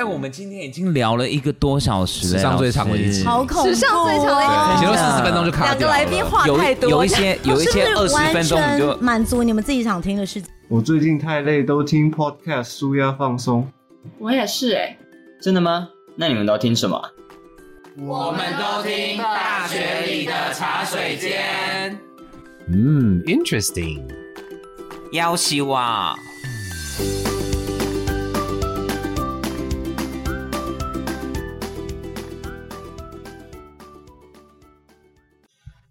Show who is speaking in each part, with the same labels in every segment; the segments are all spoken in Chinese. Speaker 1: 哎我们今天已经聊了一个多小时了，
Speaker 2: 史上最长的一
Speaker 1: 集
Speaker 2: 集，
Speaker 3: 好恐怖、哦！啊
Speaker 4: 史上最长的一集
Speaker 2: 以前都四十分钟就卡
Speaker 4: 两个
Speaker 2: 掉了。
Speaker 4: 来宾话
Speaker 1: 有
Speaker 4: 太多，
Speaker 1: 有一些有一些
Speaker 3: 是
Speaker 1: 二
Speaker 3: 不是
Speaker 1: 十
Speaker 3: 完
Speaker 1: 分钟你就
Speaker 3: 全满足你们自己想听的事情？
Speaker 5: 我最近太累，都听 podcast 舒压放松。
Speaker 6: 我也是哎、
Speaker 7: 真的吗？那你们都听什么啊？
Speaker 5: 我
Speaker 8: 们都听大学里的茶水间。
Speaker 2: 嗯，interesting。
Speaker 1: 要希望。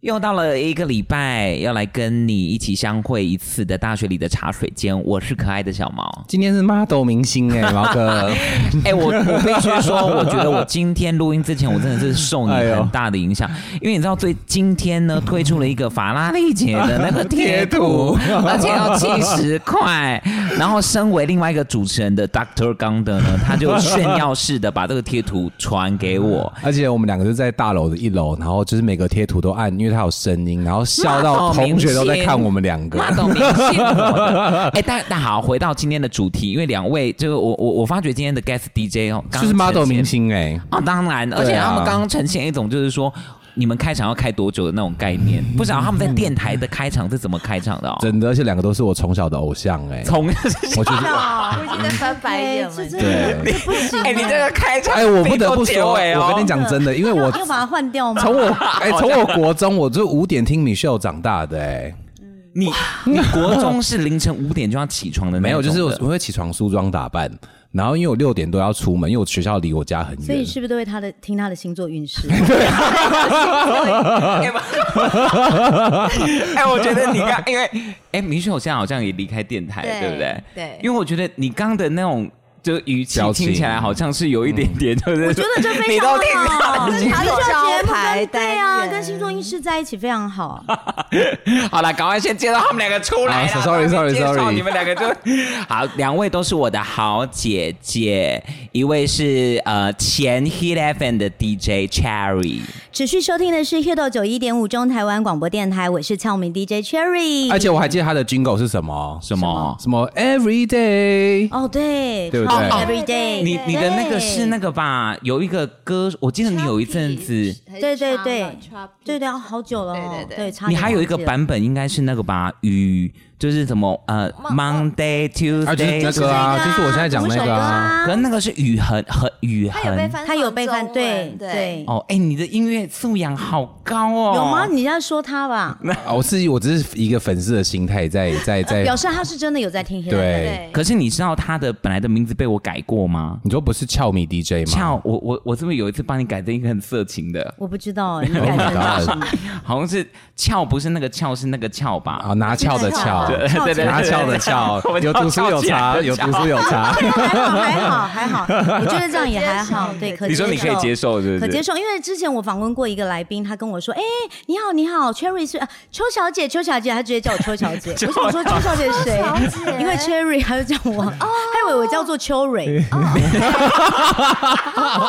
Speaker 1: 又到了一个礼拜要来跟你一起相会一次的大学里的茶水间，我是可爱的小毛。
Speaker 2: 今天是 model 明星哎、毛哥，
Speaker 1: 哎、我我必须说，我觉得我今天录音之前，我真的是受你
Speaker 2: 哎呦
Speaker 1: 很大的影响，因为你知道，最今天呢推出了一个法拉利姐的那个贴
Speaker 2: 贴
Speaker 1: 图
Speaker 2: 图，
Speaker 1: 而且要七十块。然后，身为另外一个主持人的 Doctor 刚的呢，他就炫耀式的把这个贴图传给我。
Speaker 2: 而且我们两个就在大楼的一楼，然后就是每个贴图都按，因为它有声音，然后笑到同学都在看我们两个。
Speaker 1: 骂到明星我的。哎，但但好，回到今天的主题，因为两位就是我我我发觉今天的 guest DJ 哦，刚
Speaker 2: 就是
Speaker 1: 呈
Speaker 2: model
Speaker 1: 现
Speaker 2: 明星哎、
Speaker 1: 啊，当然，而且
Speaker 2: 对啊
Speaker 1: 他们刚刚呈现一种就是说。你们开场要开多久的那种概念？不晓得他们在电台的开场是怎么开场的哦。
Speaker 2: 真的，而且两个都是我从小的偶像 哎、
Speaker 1: 从
Speaker 2: 我就是
Speaker 4: 我已经在翻白眼了。
Speaker 3: 哎这
Speaker 2: 对
Speaker 3: 真的这不行啊
Speaker 1: 哎，你这个开场，
Speaker 2: 哎、我不得不
Speaker 1: 结
Speaker 2: 说，
Speaker 1: 尾哦。
Speaker 2: 我跟你讲真的，因为 我
Speaker 3: 要把它换掉吗？
Speaker 2: 从我哎从我国中我就五点听米秀长大的哎、
Speaker 1: 你你国中是凌晨五点就要起床的那
Speaker 2: 没有，
Speaker 1: 种
Speaker 2: 就是我
Speaker 1: 的
Speaker 2: 我会起床梳妆打扮，然后因为我六点多要出门，因为我学校离我家很远，
Speaker 3: 所以是不是都会他的听他的星座运势？
Speaker 1: 哎，我觉得你刚因为哎，明秀现在好像也离开电台，
Speaker 4: 对
Speaker 1: 对不对？
Speaker 4: 对
Speaker 1: 因为我觉得你刚的那种就语气
Speaker 2: 表情
Speaker 1: 听起来好像是有一点点，就是我
Speaker 3: 觉得这非
Speaker 1: 你
Speaker 3: 常
Speaker 1: 都听到
Speaker 3: 好，
Speaker 1: 了
Speaker 4: 是
Speaker 3: 他的这
Speaker 4: 招
Speaker 3: 个节目
Speaker 4: 牌
Speaker 3: 跟对啊，
Speaker 4: 单元
Speaker 3: 跟星座运势在一起非常好。
Speaker 1: 好了，赶快先介绍他们两个出来啦。
Speaker 2: 啊，sorry，
Speaker 1: 赶快
Speaker 2: sorry，
Speaker 1: 介绍
Speaker 2: sorry
Speaker 1: 你们两 个就好，两位都是我的好姐姐，一位是呃前 Hit FM 的 DJ Cherry，
Speaker 3: 持续收听的是 Hito 九一点五中台湾广播电台，我是俏明 DJ Cherry。
Speaker 1: 哎
Speaker 2: 而且我还记得他的 jingle 是什么
Speaker 1: 什么？
Speaker 2: 什么 every day，
Speaker 3: 哦，对，
Speaker 2: 对不对
Speaker 3: 超 Every day，
Speaker 1: 你你的那个
Speaker 3: 对
Speaker 1: 是那个吧？有一个歌，我记得你有一阵子，
Speaker 3: 对对对对
Speaker 4: 对，
Speaker 3: 对啊，好久了哦，
Speaker 4: 对对对
Speaker 3: 差
Speaker 1: 你
Speaker 3: 点
Speaker 1: 还有一个
Speaker 3: 忘记了
Speaker 1: 版本应该是那个吧？雨就是什么呃 Monday
Speaker 2: 啊就是
Speaker 1: Tuesday，
Speaker 2: 那个啊就是我现在讲那个啊
Speaker 3: 同一首歌
Speaker 1: 可是那个是雨痕和雨
Speaker 4: 他有被
Speaker 1: 痕。
Speaker 4: 翻，
Speaker 3: 他有被翻，对
Speaker 4: 对
Speaker 3: 对，
Speaker 1: 哦，哎、你的音乐素养好高哦！
Speaker 3: 啊有吗？你在说他吧，
Speaker 2: 啊，我自己我只是一个粉丝的心态在在在，
Speaker 3: 表示他是真的有在听 hip hop。
Speaker 2: 对，
Speaker 4: 对。
Speaker 1: 可是你知道他的本来的名字被我改过吗？
Speaker 2: 你说不是俏米 DJ 吗？
Speaker 1: 俏，我我我是不是有一次帮你改成一个很色情 的？
Speaker 3: 我不知道哎，你
Speaker 2: Oh
Speaker 3: 改成了什么？
Speaker 1: 好像是俏，不是那个俏，是那个俏吧？
Speaker 2: 啊，拿翘的翘，
Speaker 3: 对
Speaker 1: 对对
Speaker 2: 拿翘的翘
Speaker 1: 我，们
Speaker 2: 有读书有
Speaker 1: 翘
Speaker 2: 茶，
Speaker 1: 起来
Speaker 2: 有读书有茶。
Speaker 3: 还好还好还好，我觉得这样也还 好，对，可
Speaker 1: 你说你可以接
Speaker 3: 受。
Speaker 1: 受，对不
Speaker 3: 可
Speaker 1: 对？
Speaker 3: 接受，因为之前我访问过一个来宾，他跟我说：“哎、你好，你好，Cherry 是、啊、邱小姐，邱小姐，他直接叫我邱小姐。”我想说邱小姐是谁？因为 Cherry 他就叫我，
Speaker 1: 哦
Speaker 3: 他以为我叫做秋蕊。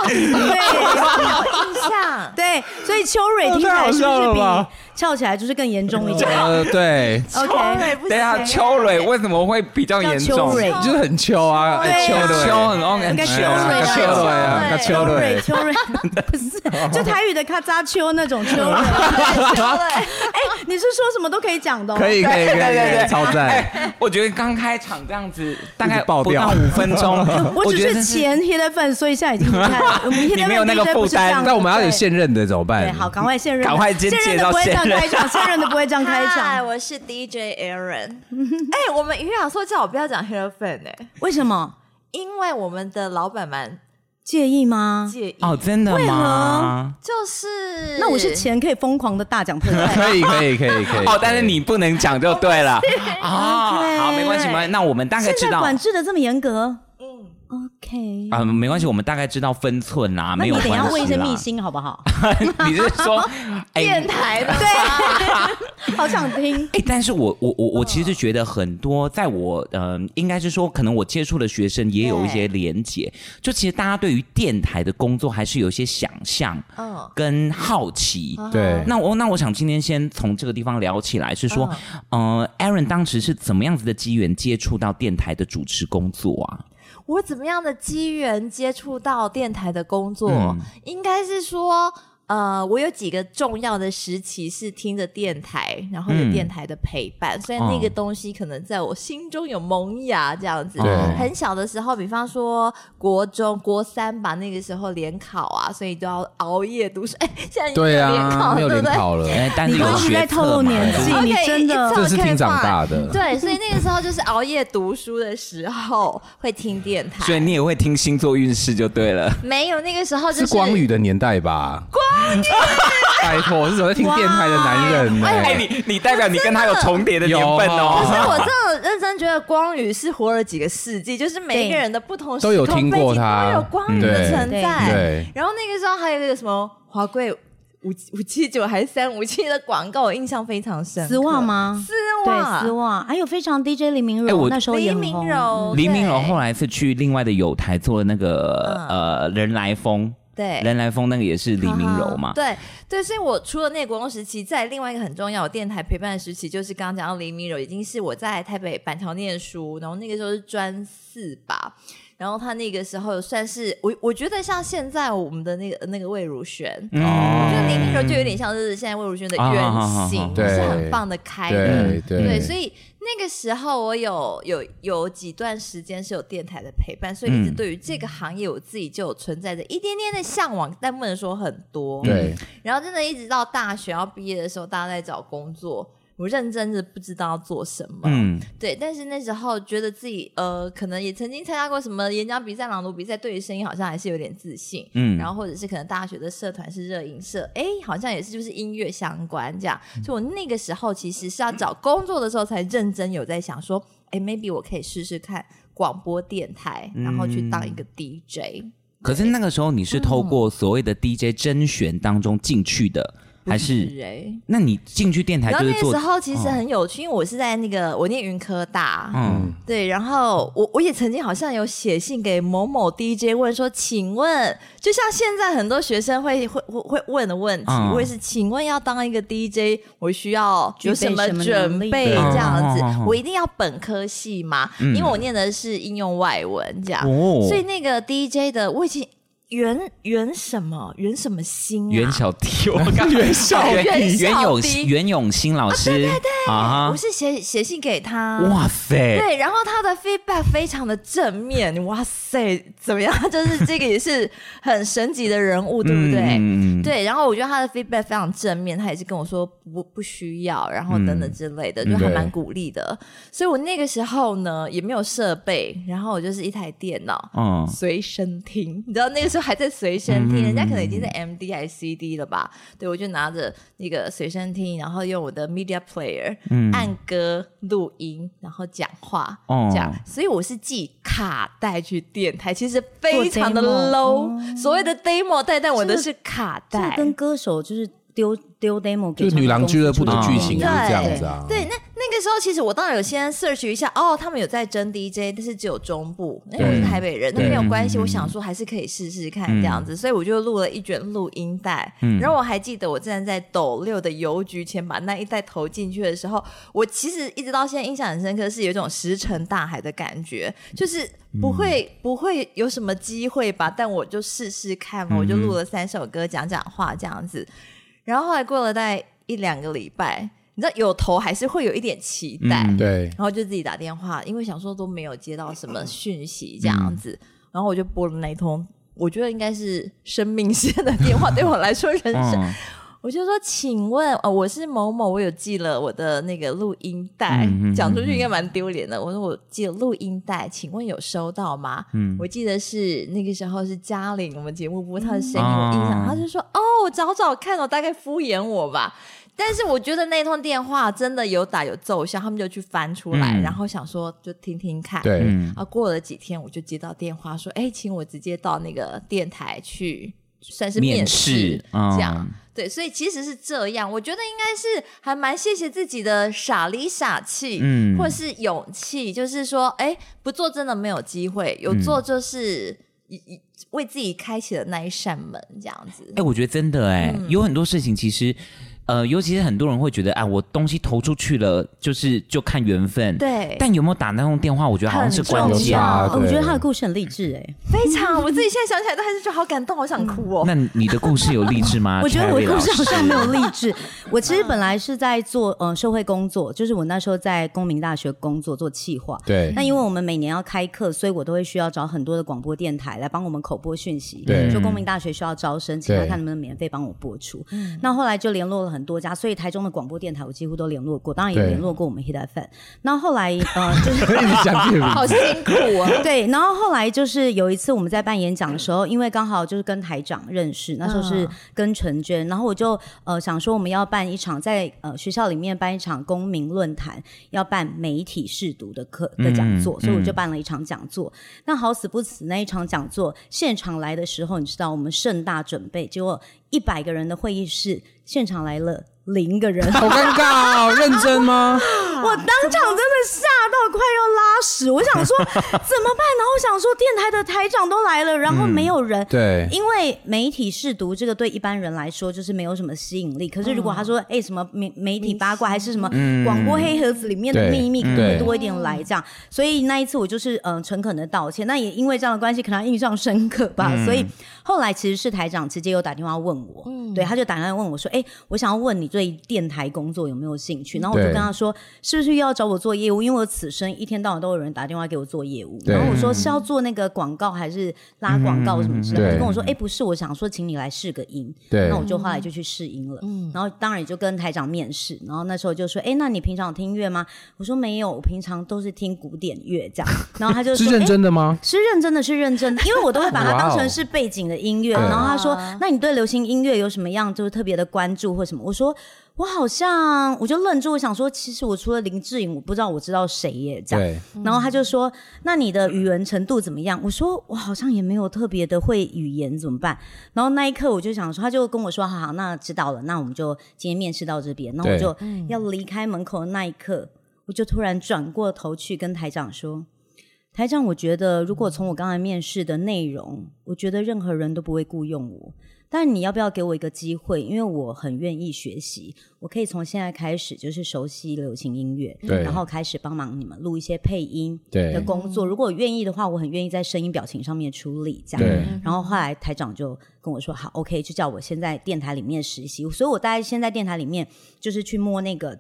Speaker 3: 对
Speaker 4: 有印象，
Speaker 3: 对，所以秋蕊听起来是不是比翘起来就是更严重一 点
Speaker 2: 呃，对，
Speaker 3: ？OK，
Speaker 4: 对，不
Speaker 1: 等一下，啊秋蕊为什么会比较严
Speaker 3: 啊叫
Speaker 1: 重
Speaker 3: 秋？蕊
Speaker 2: 就是很秋啊，哎秋
Speaker 3: 对啊
Speaker 2: 的
Speaker 1: 秋很 on
Speaker 3: 应该
Speaker 1: 很
Speaker 3: 秋
Speaker 1: 秋
Speaker 3: 蕊
Speaker 1: 啊秋
Speaker 3: 吧
Speaker 2: 秋
Speaker 1: 啊
Speaker 2: 的呀，那秋的
Speaker 3: 蕊，
Speaker 2: 欸。
Speaker 3: 秋蕊不是，就台语的咔嚓秋那种秋蕊。哎，你是说什么都可以讲的、哦？
Speaker 2: 可以可以可以，可以超赞！
Speaker 1: 哎，我觉得刚开场这样子大概
Speaker 2: 爆
Speaker 1: 不
Speaker 2: 掉
Speaker 1: 到五分 钟，
Speaker 3: 我只
Speaker 1: 觉得
Speaker 3: 是
Speaker 1: 这
Speaker 3: 前 hit 的份，所以现在已经不太， 我们 hit
Speaker 1: 你
Speaker 3: 的
Speaker 1: 没有那个负担
Speaker 2: 但我们要有现任的怎么
Speaker 3: 对，
Speaker 2: 办？
Speaker 3: 好，赶快现任的，
Speaker 1: 赶快接
Speaker 3: 现
Speaker 1: 接
Speaker 3: 任
Speaker 1: 到
Speaker 3: 的不会这
Speaker 1: 现任
Speaker 3: 样开场，现任的不会这 样开
Speaker 4: 嗨，
Speaker 3: 场，
Speaker 4: 我是 DJ Aaron。哎、我们于老说叫我不要讲 Hello Fan 哎、
Speaker 3: 为什么？
Speaker 4: 因为我们的老板蛮
Speaker 3: 介意吗？
Speaker 4: 介意，
Speaker 1: 哦，真的吗？
Speaker 4: 就是
Speaker 3: 那我是钱可以疯狂的大奖配 对
Speaker 2: 可以可以可以可以。
Speaker 1: 哦，但是你不能讲就对 了啊。
Speaker 3: OK
Speaker 1: 好，没关系，没关系。那我们大概
Speaker 3: 现
Speaker 1: 知
Speaker 3: 在
Speaker 1: 道
Speaker 3: 管制的这么严格
Speaker 4: 嗯，
Speaker 3: ，OK。
Speaker 1: 啊，没关系，我们大概知道分寸啦，
Speaker 3: 那
Speaker 1: 没
Speaker 3: 你
Speaker 1: 有
Speaker 3: 等一
Speaker 1: 关
Speaker 3: 下
Speaker 1: 系
Speaker 3: 问一声
Speaker 1: 啦
Speaker 3: 密星好不好？
Speaker 1: 你是 说，哎、
Speaker 4: 电台的对，
Speaker 3: 好想听。
Speaker 1: 哎、但是我我我我其实觉得很多，在我嗯、应该是说，可能我接触的学生也有一些连结，就其实大家对于电台的工作还是有一些想象
Speaker 4: 嗯，
Speaker 1: 跟好奇。
Speaker 3: 啊
Speaker 2: 对，
Speaker 1: 那我那我想今天先从这个地方聊起来，是说，呃，Aaron 当时是怎么样子的机缘接触到电台的主持工作啊？
Speaker 4: 我怎么样的机缘接触到电台的工作，
Speaker 1: 嗯
Speaker 4: 应该是说。呃，我有几个重要的时期是听着电台，然后有
Speaker 1: 嗯
Speaker 4: 电台的陪伴，所以那个
Speaker 1: 哦
Speaker 4: 东西可能在我心中有萌芽这样子。
Speaker 1: 对
Speaker 4: 很小的时候，比方说国中国三吧，那个时候联考啊，所以都要熬夜读书。哎，现在已经
Speaker 2: 对啊，
Speaker 4: 没
Speaker 2: 没有
Speaker 4: 有联
Speaker 2: 联
Speaker 4: 考，
Speaker 2: 考了，
Speaker 1: 哎，但是
Speaker 3: 你
Speaker 1: 有
Speaker 3: 都一直
Speaker 1: 学
Speaker 3: 在透露
Speaker 1: 测嘛
Speaker 3: 年纪
Speaker 2: 哎
Speaker 1: 对
Speaker 4: 对不对？
Speaker 3: 你真的
Speaker 4: OK，
Speaker 2: 这是听长大
Speaker 4: 一
Speaker 2: 的
Speaker 4: 照。对，所以那个时候就是熬夜读书的时候会听电台，
Speaker 1: 所以你也会听星座运势就对 了。
Speaker 4: 没有那个时候就是
Speaker 2: 光宇的年代吧？光宇， 拜托，我是走在听电台的男人呢、
Speaker 1: 哎，你你代表你跟他有重叠的年份
Speaker 4: 可是
Speaker 1: 哦。
Speaker 3: 啊
Speaker 4: 我真的认真觉得光宇是活了几个世纪，就是每一个人的不同时
Speaker 2: 都有听过他
Speaker 4: 背景都有光宇的
Speaker 2: 嗯
Speaker 4: 存在。
Speaker 2: 对对
Speaker 4: 然后那个时候还有一个什么华贵五五七九还是三五七的广告，我印象非常深刻。
Speaker 3: 丝袜？吗？
Speaker 4: 丝袜，
Speaker 3: 对，丝袜，还有非常 DJ 黎明
Speaker 1: 哎
Speaker 3: 柔
Speaker 1: 我
Speaker 3: 那时候也
Speaker 4: 黎
Speaker 3: 很
Speaker 4: 明
Speaker 3: 红。
Speaker 4: 柔，
Speaker 1: 黎明柔
Speaker 4: 对
Speaker 1: 后来是去另外的友台做了那个呃人来疯，
Speaker 4: 嗯对
Speaker 1: 人来疯那个也是黎明柔嘛。
Speaker 4: 对对，所以我除了那个国中时期，在另外一个很重要的电台陪伴的时期，就是刚刚讲到黎明柔，已经是我在台北板桥念书，然后那个时候是专四吧。然后他那个时候算是我，我觉得像现在我们的那个那个魏如萱，
Speaker 1: 哦
Speaker 4: 我觉得黎明柔就有点像是现在魏如萱的
Speaker 1: 啊
Speaker 4: 原
Speaker 1: 好好好
Speaker 4: 型，
Speaker 2: 对
Speaker 4: 是很棒的开端。
Speaker 2: 对对
Speaker 4: 对，所以那个时候我有有有几段时间是有电台的陪伴，所以一直
Speaker 1: 嗯
Speaker 4: 对于这个行业我自己就有存在着一点点的向往，但不能说很多。，
Speaker 2: 对，
Speaker 4: 然后真的一直到大学要毕业的时候，大家在找工作，我认真的不知道要做什么。
Speaker 1: 嗯，
Speaker 4: 啊对，但是那时候觉得自己呃，可能也曾经参加过什么演讲比赛、朗读比赛，对于声音好像还是有点自信。
Speaker 1: 嗯
Speaker 4: 然后或者是可能大学的社团是热音社，哎，好像也是就是音乐相关这样。所以我那个时候其实是要找工作的时候才认真有在想说，哎，maybe 我可以试试看广播电台，然后去
Speaker 1: 嗯
Speaker 4: 当一个 DJ。
Speaker 1: 可是那个时候你是透过所谓
Speaker 4: 嗯
Speaker 1: 的 DJ 甄选当中进去的，还是？
Speaker 4: 哎、
Speaker 1: 那你进去电台
Speaker 4: 然后
Speaker 1: 就
Speaker 4: 那
Speaker 1: 是
Speaker 4: 个
Speaker 1: 做
Speaker 4: 时候其实很有趣，因为我是在那个我念云科大，
Speaker 1: 嗯
Speaker 4: 对，然后我我也曾经好像有写信给某某 DJ 问说，请问，就像现在很多学生会会会会问的问题，
Speaker 1: 嗯
Speaker 4: 我也是，请问要当一个 DJ，我需要
Speaker 3: 具
Speaker 4: 有
Speaker 3: 备
Speaker 4: 什么
Speaker 3: 什么
Speaker 4: 准
Speaker 3: 能力
Speaker 4: 备
Speaker 3: 对
Speaker 4: 这样子
Speaker 1: 嗯嗯嗯嗯？
Speaker 4: 我一定要本科系吗？因为我念的是应用外文这样，
Speaker 1: 哦
Speaker 4: 所以那个 DJ 的我已经圆圆什么圆什么心啊，
Speaker 1: 袁小迪，我刚袁小
Speaker 4: 袁
Speaker 1: 袁
Speaker 4: 小
Speaker 1: 永
Speaker 4: 迪
Speaker 1: 袁永新老
Speaker 4: 哦
Speaker 1: 师，对对对
Speaker 4: 我是写写信给他，
Speaker 1: 哇塞，
Speaker 4: 对，然后他的 feedback 非常的正面，哇塞，怎么样？就是这个也是很神级的人物，对不对？
Speaker 1: 嗯，
Speaker 4: 对，然后我觉得他的 feedback 非常正面，他也是跟我说不不需要，然后等等之类
Speaker 1: 嗯
Speaker 4: 的，就还蛮鼓励的。所以我那个时候呢，也没有设备，然后我就是一台电脑，
Speaker 1: 嗯，
Speaker 4: 随身听，你知道那个时候还在随身
Speaker 3: 嗯
Speaker 4: 听，人家可能已经在 M D 还是 C D 了吧？对，我就拿着那个随身听，然后用我的 Media Player、按
Speaker 3: 嗯
Speaker 4: 歌、录音，然后讲话，
Speaker 1: 哦
Speaker 4: 这样。所以我是寄卡带去电台，其实非常的
Speaker 3: 做 demo，哦
Speaker 4: low。所谓的 demo 带，但我的
Speaker 3: 这个
Speaker 4: 是卡
Speaker 3: 这个
Speaker 4: 带。
Speaker 3: 跟歌手就是丢丢 demo 给
Speaker 2: 就
Speaker 3: 唱
Speaker 2: 是
Speaker 3: 片
Speaker 2: 女郎
Speaker 3: 公司
Speaker 2: 俱乐部的
Speaker 3: 去
Speaker 2: 剧
Speaker 3: 做
Speaker 2: 情就是
Speaker 4: 对
Speaker 2: 这样子啊。
Speaker 4: 对，那那个时候其实我当然有先 search 一下，哦，他们有在争 DJ，但是只有中部，因为我是台北人，那
Speaker 2: 对嗯
Speaker 4: 没有关系，我想说还是可以试试看这样子，所以我就录了一卷录音带。
Speaker 2: 嗯
Speaker 4: 然后我还记得我站在斗六的邮局前把那一袋投进去的时候，我其实一直到现在印象很深刻，是有一种石沉大海的感觉，就是。
Speaker 2: 嗯
Speaker 4: 不会，不会有什么机会吧？但我就试试看
Speaker 2: 嗯
Speaker 4: 嘛，我就录了三首歌，讲讲话这样子。然后后来过了大概一两个礼拜，你知道有头还是会有一点期待，
Speaker 1: 嗯
Speaker 2: 对，
Speaker 4: 然后就自己打电话，因为想说都没有接到什么讯息这样子，
Speaker 1: 嗯
Speaker 4: 然后我就拨了那一通，我觉得应该是生命线的电话，对我来说人生。
Speaker 1: 嗯
Speaker 4: 我就说，请问，哦，我是某某，我有寄了我的那个录音带，
Speaker 1: 嗯嗯嗯
Speaker 4: 讲出去应该蛮丢脸的。我说我寄了录音带，请问有收到吗？
Speaker 1: 嗯
Speaker 4: 我记得是那个时候是嘉玲，我们节目播她的声音，
Speaker 1: 嗯
Speaker 4: 我印象，
Speaker 1: 啊
Speaker 4: 她就说，哦，我找找看哦，大概敷衍我吧。但是我觉得那通电话真的有打有奏效，他们就去翻出来，
Speaker 1: 嗯
Speaker 4: 然后想说就听听看。
Speaker 2: 对
Speaker 1: 嗯，
Speaker 4: 啊，过了几天我就接到电话说，哎，请我直接到那个电台去，算是
Speaker 1: 面
Speaker 4: 试
Speaker 1: 试嗯
Speaker 4: 这样。对，所以其实是这样，我觉得应该是还蛮谢谢自己的傻里傻气，
Speaker 1: 嗯
Speaker 4: 或是勇气，就是说，哎，不做真的没有机会，
Speaker 2: 嗯
Speaker 4: 有做就是一一为自己开启了那一扇门，这样子。
Speaker 1: 哎
Speaker 3: 嗯
Speaker 1: 哎，我觉得真的哎，有很多事情其实呃，尤其是很多人会觉得，啊，我东西投出去了，就是就看缘分。
Speaker 4: 对
Speaker 1: 但有没有打那通电话，我觉得好像是关
Speaker 4: 很重
Speaker 1: 键
Speaker 4: 要。
Speaker 2: 啊
Speaker 3: 哦我觉得
Speaker 2: 对
Speaker 3: 他的故事很励志哎，
Speaker 4: 非常，我自己现在想起来都还是觉得好感动，好想哭哦。
Speaker 1: 那你的故事有励志
Speaker 2: 啊
Speaker 1: 吗？
Speaker 3: 我觉得我
Speaker 1: Cherry
Speaker 3: 故事
Speaker 1: 老师
Speaker 3: 好像 没有励 志。我其实本来是在做呃社会工作，就是我那时候在公民大学工作做企划。
Speaker 2: 对
Speaker 3: 那因为我们每年要开课，所以我都会需要找很多的广播电台来帮我们口播讯息。
Speaker 2: 对
Speaker 3: 说公民大学需要招生，请他
Speaker 2: 对
Speaker 3: 看能不能免费帮我播出。那后来就联络了很多家，所以台中的广播电台我几乎都联络过，当然也
Speaker 2: 对
Speaker 3: 联络过我们 Hit FM。那后来呃，就是
Speaker 2: 一直讲这个名字
Speaker 4: 好辛苦啊！
Speaker 3: 对，然后后来就是有一次我们在办演讲的时候，因为刚好就是跟台长认识，那时候是
Speaker 1: 啊
Speaker 3: 跟陈娟，然后我就呃想说我们要办一场在呃学校里面办一场公民论坛，要办媒体试读的课的讲座，
Speaker 1: 嗯
Speaker 3: 所以我就
Speaker 1: 嗯
Speaker 3: 办了一场讲座。那好死不死那一场讲座现场来的时候，你知道我们盛大准备，结果一百个人的会议室现场来了零 个人。
Speaker 2: 好尴尬哦，认真吗？
Speaker 3: 我当场真的吓到快要拉屎，我想说 怎么办？然后我想说电台的台长都来了，然后没有人。
Speaker 2: 对，
Speaker 3: 因为媒体试读这个对一般人来说就是没有什么吸引力，可是如果他说
Speaker 2: 嗯
Speaker 3: 哎、什么媒媒体八卦还是什么广播黑盒子里面的
Speaker 2: 对
Speaker 3: 秘密，可能会
Speaker 2: 对
Speaker 3: 多一点来这样。所以那一次我就是嗯、呃诚恳的道歉，那也因为这样的关系，可能他印象深刻吧。
Speaker 2: 嗯
Speaker 3: 所以后来其实是台长直接有打电话问我，对，他就打电话问我说，哎、我想要问你对电台工作有没有兴趣？然后我就
Speaker 2: 对
Speaker 3: 跟他说，是不是又要找我做业务？因为我此生一天到晚都有人打电话给我做业务，
Speaker 2: 对
Speaker 3: 然后我说是要做那个广告还是拉广告什么之类的，
Speaker 2: 嗯嗯嗯
Speaker 3: 他跟我说，哎、不是，我想说请你来试个音，
Speaker 2: 对
Speaker 3: 那我就后来就去试音了，然后当然也就跟台长面试，然后那时候就说，哎、那你平常有听音乐吗？我说没有，我平常都是听古典乐这样，然后他就说，
Speaker 2: 是认
Speaker 3: 诶
Speaker 2: 真的吗？
Speaker 3: 是认真的，是认真的，因为我都会把它当
Speaker 2: 哇
Speaker 3: 成
Speaker 2: 哦
Speaker 3: 是背景的音乐。
Speaker 2: 对
Speaker 3: 然后他说：“那你对流行音乐有什么样就是特别的关注或什么？”我说：“我好像我就愣住，我想说，其实我除了林志颖，我不知道我知道谁耶。”这样，
Speaker 2: 对，
Speaker 3: 然后他就说：“那你的语文程度怎么样？”我说：“我好像也没有特别的会语言，怎么办？”然后那一刻我就想说，他就跟我说：“好好，那知道了，那我们就今天面试到这边。”然后我
Speaker 2: 对
Speaker 3: 就要离开门口的那一刻，我就突然转过头去跟台长说：“台长，我觉得如果从我刚才面试的内容，我觉得任何人都不会雇佣我。但你要不要给我一个机会？因为我很愿意学习，我可以从现在开始就是熟悉流行音乐，
Speaker 2: 对
Speaker 3: 然后开始帮忙你们录一些配音
Speaker 2: 对
Speaker 3: 的工作。如果愿意的话，我很愿意在声音表情上面处理这样。
Speaker 4: 嗯
Speaker 2: 对
Speaker 3: 然后后来台长就跟我说：“好，OK，就叫我先在电台里面实习。”所以，我大概先在电台里面就是去摸那个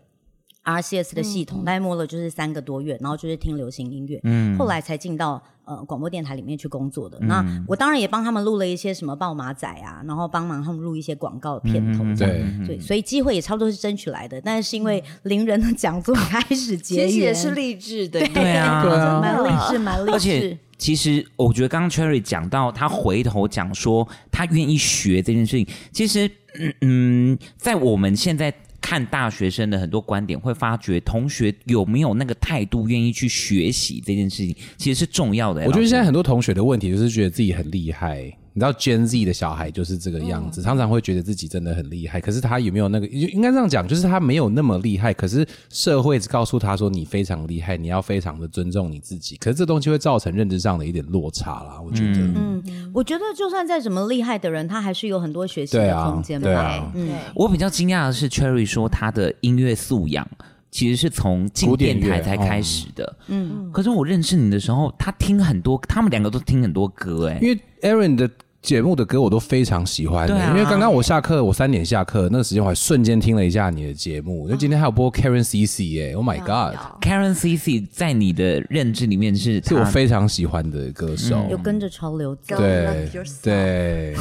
Speaker 3: RCS 的系
Speaker 4: 嗯
Speaker 3: 统，大概摸了就是三个多月，然后就是听流行音乐，
Speaker 2: 嗯
Speaker 3: 后来才进到呃广播电台里面去工作的。那
Speaker 2: 嗯
Speaker 3: 我当然也帮他们录了一些什么爆马仔啊，然后帮忙他们录一些广告片头这样。
Speaker 2: 对
Speaker 3: 对，所以机会也差不多是争取来的，但是因为邻人的讲座开始结
Speaker 4: 嗯
Speaker 3: 缘，
Speaker 4: 其实也是励志的，
Speaker 1: 对啊
Speaker 3: 对
Speaker 1: 对
Speaker 3: 啊，
Speaker 1: 啊
Speaker 3: 蛮励志，蛮励
Speaker 1: 而且
Speaker 3: 志。
Speaker 1: 其实我觉得刚刚 Cherry 讲到，他回头讲说他愿意学这件事情，其实嗯嗯，在我们现在。看大学生的很多观点，会发觉同学有没有那个态度，愿意去学习这件事情，其实是重要的、哎
Speaker 2: 我觉得现在
Speaker 1: 在
Speaker 2: 很多同学的问题就是觉得自己很厉害，你知道 Gen Z 的小孩就是这个样子，常常会觉得自己真的很厉害，可是他有没有那个？就应该这样讲，就是他没有那么厉害，可是社会只告诉他说你非常厉害，你要非常的尊重你自己，可是这东西会造成认知上的一点落差啦，我觉得。
Speaker 3: 嗯我觉得就算再怎么厉害的人，他还是有很多学习
Speaker 2: 对
Speaker 3: 的
Speaker 2: 啊
Speaker 3: 空间嗯吧。
Speaker 2: 对啊
Speaker 4: 对
Speaker 1: 我比较惊讶的是，Cherry 说他的音乐素养其实是从进
Speaker 2: 古典
Speaker 1: 电
Speaker 2: 乐
Speaker 1: 台才开始的。
Speaker 2: 哦
Speaker 1: 嗯，可是我认识你的时候，他听很多，他们两个都听很多歌、哎，
Speaker 2: 因为 Aaron 的节目的歌我都非常喜欢的、
Speaker 1: 对啊
Speaker 2: 因为刚刚我下课，我三点下课那个时间，我还瞬间听了一下你的节目，就今天还有播 Karen CC 耶、o h my God，
Speaker 1: Karen CC 在你的认知里面是
Speaker 2: 是我
Speaker 1: 她
Speaker 2: 非常喜欢的歌手，
Speaker 3: 有跟着潮流
Speaker 2: 对
Speaker 3: 走。
Speaker 4: Go love yourself
Speaker 2: 对，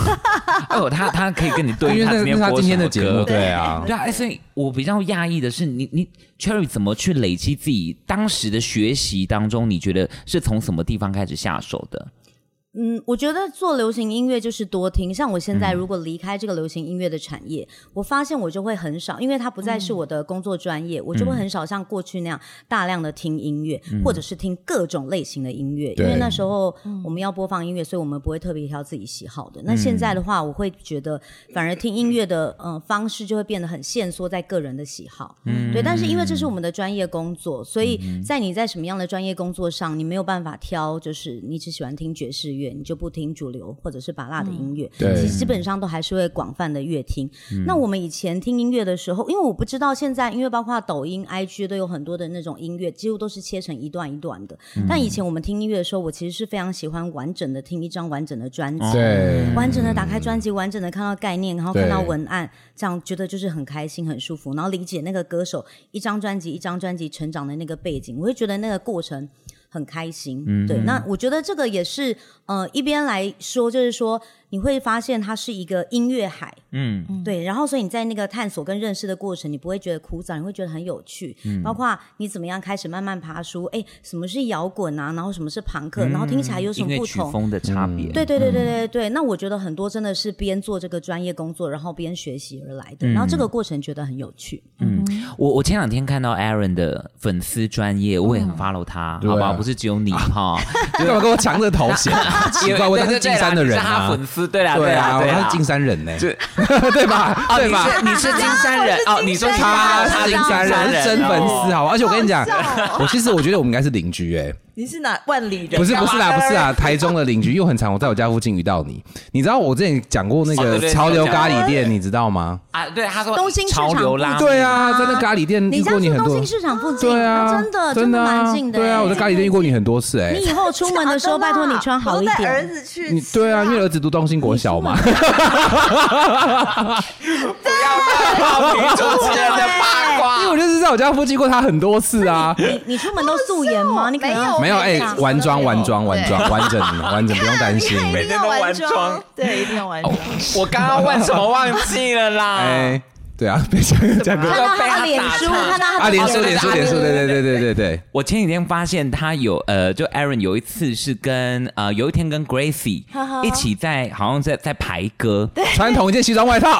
Speaker 1: 哦，他他可以跟你对，
Speaker 2: 因为
Speaker 1: 他
Speaker 2: 那
Speaker 1: 今
Speaker 2: 那
Speaker 1: 天
Speaker 2: 是他
Speaker 1: 播
Speaker 2: 今天的
Speaker 1: 什
Speaker 2: 节
Speaker 1: 么
Speaker 2: 目，
Speaker 1: 歌
Speaker 2: 对啊，
Speaker 1: 对啊，哎，所以我比较讶异的是，你你 Cherry 怎么去累积自己当时的学习当中，你觉得是从什么地方开始下手的？
Speaker 3: 嗯，我觉得做流行音乐就是多听。像我现
Speaker 2: 嗯
Speaker 3: 在如果离开这个流行音乐的产业，我发现我就会很少，因为它不再是我的工作专
Speaker 2: 嗯
Speaker 3: 业，我就会很少像过去那样大量的听音乐，或者是听各种类型的音乐。因
Speaker 2: 对
Speaker 3: 为那时候我们要播放音乐，所以我们不会特别挑自己喜好的。那现在的话，我会觉得反而听音乐的呃方式就会变得很限缩在个人的喜好。对，但是因为这是我们的专业工作，所以在你在什么样的专业工作上，你没有办法挑，就是你只喜欢听爵士乐。乐，你就不听主流或者是把辣的音乐，
Speaker 2: 对
Speaker 3: 其实基本上都还是会广泛的乐听。那我们以前听音乐的时候，因为我不知道现在，因为包括抖音、IG 都有很多的那种音乐，几乎都是切成一段一段的。但以前我们听音乐的时候，我其实是非常喜欢完整的听一张完整的专
Speaker 1: 哦
Speaker 2: 哦
Speaker 3: 辑。
Speaker 2: 对
Speaker 3: 完整的打开专辑，完整的看到概念，然后
Speaker 2: 对
Speaker 3: 看到文案，这样觉得就是很开心、很舒服。然后理解那个歌手一张专辑一张专辑成长的那个背景，我会觉得那个过程很开心。对，那我觉得这个也是呃，一边来说就是说，你会发现它是一个音乐海，
Speaker 1: 嗯，
Speaker 3: 对，然后所以你在那个探索跟认识的过程，你不会觉得枯燥，你会觉得很有趣。包括你怎么样开始慢慢爬出，哎，什么是摇滚啊，然后什么是朋克，然后听起来有什
Speaker 1: 音
Speaker 3: 么
Speaker 1: 乐
Speaker 3: 不
Speaker 1: 曲
Speaker 3: 同？
Speaker 1: 风的差别，
Speaker 3: 对对对对
Speaker 2: 嗯
Speaker 3: 对对，那我觉得很多真的是边做这个专业工作，然后边学习而来的，然后
Speaker 2: 嗯
Speaker 3: 这个过程觉得很有趣。
Speaker 1: 我我前两天看到 Aaron 的粉丝专业，我也很 follow 他，
Speaker 2: 对啊
Speaker 1: 好不好？不是只有你 哈，
Speaker 2: 干嘛跟我抢这头衔啊？ 奇怪，我他是金山的人
Speaker 1: 是他
Speaker 2: 啊，
Speaker 1: 粉丝，对啦
Speaker 2: 对啊，
Speaker 1: 啦
Speaker 2: 我
Speaker 1: 对
Speaker 2: 他
Speaker 1: 啦
Speaker 2: 是。金山人呢，
Speaker 1: 对
Speaker 2: 对吧？
Speaker 1: 哦，
Speaker 2: 对吧？
Speaker 1: 你是你是金山人哦，你说他
Speaker 2: 他
Speaker 1: 他
Speaker 2: 是金山人，
Speaker 1: 哦他
Speaker 2: 我是真粉丝，
Speaker 1: 哦
Speaker 2: 好吧？而且我跟你讲，我其实我觉得我们应该是邻居哎，
Speaker 4: 你是哪万里人？
Speaker 2: 不是不是啦，不是啦，
Speaker 1: 啊
Speaker 2: 台中的邻居，因为我很常我在我家附近遇到你。你知道我之前讲过那
Speaker 1: 哦对
Speaker 2: 个
Speaker 1: 对
Speaker 2: 潮流咖喱店，你知道吗？
Speaker 1: 啊，对，他说
Speaker 3: 东兴市场
Speaker 1: 潮流拉，
Speaker 2: 对，啊，在那咖喱店遇
Speaker 3: 你家
Speaker 2: 过你
Speaker 3: 住
Speaker 2: 很
Speaker 3: 东
Speaker 2: 多
Speaker 3: 兴，市场附近，
Speaker 2: 对啊，
Speaker 3: 真的
Speaker 2: 真
Speaker 3: 的
Speaker 2: 啊
Speaker 3: 蛮近的。
Speaker 2: 对啊，
Speaker 3: 哎
Speaker 2: 我在咖喱店遇过你很多次哎
Speaker 3: 你。以后出门的 时候，拜
Speaker 2: 啊
Speaker 3: 托你穿好一
Speaker 4: 我都带儿
Speaker 3: 点。
Speaker 4: 子去吃，
Speaker 2: 你对啊，因为儿子读东兴国小嘛，
Speaker 1: 主持人的
Speaker 4: 啊
Speaker 1: 八卦，
Speaker 2: 因为我就是在我家附近过他很多次啊。
Speaker 3: 你你出门都素颜吗？你可
Speaker 4: 没
Speaker 3: 能
Speaker 4: 有
Speaker 2: 没有哎
Speaker 4: 我跟你，
Speaker 2: 完妆
Speaker 4: 讲
Speaker 2: 完妆完妆完整完整，不用担 心。
Speaker 4: 一定要完
Speaker 1: 每天都哦完妆
Speaker 4: 妆，对，一定要完妆。
Speaker 1: 我刚刚问什么忘记了啦？
Speaker 2: 哎，对啊，别这样讲
Speaker 3: 看
Speaker 2: 过
Speaker 3: 到他的脸
Speaker 1: 被
Speaker 3: 书，
Speaker 1: 他打
Speaker 3: 看到
Speaker 2: 啊，
Speaker 3: 他 的
Speaker 2: 脸
Speaker 1: 哦
Speaker 2: 书
Speaker 1: 对
Speaker 2: 脸书
Speaker 1: 对
Speaker 2: 脸书，
Speaker 1: 对
Speaker 2: 对对对对对 对。
Speaker 1: 我前几天发现他有呃，就 Aaron 有一次是跟呃，有一天跟 Gracie 一起在好像在在排歌，
Speaker 2: 穿同一件西装外套。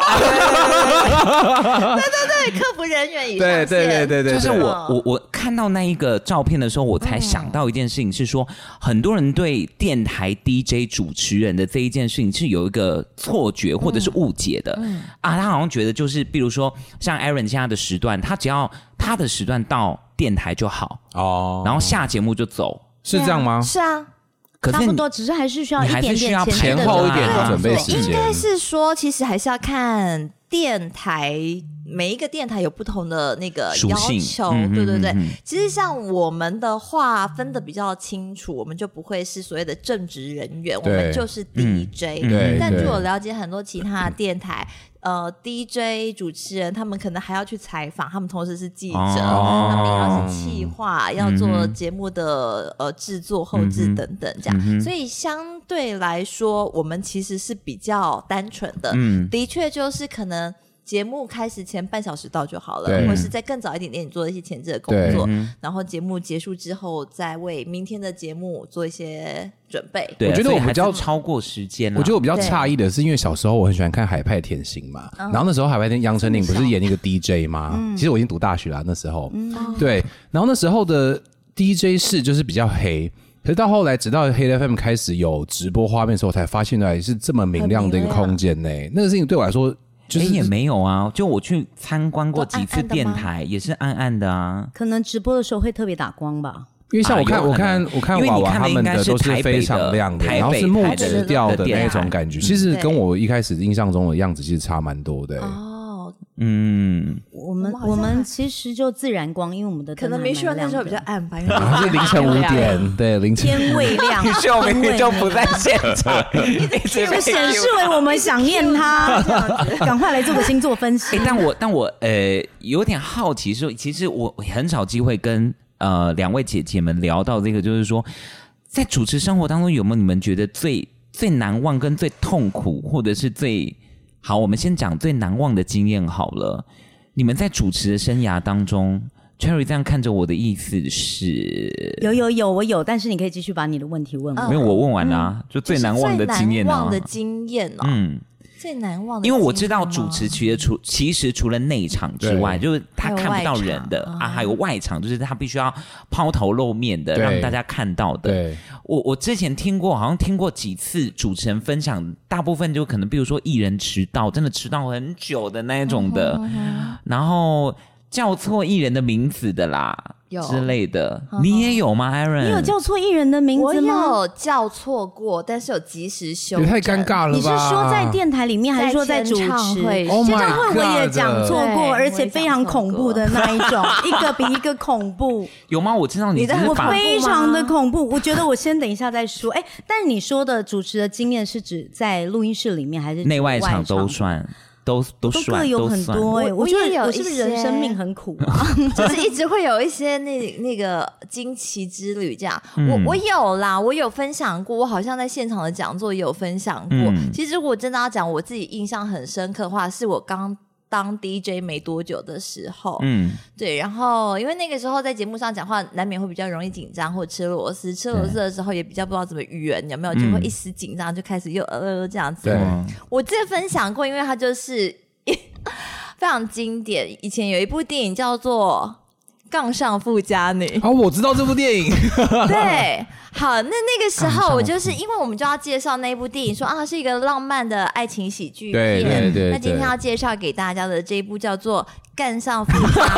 Speaker 4: 对，客服人员以上
Speaker 2: 对对
Speaker 4: 线
Speaker 2: 对对对，
Speaker 1: 就是
Speaker 2: 对
Speaker 1: 我
Speaker 4: 哦
Speaker 1: 我我看到那一个照片的时候，我才想到一件事情，是说、
Speaker 4: 嗯
Speaker 1: 很多人对电台 DJ 主持人的这一件事情是有一个错觉或者是误解的、
Speaker 4: 嗯
Speaker 1: 啊，他好像觉得就是，比如说像 Aaron 现在的时段，他只要他的时段到电台就好，
Speaker 2: 哦，
Speaker 1: 然后下节目就走。
Speaker 2: 是这样吗？
Speaker 6: 是啊，
Speaker 1: 可
Speaker 3: 差
Speaker 1: 是
Speaker 3: 不
Speaker 1: 你
Speaker 3: 多，只是还是需要
Speaker 1: 你
Speaker 3: 一
Speaker 1: 还是
Speaker 3: 点
Speaker 1: 需
Speaker 3: 点
Speaker 1: 要
Speaker 3: 前
Speaker 1: 前
Speaker 3: 的
Speaker 1: 后一
Speaker 3: 准
Speaker 1: 点
Speaker 3: 备
Speaker 1: 的
Speaker 3: 工
Speaker 1: 准
Speaker 3: 作
Speaker 2: 备时
Speaker 4: 应
Speaker 2: 间
Speaker 4: 该是说，其实还是要看电台每一个电台有不同的那个
Speaker 1: 属
Speaker 4: 要
Speaker 1: 性
Speaker 4: 求，
Speaker 1: 嗯嗯
Speaker 4: 对对对。
Speaker 1: 嗯嗯
Speaker 4: 其实像我们的话分的比较清楚，我们就不会是所谓的正职人员，我们就是
Speaker 1: 嗯
Speaker 4: DJ、
Speaker 1: 对
Speaker 4: 但据
Speaker 2: 对
Speaker 4: 我了解，很多其他的电台。呃，DJ 主持人他们可能还要去采访，他们同时是记者，
Speaker 1: 哦嗯
Speaker 4: 他们也要是企划，要做节目的呃制作、后置
Speaker 1: 嗯哼
Speaker 4: 等等这样。所以相对来说，我们其实是比较单纯的，
Speaker 1: 嗯
Speaker 4: 的确就是可能。节目开始前半小时到就好了，
Speaker 2: 对
Speaker 4: 或是再更早一点点，你做一些前置的工作，
Speaker 1: 嗯
Speaker 4: 然后节目结束之后，再为明天的节目做一些准备。
Speaker 1: 对啊，
Speaker 2: 我觉得
Speaker 1: 所以
Speaker 2: 我比
Speaker 1: 还是
Speaker 2: 较
Speaker 1: 超过时间啊了。
Speaker 2: 我觉得我比较
Speaker 4: 对
Speaker 2: 诧异的是，因为小时候我很喜欢看《海派甜心》嘛，然后那时候《海派甜杨丞琳不是演一个 DJ 吗？其实我已经读大学了那时候，对，然后那时候的 DJ 室就是比较黑。可是到后来，直到黑 FM 开始有直播画面的时候，我才发现原来是这么明亮的一个空间呢、那个事情对我来说，就
Speaker 1: 哎
Speaker 2: 是
Speaker 1: 也没有啊，就我去参观过
Speaker 4: 都
Speaker 1: 几
Speaker 4: 暗
Speaker 1: 次
Speaker 4: 暗的
Speaker 1: 电
Speaker 4: 吗
Speaker 1: 台，也是暗暗的啊。
Speaker 3: 可能直播的时候会特别打光吧。
Speaker 2: 因为像我看、
Speaker 1: 啊有
Speaker 2: 我
Speaker 1: 可能
Speaker 2: 看我看
Speaker 1: 因为
Speaker 2: 娃
Speaker 1: 你
Speaker 2: 娃
Speaker 1: 看
Speaker 2: 他
Speaker 1: 的应
Speaker 2: 们
Speaker 1: 该
Speaker 2: 的
Speaker 1: 是
Speaker 2: 都
Speaker 1: 台北
Speaker 2: 非
Speaker 1: 的
Speaker 2: 常亮的，
Speaker 1: 台北
Speaker 2: 然后是木
Speaker 1: 台
Speaker 2: 质
Speaker 1: 的
Speaker 2: 调的
Speaker 1: 电
Speaker 2: 那
Speaker 1: 台
Speaker 2: 种感觉，其实跟我一开始印象中的样子其实差蛮多的、
Speaker 4: 哦，
Speaker 1: 嗯，
Speaker 3: 我们
Speaker 4: 我们好像
Speaker 3: 我们
Speaker 4: 还
Speaker 3: 其实就自然光，因为我们的
Speaker 4: 可能
Speaker 3: 没
Speaker 4: 没需要那时候比较暗吧，因为
Speaker 2: 然后是凌晨五点，对，凌晨
Speaker 3: 天未 亮，
Speaker 1: 秀明明就不在现场，
Speaker 3: 就显示为我们想念他，赶快来做个星座分析
Speaker 1: 欸。但我但我呃有点好奇说，其实我我很少机会跟呃两位姐姐们聊到这个，就是说在主持生活当中有没有你们觉得最最难忘跟最痛苦，或者是最好，我们先讲最难忘的经验好了。你们在主持的生涯当中，Cherry 这样看着我的意思是，
Speaker 3: 有有有，我有，但是你可以继续把你的问题问我。
Speaker 1: 没有我问完啦、就最难忘的经验
Speaker 4: 嗯最难
Speaker 1: 啊
Speaker 4: 忘的。经验哦，
Speaker 1: 嗯，
Speaker 4: 最难忘的经验吗，哦
Speaker 1: 因为我知道主持其实除其实除了内场之外，就是他看不到人的
Speaker 4: 还有外场
Speaker 1: 啊，还有外场，就是他必须要抛头露面的，
Speaker 2: 对
Speaker 1: 让大家看到的。
Speaker 2: 对
Speaker 1: 我我之前听过，好像听过几次主持人分享，大部分就可能比如说艺人迟到，真的迟到很久的那一种的，然后。叫错艺人的名字的啦，
Speaker 4: 有
Speaker 1: 之类的。你也有吗，Aaron？
Speaker 3: 你有叫错艺人的名
Speaker 4: 我
Speaker 3: 字吗？
Speaker 4: 有叫错过，但是有及时修
Speaker 2: 也太尴
Speaker 4: 正。
Speaker 2: 尬了吧？
Speaker 3: 你是说在电台里面，还是说在主持？
Speaker 4: 在
Speaker 3: 演唱
Speaker 4: 演唱会
Speaker 2: Oh my
Speaker 3: 会我也
Speaker 2: God
Speaker 3: 讲错
Speaker 4: 对
Speaker 3: 过，而且非常恐怖的那一种，一个比一个恐怖。
Speaker 1: 有吗？我知道你
Speaker 4: 你
Speaker 1: 只
Speaker 4: 的
Speaker 1: 是
Speaker 4: 很
Speaker 1: 把
Speaker 4: 恐怖
Speaker 3: 非常的恐怖。我觉得我先等一下再说。哎、但你说的主持的经验是指在录音室里面还是
Speaker 1: 内外
Speaker 3: 场
Speaker 1: 场都？算，都都
Speaker 3: 都各
Speaker 1: 算，
Speaker 3: 有
Speaker 1: 都
Speaker 3: 很
Speaker 1: 算。
Speaker 3: 多哎、
Speaker 4: 我
Speaker 3: 我觉
Speaker 4: 我也
Speaker 3: 得
Speaker 4: 有
Speaker 3: 我是不是
Speaker 4: 一
Speaker 3: 人
Speaker 4: 些
Speaker 3: 生命很苦啊？
Speaker 4: 就是一直会有一些那那个惊奇之旅这样。
Speaker 1: 嗯
Speaker 4: 我我有啦，我有分享过，我好像在现场的讲座也有分享过。
Speaker 1: 嗯
Speaker 4: 其实我真的要讲我自己印象很深刻的话，是我刚当 DJ 没多久的时候，
Speaker 1: 嗯，
Speaker 4: 对，然后因为那个时候在节目上讲话，难免会比较容易紧张或吃螺丝，吃螺丝的时候也比较不知道怎么语言，有没有就会
Speaker 1: 嗯
Speaker 4: 一时紧张就开始又呃呃呃这样子。
Speaker 2: 对
Speaker 1: 哇
Speaker 4: 我之前分享过，因为它就是 非常经典。以前有一部电影叫做《杠上富家女》，
Speaker 2: 哦，我知道这部电影，
Speaker 4: 对，好，那那个时
Speaker 1: 杠上
Speaker 4: 候我就是
Speaker 2: 嗯
Speaker 4: 因为我们就要介绍那一部电影，说啊是一个浪漫的爱情喜剧
Speaker 2: 对
Speaker 4: 片
Speaker 2: 对对
Speaker 4: 那今
Speaker 2: 对
Speaker 4: 天要介绍给大家的这一部叫做《干上富家女》，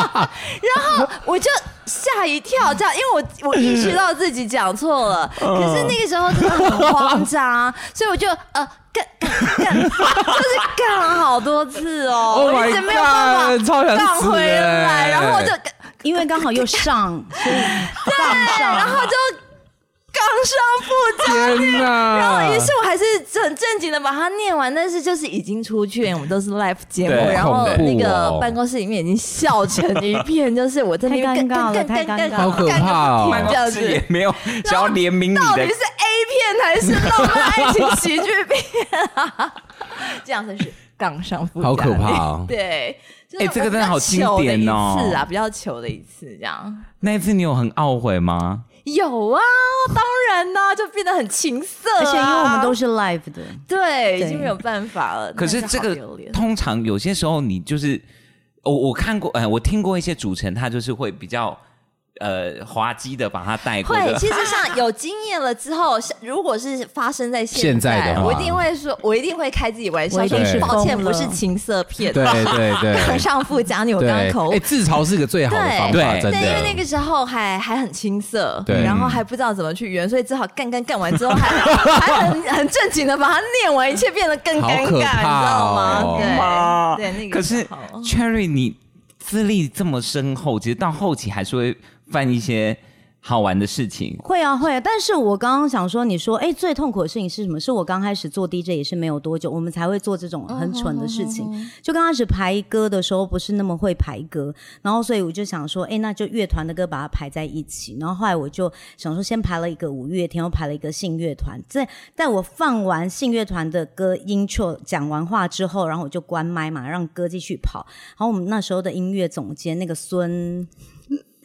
Speaker 4: 然后我就。吓一跳，这样，因为我我意识到自己讲 错了，
Speaker 2: 嗯
Speaker 4: 可是那个时候真的很慌张，所以我就呃干干干，就是干了好多次哦
Speaker 2: Oh
Speaker 4: 我一直
Speaker 2: my
Speaker 4: 没有办
Speaker 2: God，
Speaker 4: 法
Speaker 2: 超想
Speaker 4: 干
Speaker 2: 死
Speaker 4: 回来，
Speaker 2: 欸
Speaker 4: 然后我就
Speaker 3: 因为刚好又 上，所以杠上，
Speaker 4: 然后就杠上不加。
Speaker 2: 天哪！
Speaker 4: 然后，于是我还是很正经的把它念完，但是就是已经出去，我们都是 live 节目，
Speaker 2: 对
Speaker 4: 然后
Speaker 2: 好恐怖
Speaker 4: 那
Speaker 2: 哦
Speaker 4: 个办公室里面已经笑成一片，就是我在那边
Speaker 3: 太尴尬了
Speaker 4: 干干
Speaker 3: 太尴
Speaker 4: 干
Speaker 3: 尬了
Speaker 2: 好
Speaker 4: 干
Speaker 2: 可怕哦
Speaker 4: 干个屁这样子
Speaker 1: 也。没有想要怜悯你
Speaker 4: 到底
Speaker 1: 的
Speaker 4: 是 A 片还是浪漫爱情喜剧片啊？这样才是杠上富
Speaker 2: 好
Speaker 4: 家
Speaker 2: 可
Speaker 4: 女
Speaker 2: 怕哦
Speaker 4: 对，
Speaker 1: 哎
Speaker 4: 我
Speaker 1: 这个真的
Speaker 4: 比较
Speaker 1: 好经
Speaker 4: 糗的
Speaker 1: 典
Speaker 4: 一
Speaker 1: 哦
Speaker 4: 次啊，比较糗的一次这样。
Speaker 1: 那一次，你有很懊悔吗？
Speaker 4: 有啊，当然啦、就变得很情色、啊
Speaker 3: 而且因为我们都是 live 的，
Speaker 4: 对，
Speaker 3: 对
Speaker 4: 已经没有办法了。
Speaker 1: 可是
Speaker 4: 但
Speaker 1: 这
Speaker 4: 好
Speaker 1: 个
Speaker 4: 丢脸
Speaker 1: 通常有些时候你就是，我我看过，呃，我听过一些主持人，他就是会比较呃滑稽的把它带过
Speaker 4: 会，
Speaker 1: 的。
Speaker 4: 其实像有经验了之后，像如果是发生在现
Speaker 2: 现在的话
Speaker 4: 我一定会说，我一定会开自己玩笑，
Speaker 3: 我一定
Speaker 4: 说
Speaker 2: 是
Speaker 4: 抱歉，
Speaker 3: 疯了
Speaker 4: 不是情色片，
Speaker 2: 对对 对，
Speaker 4: 杠上富家女，我刚刚
Speaker 2: 对，
Speaker 4: 口
Speaker 2: 哎，
Speaker 4: 误。
Speaker 2: 自嘲是个最好的方
Speaker 1: 对
Speaker 2: 法，真
Speaker 4: 对，因为那
Speaker 2: 的。
Speaker 4: 个时候还还很青涩，
Speaker 2: 对
Speaker 4: 然后还不知道怎么去圆，所以只好干干干完之后 还还很很正经的把它念完，一切变得更
Speaker 2: 好
Speaker 4: 尴尬，你
Speaker 2: 可
Speaker 4: 知
Speaker 2: 怕
Speaker 4: 道
Speaker 2: 哦
Speaker 4: 吗？对，对，那
Speaker 1: 可
Speaker 4: 个
Speaker 1: 是
Speaker 4: 时候
Speaker 1: Cherry，你资历这么深厚，其实到后期还是会犯一些好玩的事情。
Speaker 3: 会啊会啊。但是我刚刚想说，你说哎、最痛苦的事情是什么？是我刚开始做 DJ 也是没有多久，我们才会做这种很蠢的事情。就刚开始排歌的时候，不是那么会排歌，然后所以我就想说，哎、那就乐团的歌把它排在一起。然后后来我就想说，先排了一个五月天，又排了一个信乐团。在在我放完信乐团的歌 intro 讲完话之后，然后我就关麦嘛，让歌继续跑。然后我们那时候的音乐总监那个孙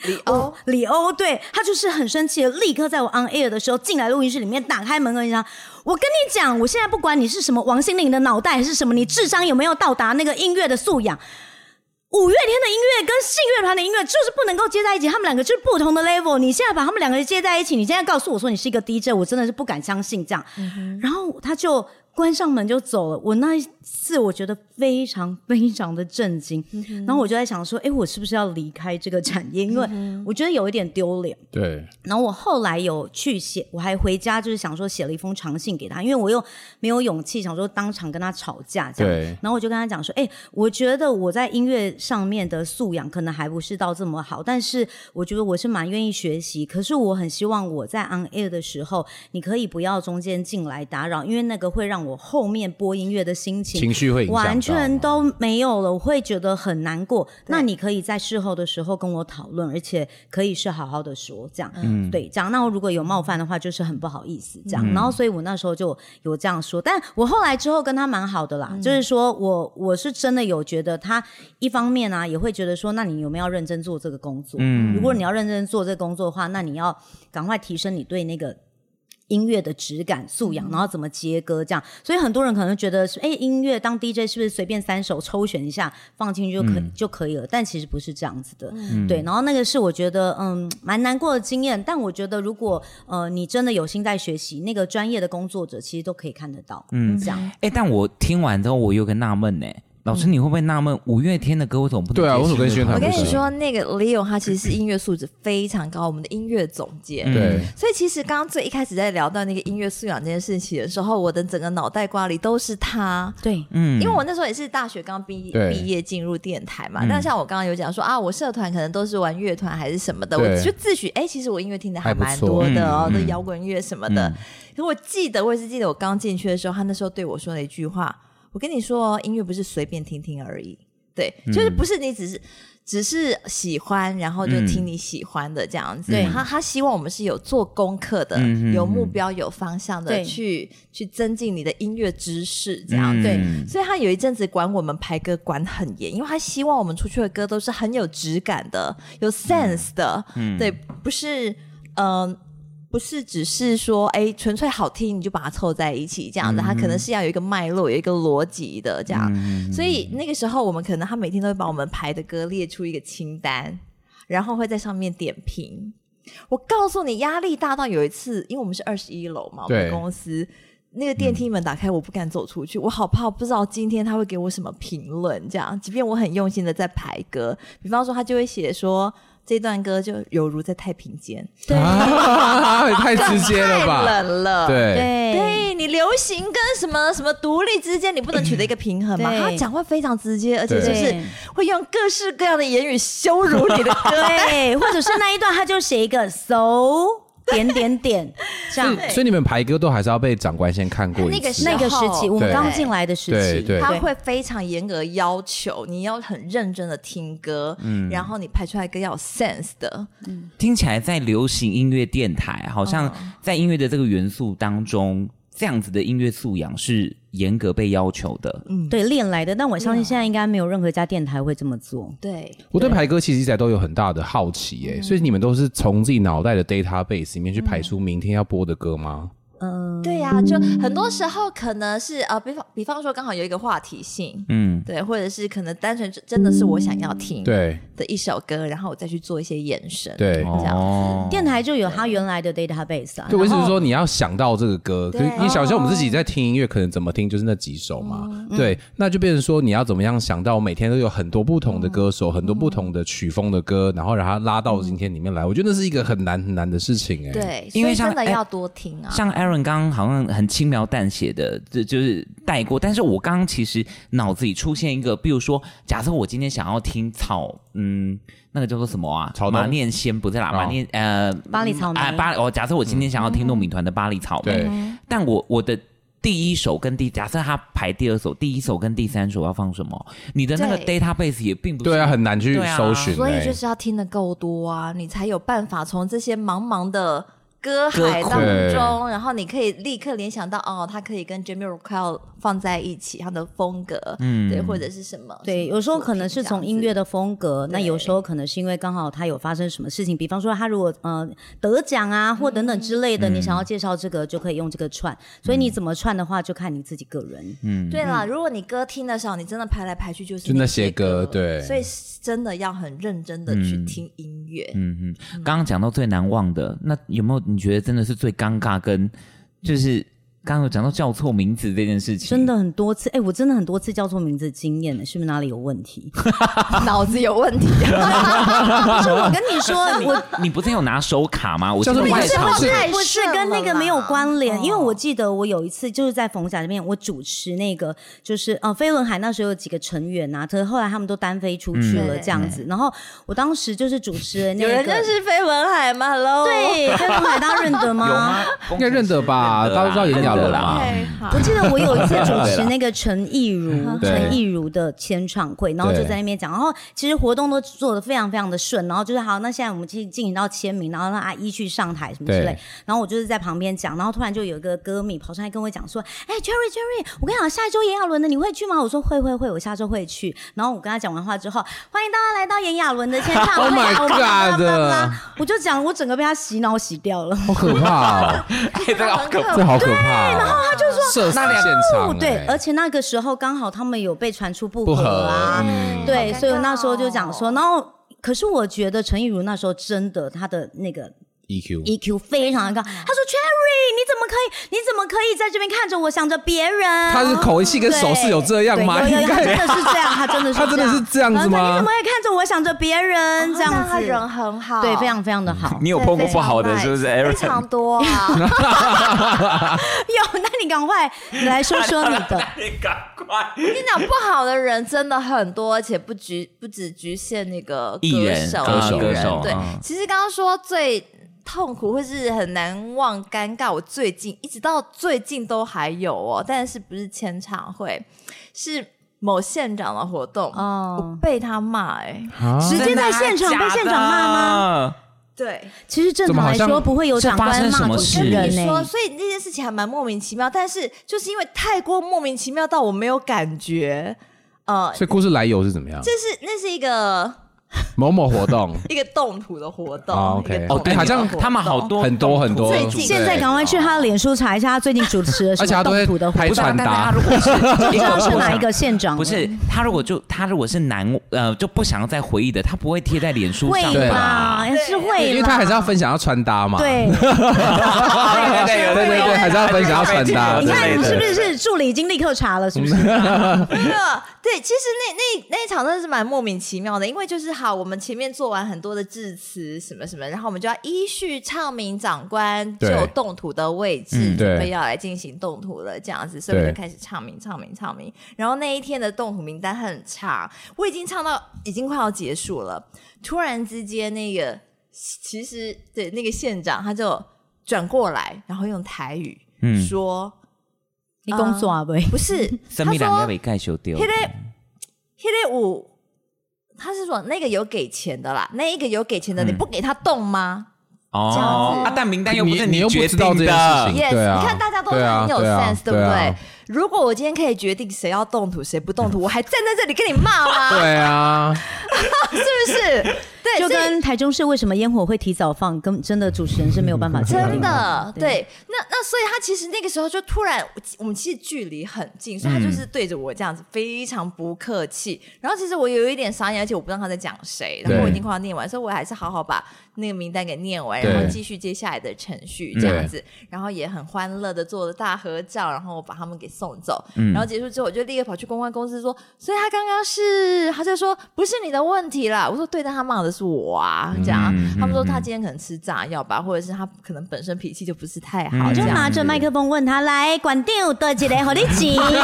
Speaker 4: 李欧
Speaker 3: 李欧，对他就是很生气的，立刻在我 on air 的时候进来录音室里面，打开门跟你讲，我跟你讲，我现在不管你是什么王心凌的脑袋还是什么，你智商有没有到达那个音乐的素养。五月天的音乐跟信乐团的音乐就是不能够接在一起，他们两个就是不同的 level。你现在把他们两个接在一起，你现在告诉我说你是一个 DJ，我真的是不敢相信这样。然后他就关上门就走了。我那一次我觉得非常非常的震惊，然后我就在想说，哎，我是不是要离开这个产业？因为我觉得有一点丢脸。
Speaker 2: 对，
Speaker 3: 然后我后来有去写，我还回家就是想说写了一封长信给他，因为我又没有勇气想说当场跟他吵架这样
Speaker 2: 对。
Speaker 3: 然后我就跟他讲说，哎、我觉得我在音乐上面的素养可能还不是到这么好，但是我觉得我是蛮愿意学习。可是我很希望我在 on air 的时候，你可以不要中间进来打扰，因为那个会让我后面播音乐的心情
Speaker 2: 情绪会影响到
Speaker 3: 完全都没有了，我会觉得很难过。那你可以在事后的时候跟我讨论，而且可以是好好的说，这样，
Speaker 2: 嗯
Speaker 3: 对，这样。那我如果有冒犯的话，就是很不好意思，这样。然后，所以我那时候就有这样说，但我后来之后跟他蛮好的啦，
Speaker 2: 嗯
Speaker 3: 就是说我我是真的有觉得他一方面啊，也会觉得说，那你有没有要认真做这个工作？
Speaker 1: 嗯
Speaker 3: 如果你要认真做这个工作的话，那你要赶快提升你对那个音乐的质感素养，然后怎么接歌这样。所以很多人可能觉得是，哎，音乐当 DJ 是不是随便三首抽选一下放进去就可、就可以了？但其实不是这样子的，
Speaker 4: 嗯
Speaker 3: 对。然后那个是我觉得嗯蛮难过的经验，但我觉得如果呃你真的有心在学习，那个专业的工作者其实都可以看得到，嗯，这样。
Speaker 1: 哎、但我听完之后，我有个纳闷呢，老
Speaker 4: 嗯
Speaker 1: 师，你会不会纳闷，五月天的歌为什么不能
Speaker 2: 对啊
Speaker 1: 接
Speaker 2: 为什么跟
Speaker 1: 这个
Speaker 2: 宣传
Speaker 4: 我
Speaker 2: 不
Speaker 4: 跟
Speaker 2: 行
Speaker 4: 你说，那个 Leo 他其实是音乐素质非常高，我们的音乐总监。
Speaker 1: 嗯
Speaker 2: 对，
Speaker 4: 所以其实刚刚最一开始在聊到那个音乐素养这件事情的时候，我的整个脑袋瓜里都是他。
Speaker 3: 对，
Speaker 1: 嗯
Speaker 4: 因为我那时候也是大学刚毕
Speaker 2: 对
Speaker 4: 毕业进入电台嘛，
Speaker 1: 嗯
Speaker 4: 那像我刚刚有讲说啊，我社团可能都是玩乐团还是什么的，我
Speaker 2: 对
Speaker 4: 就自诩哎、其实我音乐听的还
Speaker 2: 还不
Speaker 4: 蛮
Speaker 2: 错
Speaker 4: 多的哦，
Speaker 1: 嗯
Speaker 4: 都
Speaker 1: 嗯
Speaker 4: 摇滚乐什么的。
Speaker 1: 嗯
Speaker 4: 可我记得我也是记得我刚进去的时候，他那时候对我说了一句话，我跟你说哦，音乐不是随便听听而已，对，
Speaker 1: 嗯
Speaker 4: 就是不是你只是。只是喜欢，然后就听你喜欢的这样子。
Speaker 3: 对
Speaker 4: 他他希望我们是有做功课的，
Speaker 1: 嗯嗯
Speaker 4: 有
Speaker 1: 嗯
Speaker 4: 目标、有方向的，
Speaker 3: 对
Speaker 4: 去去增进你的音乐知识这样子。
Speaker 3: 对
Speaker 1: 嗯
Speaker 4: 所以他有一阵子管我们排歌管很严，因为他希望我们出去的歌都是很有质感的、有 sense 的，对，不是嗯、呃不是只是说哎纯粹好听你就把它凑在一起这样子，他可能是要有一个脉络、有一个逻辑的这样。所以那个时候我们可能他每天都会把我们排的歌列出一个清单，然后会在上面点评。我告诉你，压力大到有一次，因为我们是二十一楼嘛，我
Speaker 2: 对
Speaker 4: 们公司那个电梯门打开，我不敢走出去，我好怕，我不知道今天他会给我什么评论。这样，即便我很用心的在排歌，比方说他就会写说这段歌就犹如在太平间，
Speaker 3: 对
Speaker 2: 啊，也 太直接了吧？
Speaker 4: 太冷了，。
Speaker 2: 对，
Speaker 3: 对
Speaker 4: 对你流行跟什么什么独立之间，你不能取得一个平衡嘛？
Speaker 3: 对
Speaker 4: 他讲话非常直接，而且就是
Speaker 3: 对
Speaker 4: 会用各式各样的言语羞辱你的歌。
Speaker 3: 对，或者是那一段他就写一个 so 点点点这样。
Speaker 2: 所以你们排歌都还是要被长官先看过一
Speaker 4: 那个
Speaker 2: 次啊
Speaker 3: 那
Speaker 4: 是。
Speaker 3: 个时期，我们
Speaker 2: 对
Speaker 3: 刚进来的时 期，
Speaker 2: 对
Speaker 4: 他会非常严格要求你要很认真的听歌，
Speaker 2: 嗯
Speaker 4: 然后你排出来歌要有 sense 的，
Speaker 1: 听起来在流行音乐电台，好像在音乐的这个元素当中，这样子的音乐素养是严格被要求的。
Speaker 3: 嗯对啊练来的。但我相信现在应该没有任何一家电台会这么做。
Speaker 4: 对，
Speaker 2: 我对排歌其实一直都有很大的好奇耶、
Speaker 4: 嗯
Speaker 2: 所以你们都是从自己脑袋的 database 里面去排出明天要播的歌吗？
Speaker 3: 嗯，
Speaker 4: 对呀、就很多时候可能是呃，比方比方说刚好有一个话题性，
Speaker 1: 嗯，
Speaker 4: 对，或者是可能单纯真真的是我想要
Speaker 3: 嗯
Speaker 4: 听
Speaker 2: 对
Speaker 4: 的一首歌，然后我再去做一些延伸，
Speaker 2: 对，
Speaker 4: 这样
Speaker 1: 哦
Speaker 3: 电台就有它原来的 database 啊。
Speaker 2: 对，我意思是
Speaker 3: 然后哦
Speaker 2: 说你要想到这个歌，可
Speaker 4: 对
Speaker 2: 是因为小时候我们自己在听音乐，可能怎么听就是那几首嘛。
Speaker 3: 嗯
Speaker 2: 对，那就变成说你要怎么样想到每天都有很多不
Speaker 3: 嗯
Speaker 2: 同的歌手，很多不同的曲风的歌，然后让它拉到今天里面来。我觉得那是一个很难很难的事情哎、
Speaker 4: 对，
Speaker 1: 因为
Speaker 4: 所以
Speaker 1: 像
Speaker 4: 真的
Speaker 1: 哎
Speaker 4: 要多听啊，
Speaker 1: 像 Aaron 刚刚好像很轻描淡写的，这就是带过。但是我刚刚其实脑子里出现一个，比如说，假设我今天想要听草，嗯，那个叫做什么啊？
Speaker 2: 草东
Speaker 1: 马念先不是啦，
Speaker 2: 哦
Speaker 1: 马念呃，
Speaker 3: 巴黎草莓
Speaker 1: 啊，
Speaker 2: 哎
Speaker 1: 巴黎。哦，假设我今天想要
Speaker 3: 嗯
Speaker 1: 听糯米团的巴黎草莓
Speaker 2: 对，
Speaker 1: 但我我的第一首跟第假设他排第二首，第一首跟第三首要放什么？你的那个
Speaker 4: 对
Speaker 1: database 也并不是
Speaker 2: 对啊，很难去
Speaker 1: 对啊
Speaker 2: 搜寻、哎。
Speaker 4: 所以就是要听的够多啊，你才有办法从这些茫茫的歌海
Speaker 1: 歌库
Speaker 4: 当中，
Speaker 2: 对
Speaker 4: 然后你可以立刻联想到哦，他可以跟 Jamie r o c a l 放在一起，他的风格，
Speaker 1: 嗯
Speaker 4: 对，或者是什么？
Speaker 3: 对，
Speaker 4: 什么
Speaker 3: 有时候
Speaker 4: 作
Speaker 3: 可能
Speaker 4: 品
Speaker 3: 是
Speaker 4: 这
Speaker 3: 从
Speaker 4: 样
Speaker 3: 音乐
Speaker 4: 子
Speaker 3: 的风格，那
Speaker 4: 对
Speaker 3: 有时候可能是因为刚好他有发生什么事情，比方说他如果呃得奖啊或等等之类
Speaker 2: 嗯
Speaker 3: 的，你想要介绍这个就可以用这个串，所以你怎么串的话就看你自己个人。
Speaker 2: 嗯
Speaker 1: 嗯
Speaker 4: 对啦，如果你歌听的少，你真的排来排去就是
Speaker 2: 就那
Speaker 4: 那
Speaker 2: 些歌
Speaker 4: 歌，
Speaker 2: 对
Speaker 4: 所以是真的要很认真的去
Speaker 1: 嗯
Speaker 4: 听音乐。
Speaker 1: 嗯嗯，刚刚讲到最难忘的，那有没有你觉得真的是最尴尬跟就是刚刚有讲到叫错名字这件事情，
Speaker 3: 真的很多次，哎、我真的很多次叫错名字的经验呢，是不是哪里有问题？
Speaker 4: 脑子有 问题，
Speaker 3: 不是，我跟你说， 我
Speaker 1: 你不是有拿手卡吗？ 我
Speaker 2: 叫
Speaker 1: 记得
Speaker 2: 做
Speaker 1: 外
Speaker 2: 名字
Speaker 1: 场
Speaker 2: 不
Speaker 1: 是
Speaker 2: 是
Speaker 4: 太
Speaker 3: 不是
Speaker 4: 顺
Speaker 3: 跟那
Speaker 4: 了
Speaker 3: 个没有
Speaker 4: 啦
Speaker 3: 关联，因为
Speaker 4: 哦
Speaker 3: 我记得我有一次就是在冯甲这边，我主持那个就是呃飞轮海那时候有几个成员啊，可是后来他们都单飞出去
Speaker 4: 嗯
Speaker 3: 了这样子，然后我当时就是主持人那
Speaker 4: 有
Speaker 3: 个，
Speaker 4: 人认识飞文海吗？Hello，
Speaker 3: 对飞轮海，大家认得
Speaker 1: 有
Speaker 3: 吗？
Speaker 1: 吗？
Speaker 2: 应该认得吧？大家都知道炎亚纶
Speaker 1: 啊
Speaker 2: 嘛？，
Speaker 4: OK，好
Speaker 3: 我记得我有一次主持那个陈亦儒
Speaker 2: 对
Speaker 3: 陈亦儒的签唱会，然后就在那边讲，然后其实活动都做得非常非常的顺，然后就是好，那现在我们进进行到签名，然后让阿一去上台什么之类
Speaker 2: 对，
Speaker 3: 然后我就是在旁边讲，然后突然就有一个歌迷跑上来跟我讲说，哎，Jerry Jerry，我跟你讲，下一周炎亚纶的你会去吗？我说会会会，我下周会去。然后我跟他讲完话之后，欢迎大家来到炎亚纶的签唱
Speaker 2: Oh
Speaker 3: 会啊
Speaker 2: my
Speaker 3: 我们啦啦啦啦啦
Speaker 2: God
Speaker 3: 我就讲我整个被他洗脑洗掉了。
Speaker 2: 好可怕哦！
Speaker 1: 哎，这个好可怕
Speaker 2: 这好可怕、哦！然后他就说：“射死现场、哎
Speaker 3: 对，而且那个时候刚好他们有被传出不和
Speaker 2: 不
Speaker 3: 啊，
Speaker 2: 和嗯
Speaker 1: 嗯
Speaker 3: 对，
Speaker 4: 好尴
Speaker 3: 所以我
Speaker 4: 尬
Speaker 3: 那时候就讲说，
Speaker 4: 哦
Speaker 3: 然后可是我觉得陈亦儒那时候真的他的那个
Speaker 2: EQ，
Speaker 3: EQ 非常的高。他说：“Cherry，你怎么可以？你怎么可以在这边看着我想着别人？”
Speaker 2: 他是口气跟手势有这样吗？
Speaker 3: 对
Speaker 2: 你
Speaker 3: 有有有，他
Speaker 2: 看
Speaker 3: 真的是这样，他 真的是
Speaker 2: 他真的是这样子
Speaker 3: 你怎
Speaker 2: 吗
Speaker 3: 么？会看着我想着别人这样
Speaker 4: 哦那
Speaker 3: 子？
Speaker 4: 他人很好，
Speaker 3: 对，非常非常 的好。
Speaker 1: 你有碰过不好的是不是
Speaker 4: 非
Speaker 1: Aaron？
Speaker 4: 常多 啊，
Speaker 3: 有，那你赶快来说说你 的。
Speaker 1: 你赶快！
Speaker 4: 我跟你讲，不好的人真的很多，而且不局不只局限那个
Speaker 1: 艺
Speaker 4: 歌
Speaker 1: 人
Speaker 4: 手、
Speaker 1: 歌
Speaker 2: 手
Speaker 4: 艺
Speaker 2: 歌
Speaker 1: 手
Speaker 4: 对
Speaker 1: 嗯，
Speaker 4: 其实刚刚说最痛苦或是很难忘、尴尬，我最近一直到最近都还有哦，但是不是签唱会，是某县长的活动，
Speaker 3: 哦
Speaker 4: 我被他骂哎、
Speaker 2: 啊
Speaker 3: 直接在现场
Speaker 1: 啊
Speaker 3: 被现场骂
Speaker 4: 啊
Speaker 3: 吗？
Speaker 1: 吗？
Speaker 4: 对，
Speaker 3: 其实正
Speaker 2: 怎么
Speaker 3: 常
Speaker 2: 好
Speaker 3: 来
Speaker 2: 像
Speaker 3: 说不会有
Speaker 1: 这
Speaker 3: 长
Speaker 1: 发
Speaker 3: 官
Speaker 1: 生什
Speaker 3: 骂
Speaker 1: 么
Speaker 3: 主
Speaker 1: 事
Speaker 3: 持人
Speaker 4: 你
Speaker 3: 呢、
Speaker 4: 说，所以这件事情还蛮莫名其妙，但是就是因为太过莫名其妙到我没有感觉，呃，
Speaker 2: 所以故事来由是怎么样
Speaker 4: 这？是那是一个。
Speaker 2: 某某活动
Speaker 4: 一个动土的活动。
Speaker 2: 哦，OK
Speaker 4: 一个动
Speaker 2: 哦对
Speaker 4: 土的
Speaker 2: 好像
Speaker 4: 活动
Speaker 1: 他们好多
Speaker 2: 很多很多，
Speaker 4: 最近
Speaker 3: 现在赶快去他的脸书查一下，他最近主持 的什
Speaker 2: 而且
Speaker 3: 么
Speaker 2: 他都会
Speaker 3: 动土的活
Speaker 2: 拍
Speaker 3: 动，
Speaker 2: 传达
Speaker 1: 不知道但是他如果 是
Speaker 3: 不知道是哪一个县
Speaker 4: 啊
Speaker 3: 长了。
Speaker 1: 不
Speaker 4: 嗯
Speaker 1: 是他如果就他如果是难呃就不想要再回忆的，他不会贴在脸书
Speaker 3: 会
Speaker 1: 上
Speaker 2: 对
Speaker 3: 啦
Speaker 1: 吧？，
Speaker 3: 是会啦，
Speaker 2: 因为他还是要分享要穿搭嘛。
Speaker 3: 对。
Speaker 1: 对对
Speaker 2: 对对对，还是要分享要穿搭。
Speaker 3: 你
Speaker 1: 之
Speaker 3: 看
Speaker 1: 类的
Speaker 3: 是不是助理已经立刻查了？是不是？
Speaker 4: 真的对，其实那那那一场真的是蛮莫名其妙的，因为就是好，我们前面做完很多的致辞什么什么，然后我们就要依序唱明长官
Speaker 2: 对
Speaker 4: 就动土的位置
Speaker 1: 嗯，
Speaker 2: 对
Speaker 4: 准备要来进行动土了，这样子，所以我们
Speaker 2: 对
Speaker 4: 就开始唱名唱名唱名。然后那一天的动土名单很长，我已经唱到已经快要结束了，突然之间那个其实对那个县长他就转过来，然后用台语
Speaker 1: 嗯
Speaker 4: 说。
Speaker 3: 你工作啊，喂，
Speaker 4: 不 是，
Speaker 1: 生
Speaker 4: 他
Speaker 1: 命两
Speaker 4: 说
Speaker 1: 个被盖修丢
Speaker 4: 迄、，个迄、个有，他是说那个有给钱的啦，那一个有给钱的，
Speaker 1: 嗯
Speaker 4: 你不给他动吗？
Speaker 1: 哦
Speaker 4: 这样子
Speaker 1: 啊，但名单又不是
Speaker 2: 你你又不
Speaker 1: 决
Speaker 2: 知道
Speaker 1: 定
Speaker 2: 这件事
Speaker 1: 的
Speaker 2: 情，
Speaker 4: Yes，
Speaker 2: 对啊
Speaker 4: 你看大家都是
Speaker 2: 对啊
Speaker 4: 很有
Speaker 2: 对啊
Speaker 4: sense，对不
Speaker 2: 对啊
Speaker 4: 对？如果我今天可以决定谁要动土，谁不动土，我还站在这里跟你骂吗？
Speaker 2: 对啊，
Speaker 4: 是不是？对，
Speaker 3: 就
Speaker 4: 所以
Speaker 3: 跟台中市为什么烟火会提早放，跟真的主持人是没有办法决定
Speaker 4: 真的，对，那那所以他其实那个时候就突然，我们其实距离很近，所以他就是对着我这样子非常不客气。然后其实我有一点傻眼，而且我不知道他在讲谁，然后我已经快要念完，所以我还是好好把那个名单给念完，然后
Speaker 2: 对
Speaker 4: 继续接下来的程序这样子，然后也很欢乐的做了大合照，然后把他们给送走。
Speaker 1: 嗯
Speaker 4: 然后结束之后，我就立刻跑去公关公司说，所以他刚刚是，他就说不是你的问题啦。我说对，但他骂的是我啊，这样。
Speaker 1: 嗯
Speaker 4: 他们说
Speaker 1: 嗯
Speaker 4: 他
Speaker 1: 嗯
Speaker 4: 今天可能吃炸药吧，或者是他可能本身脾气就不是太好，
Speaker 1: 嗯
Speaker 4: 这
Speaker 3: 就
Speaker 4: 样。
Speaker 3: 拿着麦克风问他来，管定多一个，好你 钱，又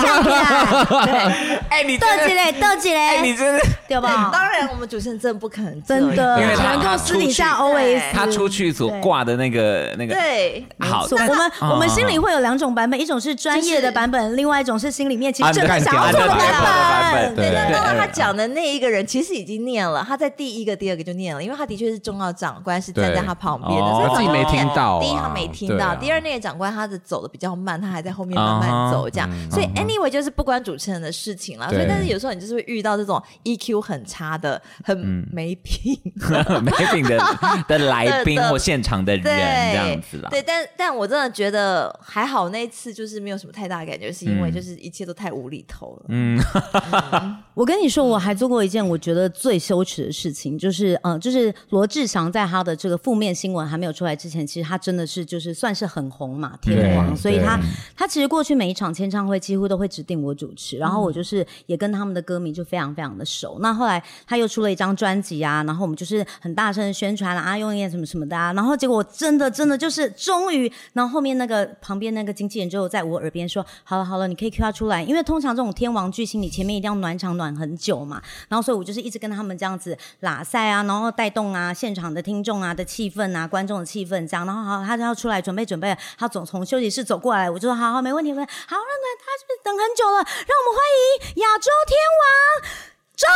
Speaker 3: 上啊起来，
Speaker 1: 哎，你
Speaker 3: 多一个，多
Speaker 1: 哎，
Speaker 3: 一
Speaker 1: 你
Speaker 3: 个，
Speaker 1: 真的，
Speaker 3: 对吧？
Speaker 4: 当然，我们主持人真的不可能这样
Speaker 3: 真的，
Speaker 1: 因为
Speaker 3: 只
Speaker 1: 他
Speaker 3: 能够私底下 always
Speaker 4: 对
Speaker 1: 他出去所挂的那个那个，
Speaker 4: 对，
Speaker 1: 好，
Speaker 3: 我们
Speaker 1: 嗯
Speaker 3: 我们心里会有两种版本，一种是专业的版本，另外一种是心里面其实真的想要做的
Speaker 1: 按着
Speaker 3: 版
Speaker 1: 版本。
Speaker 3: 本
Speaker 2: 对
Speaker 4: 那当然，他讲的那一个人其实已经念了，他在第一个、第二个就念了，因为他的确是重要长官，是站在他旁边的，
Speaker 1: 对
Speaker 4: 所以
Speaker 1: 哦
Speaker 2: 他自己没
Speaker 4: 长官
Speaker 2: 听到啊，
Speaker 4: 第一他没听
Speaker 2: 对
Speaker 4: 到，
Speaker 2: 啊
Speaker 4: 第二那个长官他的走的比较慢，他还在后面慢慢走这样，所以 anyway 就是不关主持人的事情啦。所以
Speaker 2: 嗯对
Speaker 4: 但是有时候你就是会遇到这种 EQ 很差的、很
Speaker 2: 嗯
Speaker 4: 没品
Speaker 1: 没品的的来宾
Speaker 4: 的的
Speaker 1: 或现场的人
Speaker 4: 对
Speaker 1: 这样子啦。
Speaker 4: 对，但但我真的觉得还好，那一次就是没有什么太大的感觉，是因
Speaker 2: 嗯
Speaker 4: 为就是一切都太无厘头了。
Speaker 1: 嗯，
Speaker 3: 我跟你说，我还做过一件我觉得最羞耻的事情，就是呃，就是罗志祥在他的这个负面新闻还没有出来之前，其实他真的是就是算是很红嘛，天王，
Speaker 2: 对
Speaker 3: 所以他
Speaker 2: 对
Speaker 3: 他其实过去每一场签唱会几乎都会指定我主持，然后我就是也跟他们的歌迷就非常非常的熟。那后来他又出了一张专辑啊，然后我们就是很大声的宣传啦、啊，用一点什么什么的啊，然后结果我真的真的就是终于，然后后面那个旁边那个经纪人就在我耳边说，好了好了，你可以 Q 他出来，因为通常这种天王巨星，你前面一定要暖场暖很久嘛，然后所以我就是一直跟他们这样子拉塞啊，然后带动啊现场的听众啊的气氛啊，观众的气氛这样，然后好他就要出来准备准备，他总从休息室走过来，我就说好好没问题没问题，好那那他是不是等很久了？让我们欢迎亚洲天王周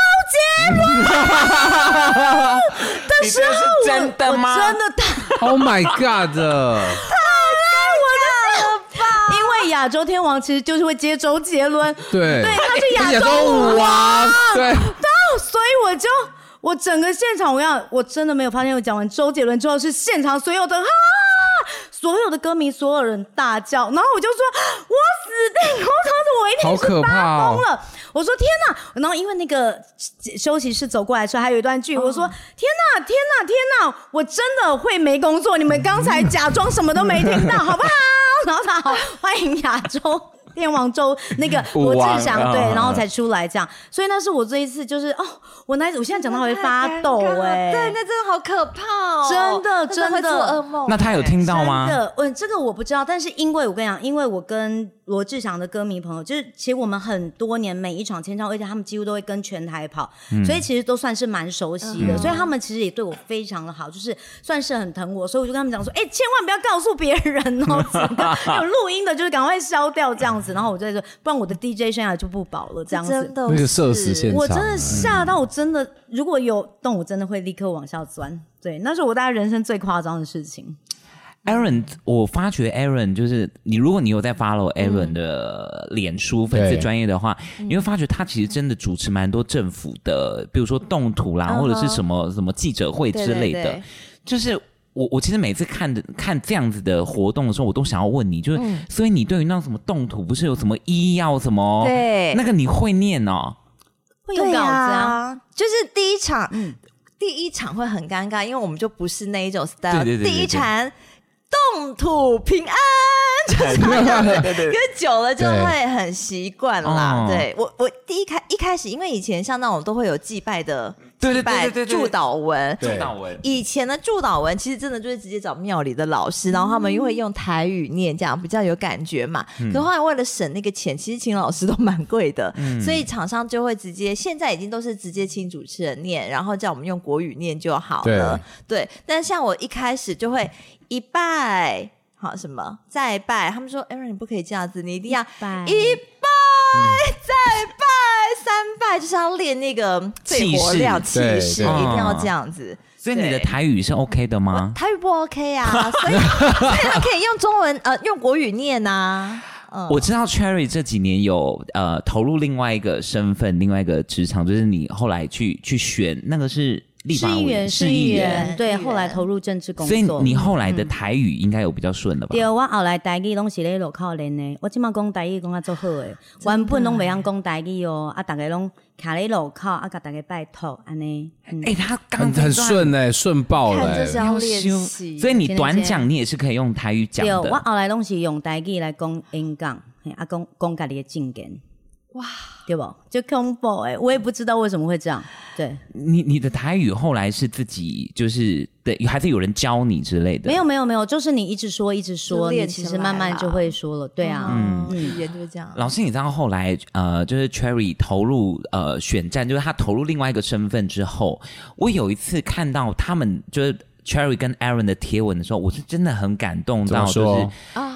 Speaker 3: 杰伦。
Speaker 1: 你这是真的吗？
Speaker 3: 啊我真的太
Speaker 2: Oh my God！
Speaker 3: 因为亚洲天王其实就是会接周杰伦，
Speaker 2: 对，
Speaker 3: 对，他是亚
Speaker 2: 亚
Speaker 3: 洲啊舞
Speaker 2: 舞王，对，
Speaker 3: 到，所以我就我整个现场，我要我真的没有发现，我讲完周杰伦之后是现场所有的啊，所有的歌迷，所有人大叫，然后我就说我死子弹给我躺着，我一定
Speaker 2: 好
Speaker 3: 是
Speaker 2: 可怕哦
Speaker 3: 疯！了。我说天哪！然后因为那个休息室走过来的时候，还有一段剧，
Speaker 4: 哦
Speaker 3: 我说天哪，天哪，天哪！我真的会没工作，你们刚才假装什么都没 听到，好不好？然后他好哦欢迎亚洲。电王周那 个罗志祥
Speaker 4: 啊
Speaker 3: 对，
Speaker 1: 嗯
Speaker 3: 然后才出来这样，所以那是我这一次就是哦，我那一次我现在讲到还会发抖
Speaker 4: 太尴尬了
Speaker 3: 哎、
Speaker 4: 对，那真的好可怕哦，
Speaker 3: 真的
Speaker 4: 那会
Speaker 3: 真的
Speaker 4: 做噩梦。
Speaker 1: 那他有听到
Speaker 3: 真
Speaker 1: 吗？
Speaker 3: 的，嗯，这个我不知道，但是因为我跟你讲，因为我跟罗志祥的歌迷朋友，就是其实我们很多年每一场签唱会，而且他们几乎都会跟全台跑，所以其实都算是蛮熟悉的，
Speaker 4: 嗯
Speaker 3: 所以他们其实也对我非常的好，就是算是很疼我，所以我就跟他们讲说，哎、千万不要告诉别人哦，这个有录音的，就是赶快消掉这样子，然后我再说，不然我的 DJ 生涯就不保了这样子
Speaker 4: 真。的
Speaker 2: 那个社死现
Speaker 3: 我
Speaker 2: 场
Speaker 3: 真的吓到，我真的如果有动，我真的会立刻往下钻。对，那是我大概人生最夸张的事情。
Speaker 1: Aaron，我发觉 Aaron 就是你，如果你有在 follow
Speaker 4: 嗯
Speaker 1: Aaron 的脸书粉丝专业的话，你会发觉他其实真的主持蛮多政府的，比如说动土啦，
Speaker 4: 嗯哼
Speaker 1: 或者是什么什么记者会之类的。
Speaker 4: 对对对
Speaker 1: 就是我我其实每次看的看这样子的活动的时候，我都想要问你，就是、
Speaker 4: 嗯
Speaker 1: 所以你对于那种什么动土，不是有什么医药什么，
Speaker 4: 对
Speaker 1: 那个你会念哦，
Speaker 3: 会有
Speaker 4: 对
Speaker 3: 稿子啊
Speaker 4: 啊，就是第一场，
Speaker 3: 嗯
Speaker 4: 第一场会很尴尬，因为我们就不是那一种 style。
Speaker 1: 对对对对
Speaker 4: 第一场动土平安，
Speaker 3: 啊
Speaker 1: 对对哦
Speaker 4: 因为久了就会很习惯啦。
Speaker 1: 对
Speaker 4: 对我，我第一开一开始，因为以前像那种都会有祭拜的
Speaker 1: 对对对
Speaker 4: 祭拜
Speaker 1: 对对对
Speaker 4: 祝祷文，
Speaker 2: 对
Speaker 1: 到文
Speaker 4: 以前的祝祷文其实真的就是直接找庙里的老师，然后他们又会用台语念，这样比较有感觉嘛。可后来为了省那个钱，其实请老师都蛮贵的，所以厂商就会直接现在已经都是直接请主持人念，然后叫我们用国语念就好了。对，但像我一开始就会一拜。好，什么再拜？他们说，Aaron，你不可以这样子，你一定要
Speaker 3: 拜
Speaker 4: 一拜、再拜、三拜，就是要练那个最
Speaker 1: 气
Speaker 4: 活
Speaker 1: 势
Speaker 4: 亮气
Speaker 2: 对
Speaker 4: 势，一
Speaker 2: 对
Speaker 4: 定要
Speaker 1: 嗯
Speaker 4: 这样子。
Speaker 1: 所以你的
Speaker 4: 对
Speaker 1: 台语是 OK 的吗？
Speaker 4: 台语不 OK 啊，所以所以他可以用中文呃用国语念呐、啊。
Speaker 1: 我知道 Cherry 这几年有呃投入另外一个身份，另外一个职场，就是你后来去去选那个是立
Speaker 3: 市
Speaker 1: 法
Speaker 3: 议
Speaker 1: 委
Speaker 3: 员，
Speaker 1: 员
Speaker 3: 市
Speaker 1: 市
Speaker 3: 议
Speaker 1: 议
Speaker 3: 员，
Speaker 1: 员，
Speaker 3: 对，
Speaker 4: 市议员
Speaker 3: 后来投入政治工
Speaker 1: 所以
Speaker 3: 作。
Speaker 1: 你后来的台语应该有比较顺了吧？
Speaker 3: 对，我后来台语拢是咧路口练的，我即马讲台语讲啊足好诶，原本拢未晓讲台语哦，啊，大家拢徛咧路口，啊，甲大家拜托安尼。嗯
Speaker 1: 哎、他刚
Speaker 2: 很
Speaker 1: 这
Speaker 2: 很
Speaker 1: 段
Speaker 2: 顺哎，顺
Speaker 1: 哦
Speaker 2: 爆了
Speaker 4: 看这
Speaker 2: 欸
Speaker 4: 是。要练习，
Speaker 1: 所以你
Speaker 3: 今天
Speaker 1: 短
Speaker 3: 这样
Speaker 1: 讲你也是可以用台语讲
Speaker 3: 对，我
Speaker 1: 的。
Speaker 3: 后来拢是用台语来讲演讲，嘿啊，讲讲家己的证件。哇，对不？就恐怖诶，我也不知道为什么会这样。对，
Speaker 1: 你你的台语后来是自己就是对，还是有人教你之类的？
Speaker 3: 没有没有没有，就是你一直说一直说，
Speaker 4: 就练
Speaker 3: 你
Speaker 4: 起
Speaker 3: 其实
Speaker 4: 来
Speaker 3: 慢慢
Speaker 4: 啦
Speaker 3: 就会说了。对啊，
Speaker 4: 嗯，语言就是这样。
Speaker 1: 老师，你知道后来呃，就是 Cherry 投入呃选战，就是他投入另外一个身份之后，我有一次看到他们就是 Cherry 跟 Aaron 的贴文的时候，我是真的很感动到，
Speaker 2: 怎
Speaker 1: 就
Speaker 2: 么
Speaker 1: 是
Speaker 2: 说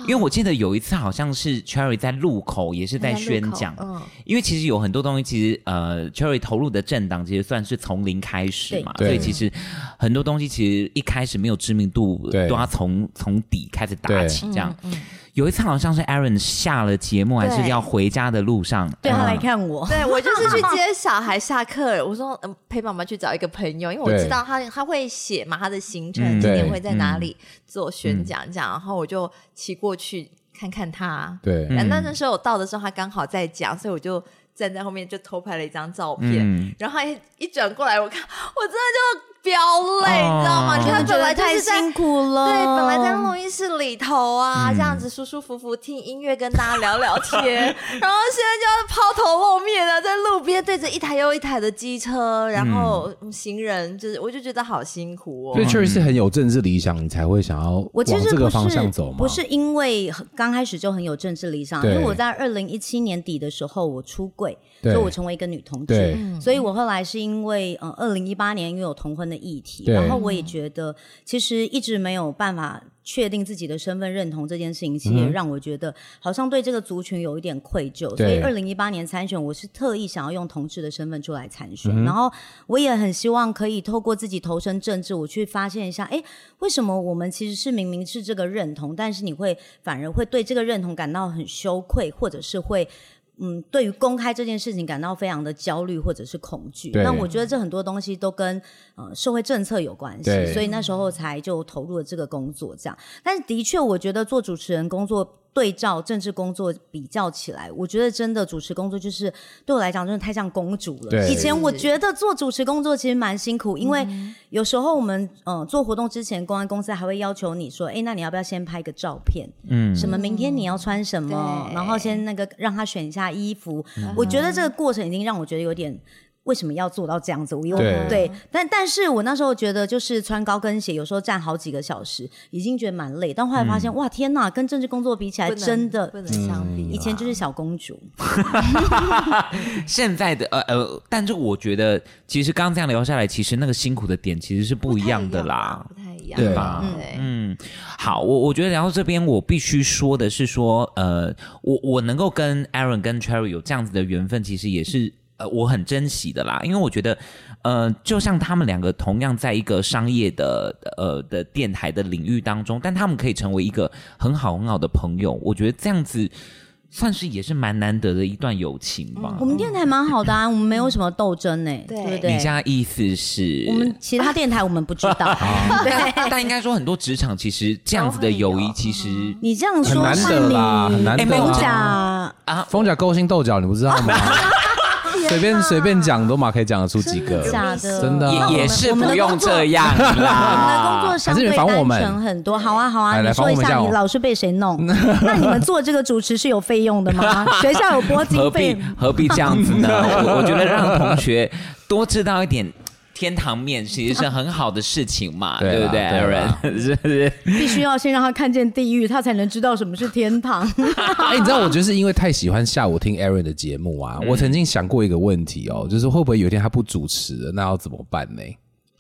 Speaker 1: 因为我记得有一次好像是 Cherry 在路口也是在宣讲，
Speaker 4: 嗯
Speaker 1: 因为其实有很多东西，其实呃，Cherry 投入的政党其实算是从零开始嘛，
Speaker 2: 对
Speaker 1: 所
Speaker 2: 对
Speaker 1: 以其实很多东西其实一开始没有知名度，
Speaker 2: 对
Speaker 1: 都要从从底开始打
Speaker 2: 对
Speaker 1: 起这样。有一次好像是 Aaron 下了节目，还是
Speaker 4: 对
Speaker 1: 要回家的路上，
Speaker 3: 对他
Speaker 1: 嗯
Speaker 3: 来看我，
Speaker 4: 对我就是去接小孩下课，我说、嗯、陪妈妈去找一个朋友，因为我
Speaker 2: 对
Speaker 4: 知道他他会写嘛他的行程，
Speaker 1: 嗯
Speaker 4: 今天
Speaker 2: 对
Speaker 4: 会在哪里做宣讲这样，然后我就骑过去看看他。
Speaker 2: 对，
Speaker 1: 嗯
Speaker 4: 那那时候我到的时候，他刚好在讲，所以我就站在后面就偷拍了一张照片。
Speaker 1: 嗯，
Speaker 4: 然后他一一转过来，我看我真的就飙泪，
Speaker 1: 哦
Speaker 4: 你知道吗？你
Speaker 3: 真的
Speaker 4: 看他
Speaker 3: 觉得
Speaker 4: 本来就
Speaker 3: 太
Speaker 4: 是在。
Speaker 3: 辛哦苦了。
Speaker 4: 对，本来在录音室里头啊，这样子舒舒服服听音乐，跟大家聊聊天， 然后现在就要抛头露面了，在路边对着一台又一台的机车，然后嗯行人，就是我就觉得好辛苦哦
Speaker 2: 所以。确实是很有政治理想，你才会想要
Speaker 3: 我
Speaker 2: 往
Speaker 3: 其实
Speaker 2: 这
Speaker 3: 不
Speaker 2: 个
Speaker 3: 是
Speaker 2: 方向走嘛？
Speaker 3: 不是因为很刚开始就很有政治理想，因
Speaker 2: 对
Speaker 3: 为我在二零一七年底的时候我出柜，所
Speaker 2: 对
Speaker 3: 以我成为一个女同
Speaker 2: 对
Speaker 3: 志，所以我后来是因为呃二零一八年因为有同婚的议题，
Speaker 2: 对
Speaker 3: 然后我也觉得其实一直没有办法。确定自己的身份认同这件事情，
Speaker 2: 嗯
Speaker 3: 其实也让我觉得好像对这个族群有一点愧疚，所以
Speaker 2: 对
Speaker 3: 二零一八年参选，我是特意想要用同志的身份出来参
Speaker 2: 嗯
Speaker 3: 选，然后我也很希望可以透过自己投身政治，我去发现一下，哎，为什么我们其实是明明是这个认同，但是你会反而会对这个认同感到很羞愧，或者是会。嗯，对于公开这件事情感到非常的焦虑或者是恐惧。
Speaker 2: 对
Speaker 3: 那我觉得这很多东西都跟呃社会政策有关系，
Speaker 2: 对
Speaker 3: 所以那时候才就投入了这个工作。这样，但是的确，我觉得做主持人工作对照政治工作比较起来，我觉得真的主持工作就是对我来讲真的太像公主了。
Speaker 2: 对
Speaker 3: 以前我觉得做主持工作其实蛮辛苦，因为有时候我们呃做活动之前，公安公司还会要求你说，哎，那你要不要先拍个照片？
Speaker 1: 嗯，
Speaker 3: 什么明天你要穿什么，
Speaker 4: 对
Speaker 3: 然后先那个让他选一下衣服。我觉得这个过程已经让我觉得有点。为什么要做到这样子？我又
Speaker 2: 对
Speaker 3: 但但是我那时候觉得，就是穿高跟鞋，有时候站好几个小时，已经觉得蛮累。但后来发
Speaker 2: 嗯
Speaker 3: 现，哇，天哪，跟政治工作比起来，
Speaker 4: 不能
Speaker 3: 真的嗯
Speaker 4: 不能相比啦。
Speaker 3: 以前就是小公主，
Speaker 1: 现在的呃呃，但是我觉得其实刚刚这样聊下来，其实那个辛苦的点其实是不一样的啦。
Speaker 4: 不太一样，
Speaker 2: 对
Speaker 4: 对
Speaker 2: 吧
Speaker 4: 对，
Speaker 1: 嗯，好，我我觉得聊到这边，我必须说的是说，呃，我我能够跟 Aaron 跟 Cherry 有这样子的缘分，其实也是呃我很珍惜的啦，因为我觉得，呃，就像他们两个同样在一个商业的呃的电台的领域当中，但他们可以成为一个很好很好的朋友，我觉得这样子算是也是蛮难得的一段友情吧。
Speaker 3: 我们电台蛮好的啊，我们没有什么斗争呢、
Speaker 4: 对
Speaker 3: 对不
Speaker 1: 你
Speaker 3: 嗯对？
Speaker 1: 现在意思是，
Speaker 3: 我们其他电台我们不知 道，
Speaker 2: 啊
Speaker 1: 但但应该说很多职场其实这样子的友
Speaker 3: 哦啊
Speaker 1: 谊其实。
Speaker 3: 你这样
Speaker 2: 很
Speaker 3: 说
Speaker 2: 难
Speaker 3: 是
Speaker 2: 得
Speaker 3: 你
Speaker 2: 啦，很难
Speaker 1: 哎没
Speaker 2: 得
Speaker 1: 有
Speaker 3: 红
Speaker 1: 这样
Speaker 2: 啦。
Speaker 3: 甲
Speaker 2: 风甲勾心斗角，你不知道 吗？随便随便讲都嘛可以讲得出几个
Speaker 3: 真的，假的？
Speaker 2: 真的啊
Speaker 1: 也也是
Speaker 3: 呃我们
Speaker 1: 不
Speaker 3: 的
Speaker 1: 用
Speaker 3: 工作
Speaker 1: 这 样
Speaker 3: 我们的工
Speaker 1: 啦。
Speaker 3: 作相对单纯很多，好啊好啊，
Speaker 2: 来来
Speaker 3: 你
Speaker 2: 访
Speaker 3: 说
Speaker 2: 问
Speaker 3: 一
Speaker 2: 我们一
Speaker 3: 下
Speaker 2: 下
Speaker 3: 你
Speaker 2: 哦
Speaker 3: 老是被谁弄？那你们做这个主持是有费用的吗？学校有拨
Speaker 1: 何
Speaker 3: 经
Speaker 1: 必
Speaker 3: 费？
Speaker 1: 何必这样子 呢？我我觉得让同学多知道一点天堂面，其实是很好的事情嘛，
Speaker 2: 对
Speaker 1: 对
Speaker 2: 啦
Speaker 1: 不对
Speaker 2: 对啦
Speaker 1: ，Aaron？是 不是？
Speaker 3: 必须要先让他看见地狱，他才能知道什么是天堂。
Speaker 2: 哎、你知道我就是因为太喜欢下午听 Aaron 的节目啊，
Speaker 1: 嗯
Speaker 2: 我曾经想过一个问题哦，就是会不会有一天他不主持了，那要怎么办呢？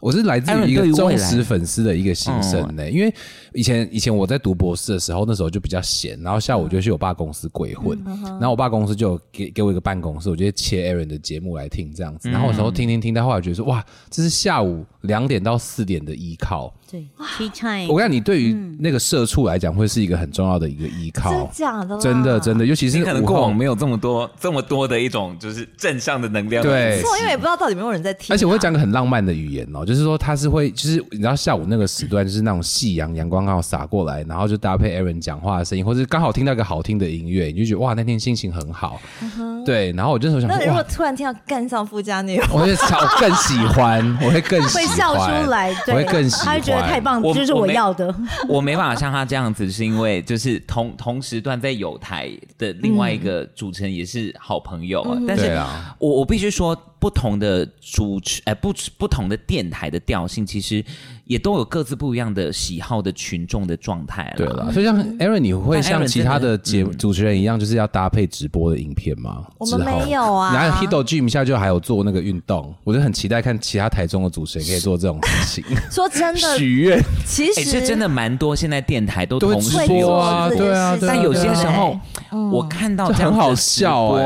Speaker 2: 我是来自于一
Speaker 1: Aaron 对于
Speaker 2: 个
Speaker 1: 未
Speaker 2: 忠
Speaker 1: 来嗯
Speaker 2: 实粉丝的一个心声呢、因为以前以前我在读博士的时候，那时候就比较闲，然后下
Speaker 1: 嗯
Speaker 2: 午就去我爸公司鬼混，然后我爸公司就有给给我一个办公室，我就切 Aaron 的节目来听这样子，然后有时
Speaker 1: 嗯
Speaker 2: 候听听听到后来觉得说，哇，这是下午两点到四点的依靠。
Speaker 3: 对，tea
Speaker 1: 哎
Speaker 3: time。
Speaker 2: 我跟你讲，你对于
Speaker 1: 嗯
Speaker 2: 那个社畜来讲，会是一个很重要的一个依
Speaker 4: 真
Speaker 2: 靠。
Speaker 4: 假的啦，
Speaker 2: 真
Speaker 3: 啊
Speaker 2: 的，真的，尤其是
Speaker 1: 你可能
Speaker 2: 午
Speaker 1: 过
Speaker 2: 后
Speaker 1: 往没有这么多这么多的一种就是正向的能量。
Speaker 2: 对
Speaker 4: 错，因为也不知道到底有没有人在听啊，
Speaker 2: 而且我会讲个很浪漫的语言哦，就是说它是会，就是你知道下午那个时段，就是那种夕阳阳光刚好洒过来，然后就搭配 Aaron 讲话的声音，或是刚好听到一个好听的音乐，你就觉得哇，那天心情很好。
Speaker 3: 嗯
Speaker 2: 对，然后我就想
Speaker 4: 那
Speaker 2: 说
Speaker 4: 你如果
Speaker 2: 哇，
Speaker 4: 突然听到干上富家女，
Speaker 2: 我会超我更喜欢，我会更喜
Speaker 3: 会
Speaker 2: 欢，
Speaker 3: 笑出来，
Speaker 2: 我会
Speaker 3: 对，
Speaker 2: 更喜欢，
Speaker 3: 他会觉得太。棒，
Speaker 1: 我
Speaker 3: 这是
Speaker 1: 我
Speaker 3: 我
Speaker 1: 没
Speaker 3: 要的。
Speaker 1: 我没办法像他这样子，是因为就是同同时段在有台的另外一
Speaker 3: 嗯
Speaker 1: 个主持人也是好朋友，啊，但是
Speaker 2: 对啊
Speaker 1: 我我必须说，不同的主持，呃，不不同的电台的调性，其实也都有各自不一样的喜好的群众的状态啦
Speaker 2: 对了，所以像 Aaron，你会
Speaker 1: 嗯但 Aaron
Speaker 2: 像其他
Speaker 1: 真的嗯
Speaker 2: 的节主持人一样，就是要搭配直播的影片吗？
Speaker 4: 我们
Speaker 2: 之后
Speaker 4: 没有啊
Speaker 2: 然后 Hido Gym 下就还有做那个运动，我就很期待看其他台中的主持人可以做这种事情。
Speaker 4: 说 真的，
Speaker 2: 许愿
Speaker 4: 其
Speaker 1: 哎、
Speaker 4: 实
Speaker 1: 这真的蛮多，现在电台都
Speaker 2: 都
Speaker 1: 同
Speaker 2: 会
Speaker 1: 时
Speaker 2: 直播啊，
Speaker 4: 会做
Speaker 2: 对啊
Speaker 4: 这
Speaker 2: 对
Speaker 4: 件事情，
Speaker 2: 啊
Speaker 1: 但有些
Speaker 2: 对啊
Speaker 1: 时候，
Speaker 4: 嗯
Speaker 1: 我看到
Speaker 2: 这
Speaker 1: 这样
Speaker 2: 很
Speaker 1: 子
Speaker 2: 好
Speaker 1: 的直
Speaker 2: 笑
Speaker 1: 播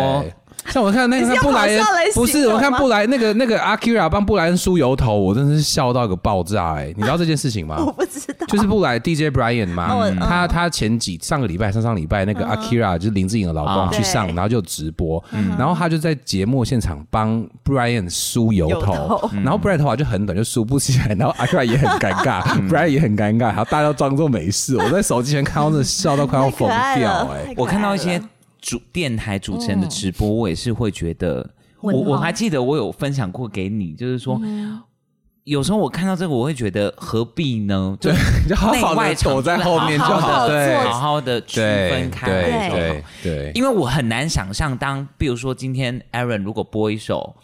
Speaker 2: 哎、像我看那个布莱
Speaker 4: 你
Speaker 2: 恩
Speaker 4: 是用好笑来形，容
Speaker 2: 不是
Speaker 4: 吗
Speaker 2: 我看布莱那个那个阿 Q 拉帮布莱恩梳油头，我真的是笑到一个爆炸哎、你知道这件事 情吗？
Speaker 4: 我不知道，
Speaker 2: 就是布莱 DJ Brian 嘛，
Speaker 4: 哦嗯
Speaker 2: 他他前几上个礼拜上上礼拜那个 Akira、就是林志颖的老
Speaker 1: 啊
Speaker 2: 公去上，
Speaker 4: 对嗯
Speaker 2: 然后就直播，嗯然后他就在节目现场帮 Brian 梳油头，嗯
Speaker 4: 油头
Speaker 2: 然后 Brian 头发就很短，就梳不起来，然后 Akira 也很尴尬，Brian 也很尴尬，然后大家都装作没事。我在手机前看到真的笑到快要
Speaker 4: 太
Speaker 2: 疯
Speaker 4: 可爱哦
Speaker 2: 掉
Speaker 4: 了
Speaker 2: 哎、
Speaker 4: 太可爱了嗯
Speaker 1: 我看到一些主电台主持人的直播，我也是会觉得，我
Speaker 3: 问号
Speaker 1: 我还记得我有分享过给你，就是说。
Speaker 4: 嗯
Speaker 1: 有时候我看到这个，我会觉得何必呢？就
Speaker 2: 就好好
Speaker 1: 内外
Speaker 2: 的
Speaker 1: 场
Speaker 2: 躲在后面就
Speaker 1: 好
Speaker 2: 好，
Speaker 1: 地
Speaker 2: 对
Speaker 1: 好好的区分
Speaker 2: 对
Speaker 1: 开来
Speaker 2: 对
Speaker 1: 就好。
Speaker 2: 对对，
Speaker 1: 因为我很难想象当，比如说今天 Aaron 如果播一首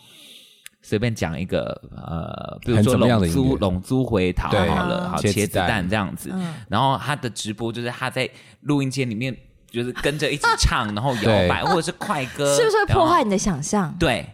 Speaker 1: 随便讲一个呃，比如
Speaker 2: 很
Speaker 1: 说
Speaker 2: 怎么样
Speaker 1: 龙
Speaker 2: 的音
Speaker 1: 珠
Speaker 2: 乐
Speaker 1: 龙珠回逃
Speaker 2: 对
Speaker 1: 好了，好
Speaker 2: 茄子
Speaker 1: 茄子
Speaker 2: 蛋
Speaker 1: 蛋这样子，
Speaker 3: 嗯
Speaker 1: 然后他的直播就是他在录音间里面就是跟着一起唱，然后摇摆或者是快
Speaker 2: 呃
Speaker 1: 歌，
Speaker 4: 是不是会
Speaker 1: 然后
Speaker 4: 破坏？你的想象？
Speaker 1: 对，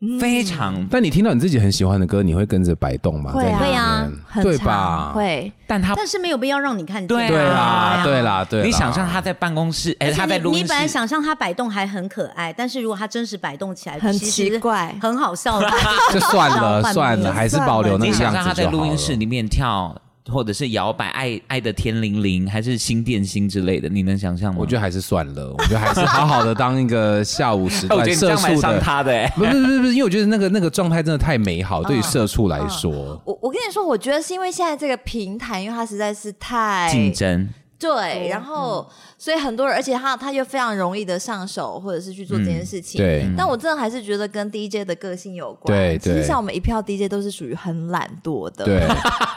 Speaker 3: 嗯
Speaker 1: 非常。
Speaker 2: 但你听到你自己很喜欢的歌，你会跟着摆动吗？
Speaker 4: 会啊
Speaker 2: 在里面
Speaker 3: 会啊
Speaker 4: 很
Speaker 2: 对
Speaker 4: 常
Speaker 2: 吧？
Speaker 4: 会，啊
Speaker 1: 但他
Speaker 3: 但是没有必要让你看见。
Speaker 1: 对啊
Speaker 2: 对啦
Speaker 1: 啊，
Speaker 2: 对啦，对啦。
Speaker 1: 你想象他在办公室，哎，
Speaker 3: 而且
Speaker 1: 他在
Speaker 3: 你
Speaker 1: 录
Speaker 3: 你
Speaker 1: 音
Speaker 3: 本来
Speaker 1: 室，
Speaker 3: 想象他摆动还很可爱，但是如果他真实摆动起来，
Speaker 4: 很
Speaker 3: 其实
Speaker 4: 奇怪
Speaker 3: 很好笑的。
Speaker 2: 就算了
Speaker 3: 换
Speaker 2: 算
Speaker 3: 别
Speaker 2: 了，
Speaker 3: 人
Speaker 2: 还是保留那
Speaker 1: 你
Speaker 2: 个
Speaker 1: 想象
Speaker 2: 样
Speaker 1: 他
Speaker 2: 子
Speaker 1: 在
Speaker 2: 就好
Speaker 1: 录音
Speaker 2: 了。
Speaker 1: 室里面跳，或者是摇摆《爱爱的天灵灵》还是《心电心》之类的，你能想象吗？
Speaker 2: 我觉得还是算了，我觉得还是好好的当一个下 午时
Speaker 1: 哎我觉
Speaker 2: 段
Speaker 1: 得你这
Speaker 2: 社
Speaker 1: 样蛮
Speaker 2: 畜
Speaker 1: 伤
Speaker 2: 的。
Speaker 1: 他的哎、
Speaker 2: 不是不是不是，因为我觉得那个那个状态真的太美好，对于社畜来说，
Speaker 1: 哎
Speaker 4: 我我跟你说，我觉得是因为现在这个平台，因为它实在是太
Speaker 1: 竞争
Speaker 4: 对，然后、所以很多人，而且他他就非常容易的上手，或者是去做这件事情。
Speaker 2: 嗯对
Speaker 4: 但我真的还是觉得跟 DJ 的个性有关。
Speaker 2: 对
Speaker 4: 其实
Speaker 2: 对
Speaker 4: 像我们一票 DJ 都是属于很懒惰的。
Speaker 2: 对，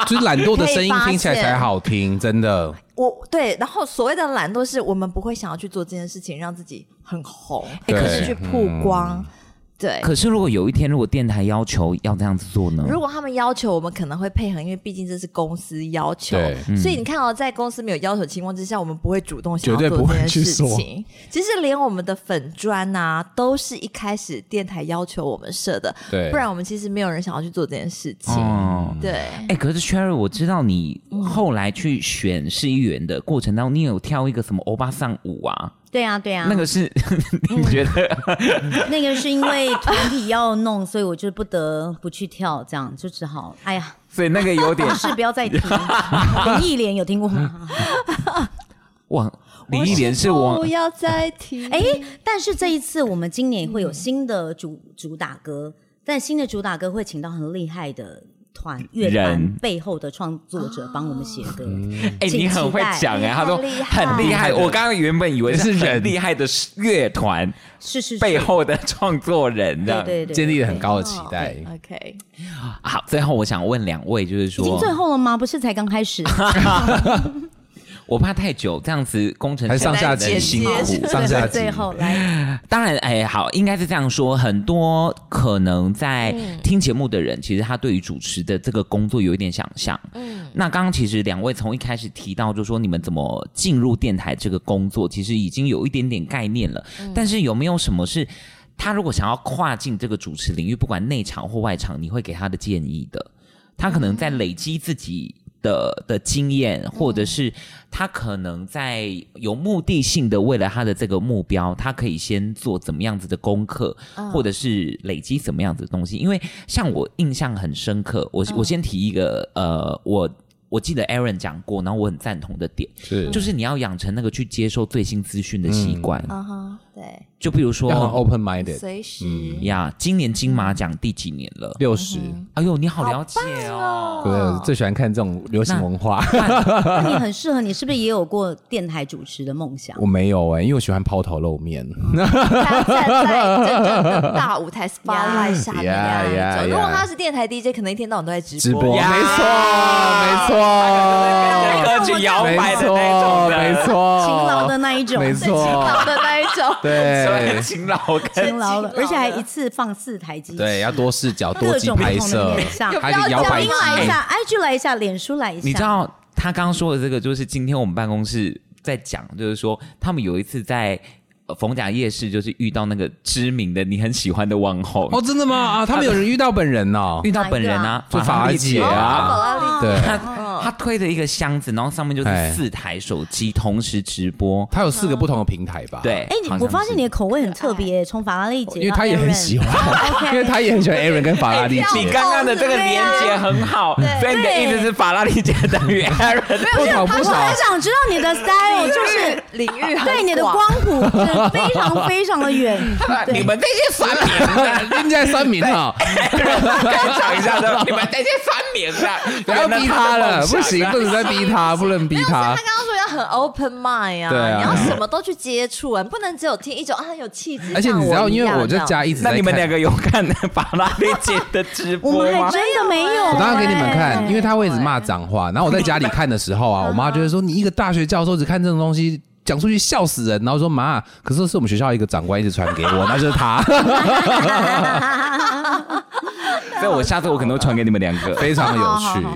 Speaker 2: 就是懒惰的声音听起来
Speaker 4: 可以发现
Speaker 2: 才好听，真的。
Speaker 4: 我对，然后所谓的懒惰是我们不会想要去做这件事情，让自己很红，
Speaker 2: 对嗯
Speaker 4: 或是去曝光。对，
Speaker 1: 可是如果有一天，如果电台要求要这样子做
Speaker 2: 嗯
Speaker 1: 呢？
Speaker 4: 如果他们要求，我们可能会配合，因为毕竟这是公司要求
Speaker 2: 对。嗯
Speaker 4: 所以你看哦，在公司没有要求的情况之下，我们不会主动想
Speaker 2: 绝
Speaker 4: 要
Speaker 2: 对
Speaker 4: 做
Speaker 2: 不
Speaker 4: 这
Speaker 2: 会
Speaker 4: 件
Speaker 2: 去
Speaker 4: 事
Speaker 2: 说
Speaker 4: 情。其实连我们的粉砖啊，都是一开始电台要求我们设的，
Speaker 2: 对嗯
Speaker 4: 不然我们其实没有人想要去做这件事情。
Speaker 1: 哦，
Speaker 4: 对，
Speaker 1: 哎、可是 Cherry，我知道你后来去选市议员的过程当中，你有跳一个什么欧巴桑舞啊？
Speaker 3: 对啊，对啊，
Speaker 1: 那个 是你觉得？
Speaker 3: 那个是因为团体要弄，所以我就不得不去跳，这样就只好，哎呀，
Speaker 1: 所以那个 有点
Speaker 3: 是不要 再提。林忆莲有听过吗？
Speaker 1: 哇，林忆莲是我
Speaker 4: 不哦要再提。
Speaker 3: 哎，但是这一次我们今年会有新的主主打歌，但新的主打歌会请到很厉害的团乐团
Speaker 1: 人
Speaker 3: 背后的创作者帮我们写歌。
Speaker 2: 嗯
Speaker 1: 哎、
Speaker 3: 请
Speaker 1: 你很会讲哎、他说
Speaker 4: 厉害
Speaker 1: 很厉害，嗯我刚刚原本以为是很厉害的乐团
Speaker 3: 是是是
Speaker 1: 背后的创作人
Speaker 3: 对
Speaker 1: 的。
Speaker 3: 对对，
Speaker 2: 建立了很
Speaker 3: 对。
Speaker 2: 高的期待。
Speaker 4: OK，
Speaker 1: 好，最后我想问两位，就是
Speaker 3: 已经
Speaker 1: 说，
Speaker 3: 最后了吗？不是才刚开始？
Speaker 1: 我怕太久这样子工程
Speaker 2: 还
Speaker 1: 下
Speaker 2: 上
Speaker 1: 来
Speaker 2: 下
Speaker 1: 的
Speaker 2: 级
Speaker 1: 人
Speaker 2: 辛
Speaker 1: 辛
Speaker 2: 苦
Speaker 1: 苦，
Speaker 2: 上下级
Speaker 3: 最后 来，
Speaker 1: 当然，哎，好，应该是这样说。很多可能在
Speaker 3: 嗯
Speaker 1: 听节目的人，其实他对于主持的这个工作有一点想象。嗯，那刚刚其实两位从一开始提到，就说你们怎么进入电台这个工作，其实已经有一点点概念了。
Speaker 3: 嗯
Speaker 1: 但是有没有什么是他如果想要跨进这个主持领域，不管内场或外场，你会给他的建议的？他可能在累积自己的的经验，或者是他可能在有目的性的为了他的这个目标，他可以先做怎么样子的功课，或者是累积怎么样子的东西。因为像我印象很深刻，我、我先提一个，呃，我。我记得 Aaron 讲过，然后我很赞同的点，
Speaker 2: 是
Speaker 1: 就是你要养成那个去接受最新资讯的习惯。
Speaker 4: 嗯哼，对，
Speaker 1: 就比如说
Speaker 2: 要很 open minded。
Speaker 4: 随时。
Speaker 2: 嗯
Speaker 1: 呀，今年金马奖第几年了？
Speaker 2: 六十，
Speaker 1: 哎呦，你好了解哦
Speaker 2: 对，我最喜欢看这种流行文化。
Speaker 3: 那你很适合，你是不是也有过电台主持的梦想
Speaker 2: 我？没有哎、因为我喜欢抛头露面。
Speaker 4: 他站在真正的大舞台 spotlight 下面的那
Speaker 2: Yeah, yeah,
Speaker 4: 种。如果
Speaker 2: yeah.
Speaker 4: 他是电台 DJ，可能一天到晚都在直
Speaker 2: 直播，
Speaker 4: 播。
Speaker 2: 没
Speaker 1: 呀
Speaker 2: 错，没错，
Speaker 1: 歌曲摇摆
Speaker 2: 没
Speaker 1: 的那种
Speaker 2: 错，
Speaker 1: 的，
Speaker 2: 没
Speaker 3: 勤劳
Speaker 2: 错，
Speaker 3: 的那一种，
Speaker 2: 没错，
Speaker 4: 的那一种，
Speaker 2: 对
Speaker 1: 勤劳跟
Speaker 3: 勤劳了，
Speaker 4: 勤劳了
Speaker 3: 而且还一次放四台机器，
Speaker 2: 对，要多视角，多
Speaker 3: 各
Speaker 2: 机
Speaker 3: 种不
Speaker 2: 拍
Speaker 3: 同的
Speaker 2: 摄
Speaker 3: 面，向，
Speaker 2: 还有摇
Speaker 3: 抖
Speaker 2: 摆
Speaker 3: 音
Speaker 2: 机，
Speaker 3: 来一下，IG 来一下，脸书来一下，
Speaker 1: 你知道他刚刚说的这个，就是今天我们办公室在讲，就是说他们有一次在呃逢甲夜市，就是遇到那个知名的你很喜欢的网红，
Speaker 2: 哦，真的吗？啊，他们有人遇到本人哦，
Speaker 1: 遇到本人啊，
Speaker 2: 就
Speaker 1: 法
Speaker 2: 法
Speaker 1: 拉
Speaker 2: 拉
Speaker 1: 利
Speaker 2: 姐
Speaker 4: 宝
Speaker 2: 啊，
Speaker 4: 拉丽
Speaker 2: 对，
Speaker 1: 哦他
Speaker 3: 哦
Speaker 1: 他推着一个箱子，然后上面就是
Speaker 2: 哎
Speaker 1: 四台手机同时直播，
Speaker 2: 他有四个不同的平台吧？，
Speaker 1: 对，
Speaker 3: 哎，你
Speaker 1: 好像
Speaker 3: 我发现
Speaker 1: 是
Speaker 3: 你的口味很特别，从法拉利姐，
Speaker 2: 因为他也很喜，
Speaker 3: 哦
Speaker 2: 欢，因为他也很喜欢 Aaron
Speaker 3: 哎
Speaker 2: 跟法拉利
Speaker 1: 你
Speaker 2: 姐，
Speaker 1: 刚刚的这个连
Speaker 3: 哦
Speaker 1: 接很好，所以你的意思是法拉利姐等于 Aaron
Speaker 2: 不同不
Speaker 3: 我
Speaker 2: 少
Speaker 3: 很。啊想知道你的 style，就是
Speaker 4: 领域很
Speaker 3: 对你的
Speaker 4: 广
Speaker 3: 光谱真的非常非常 的远，
Speaker 1: 你们这些酸民
Speaker 2: 人家三名啊，
Speaker 1: 啊，讲一下的，你们这些酸民 啊，
Speaker 2: 不要逼他 了，不行，不能再逼他，不能逼他
Speaker 4: 他。刚刚说要很 open mind 啊，
Speaker 2: 对啊
Speaker 4: 你要什么都去接触啊，你不能只有听一种啊很有气质。
Speaker 2: 而且
Speaker 4: 像
Speaker 2: 你知道，
Speaker 4: 一
Speaker 2: 因
Speaker 4: 样
Speaker 2: 为我在
Speaker 4: 这样
Speaker 2: 家一直
Speaker 1: 那
Speaker 2: 在看
Speaker 1: 你们两个有看法拉利姐的直
Speaker 3: 我
Speaker 1: 播
Speaker 3: 们还
Speaker 1: 吗？
Speaker 3: 真的没有，
Speaker 2: 我当然给你们看，
Speaker 3: 哎
Speaker 2: 因为他会一直骂脏话。然后我在家里看的时候啊，我妈就会说：“你一个大学教授只看这种东西，讲出去笑死人。”然后说：“妈，可是是我们学校一个长官一直传给我，那就是他，
Speaker 1: 所以我下次我可能会传给你们两 个。
Speaker 2: 非常有
Speaker 3: 好好
Speaker 2: 趣。
Speaker 3: 好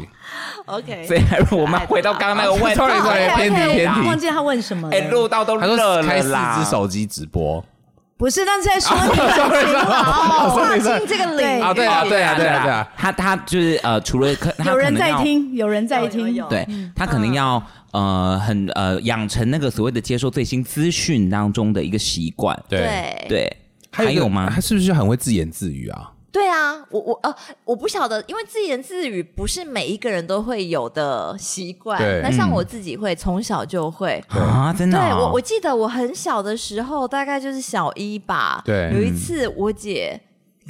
Speaker 4: OK，
Speaker 1: 所以 我们回到刚刚那个问
Speaker 2: Sorry
Speaker 1: 题，
Speaker 2: sorry，偏题偏
Speaker 3: 忘
Speaker 2: 题。
Speaker 3: 记他问什么 了
Speaker 1: 哎，。录到都”
Speaker 2: 他
Speaker 1: 热
Speaker 2: 说：“
Speaker 1: 了
Speaker 2: 开四
Speaker 1: 啦
Speaker 2: 只。手机直播
Speaker 3: 不是，但是在说
Speaker 2: 啊
Speaker 3: 你们勤劳，
Speaker 4: 跨
Speaker 2: sorry，
Speaker 4: 进这个 领域
Speaker 2: 啊，对啊，对啊，对啊，对啊。”
Speaker 1: 他他就是呃，除了可
Speaker 3: 有人在，听，嗯有人在
Speaker 4: 有有
Speaker 3: 听
Speaker 4: 有，
Speaker 1: 对他可能要呃很呃养成那个所谓的接受最新资讯当中的一个习惯。
Speaker 4: 对
Speaker 1: 对，还
Speaker 2: 一个
Speaker 1: 有吗
Speaker 2: 他？是不是很会自言自语啊？
Speaker 4: 对啊，我我呃，我不晓得，因为自言自语不是每一个人都会有的习惯
Speaker 2: 对。嗯
Speaker 4: 那像我自己会，从小就会。
Speaker 1: 啊，真的
Speaker 4: 对
Speaker 1: 哦，
Speaker 4: 我，我记得我很小的时候，大概就是小一吧。
Speaker 2: 对
Speaker 4: 有一次我姐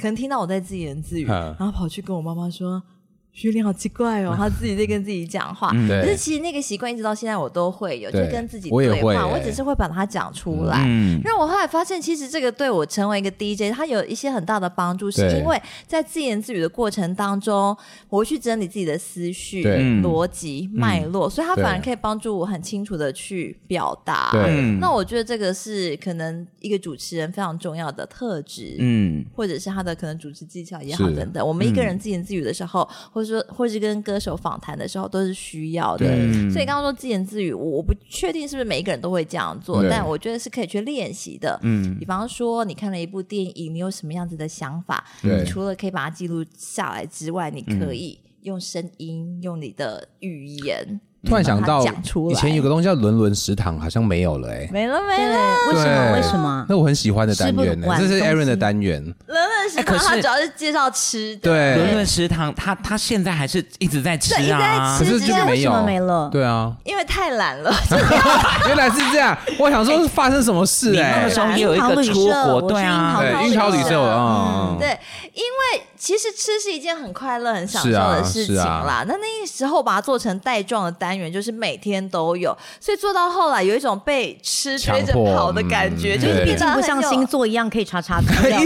Speaker 4: 可能听到我在自言自语，
Speaker 2: 嗯
Speaker 4: 然后跑去跟我妈妈说：“学你好奇怪哦，他自己在跟自己讲话。
Speaker 1: 嗯
Speaker 2: 对
Speaker 4: 可是其实那个习惯一直到现在我都会有，就
Speaker 2: 对
Speaker 4: 跟自己
Speaker 2: 我也
Speaker 4: 对
Speaker 2: 会
Speaker 4: 话，
Speaker 2: 欸
Speaker 4: 我只是会把它讲出来。
Speaker 1: 嗯，
Speaker 4: 让我后来发现，其实这个对我成为一个 DJ，它有一些很大的帮助，是
Speaker 2: 对
Speaker 4: 因为在自言自语的过程当中，我会去整理自己的思绪
Speaker 2: 对、
Speaker 1: 嗯
Speaker 4: 逻辑、脉络，所以它
Speaker 2: 嗯对
Speaker 4: 反而可以帮助我很清楚的去表达。
Speaker 2: 对
Speaker 1: 嗯
Speaker 4: 那我觉得这个是可能一个主持人非常重要的特质。
Speaker 1: 嗯
Speaker 4: 或者是他的可能主持技巧也好
Speaker 2: 是
Speaker 4: 等等，我们一个人自言自语的时候，或者说或者是跟歌手访谈的时候，都是需要的。
Speaker 2: 对
Speaker 4: 所以刚刚说自言自语，我我不确定是不是每一个人都会这样做，
Speaker 2: 对
Speaker 4: 但我觉得是可以去练习的。比方说，你看了一部电影，你有什么样子的想法？
Speaker 2: 对
Speaker 4: 你除了可以把它记录下来之外，你可以用声音，用你的语言，
Speaker 2: 突然想到
Speaker 4: 把它讲出
Speaker 2: 以
Speaker 4: 来
Speaker 2: 前有个东西叫伦伦食堂，好像没有了哎、
Speaker 4: 没了没
Speaker 3: 对，
Speaker 4: 了。
Speaker 3: 为什么？
Speaker 2: 对
Speaker 3: 为什么？
Speaker 2: 那我很喜欢的单元
Speaker 3: 吃
Speaker 2: 呢、
Speaker 3: 嗯不完
Speaker 2: 这是
Speaker 3: 东西
Speaker 2: Aaron 的单元，
Speaker 4: 冷冷食
Speaker 1: 哎可是
Speaker 4: 堂它主要是介绍吃的，
Speaker 1: 伦
Speaker 2: 对，
Speaker 1: 敦食堂，他他现在还是一直在吃
Speaker 4: 对一直在
Speaker 1: 啊
Speaker 4: 吃
Speaker 2: 可，是就是
Speaker 3: 为
Speaker 2: 没
Speaker 3: 什么
Speaker 2: 有，
Speaker 3: 没了？
Speaker 2: 对啊，
Speaker 4: 因为太懒 了。
Speaker 2: 原来是这样，我想说发生什么事
Speaker 1: 你
Speaker 2: 哎、
Speaker 3: 啊
Speaker 1: 那个时候也有一个出国，对啊
Speaker 3: 我，是
Speaker 2: 对，
Speaker 3: 樱
Speaker 2: 樱
Speaker 3: 桃
Speaker 2: 桃
Speaker 3: 旅
Speaker 2: 旅
Speaker 3: 社
Speaker 2: 社啊，嗯
Speaker 4: 对，因为其实吃是一件很快乐、很享受
Speaker 2: 是啊
Speaker 4: 的事情
Speaker 2: 是
Speaker 4: 啦。那、那时候把它做成带状的单元，就是每天都有，所以做到后来有一种被吃追着
Speaker 2: 强迫
Speaker 4: 跑的感觉，
Speaker 2: 嗯
Speaker 4: 就
Speaker 2: 对
Speaker 4: 是
Speaker 3: 毕
Speaker 4: 变
Speaker 3: 竟
Speaker 4: 得
Speaker 3: 不像
Speaker 4: 很有
Speaker 3: 星座一样可以查查资料，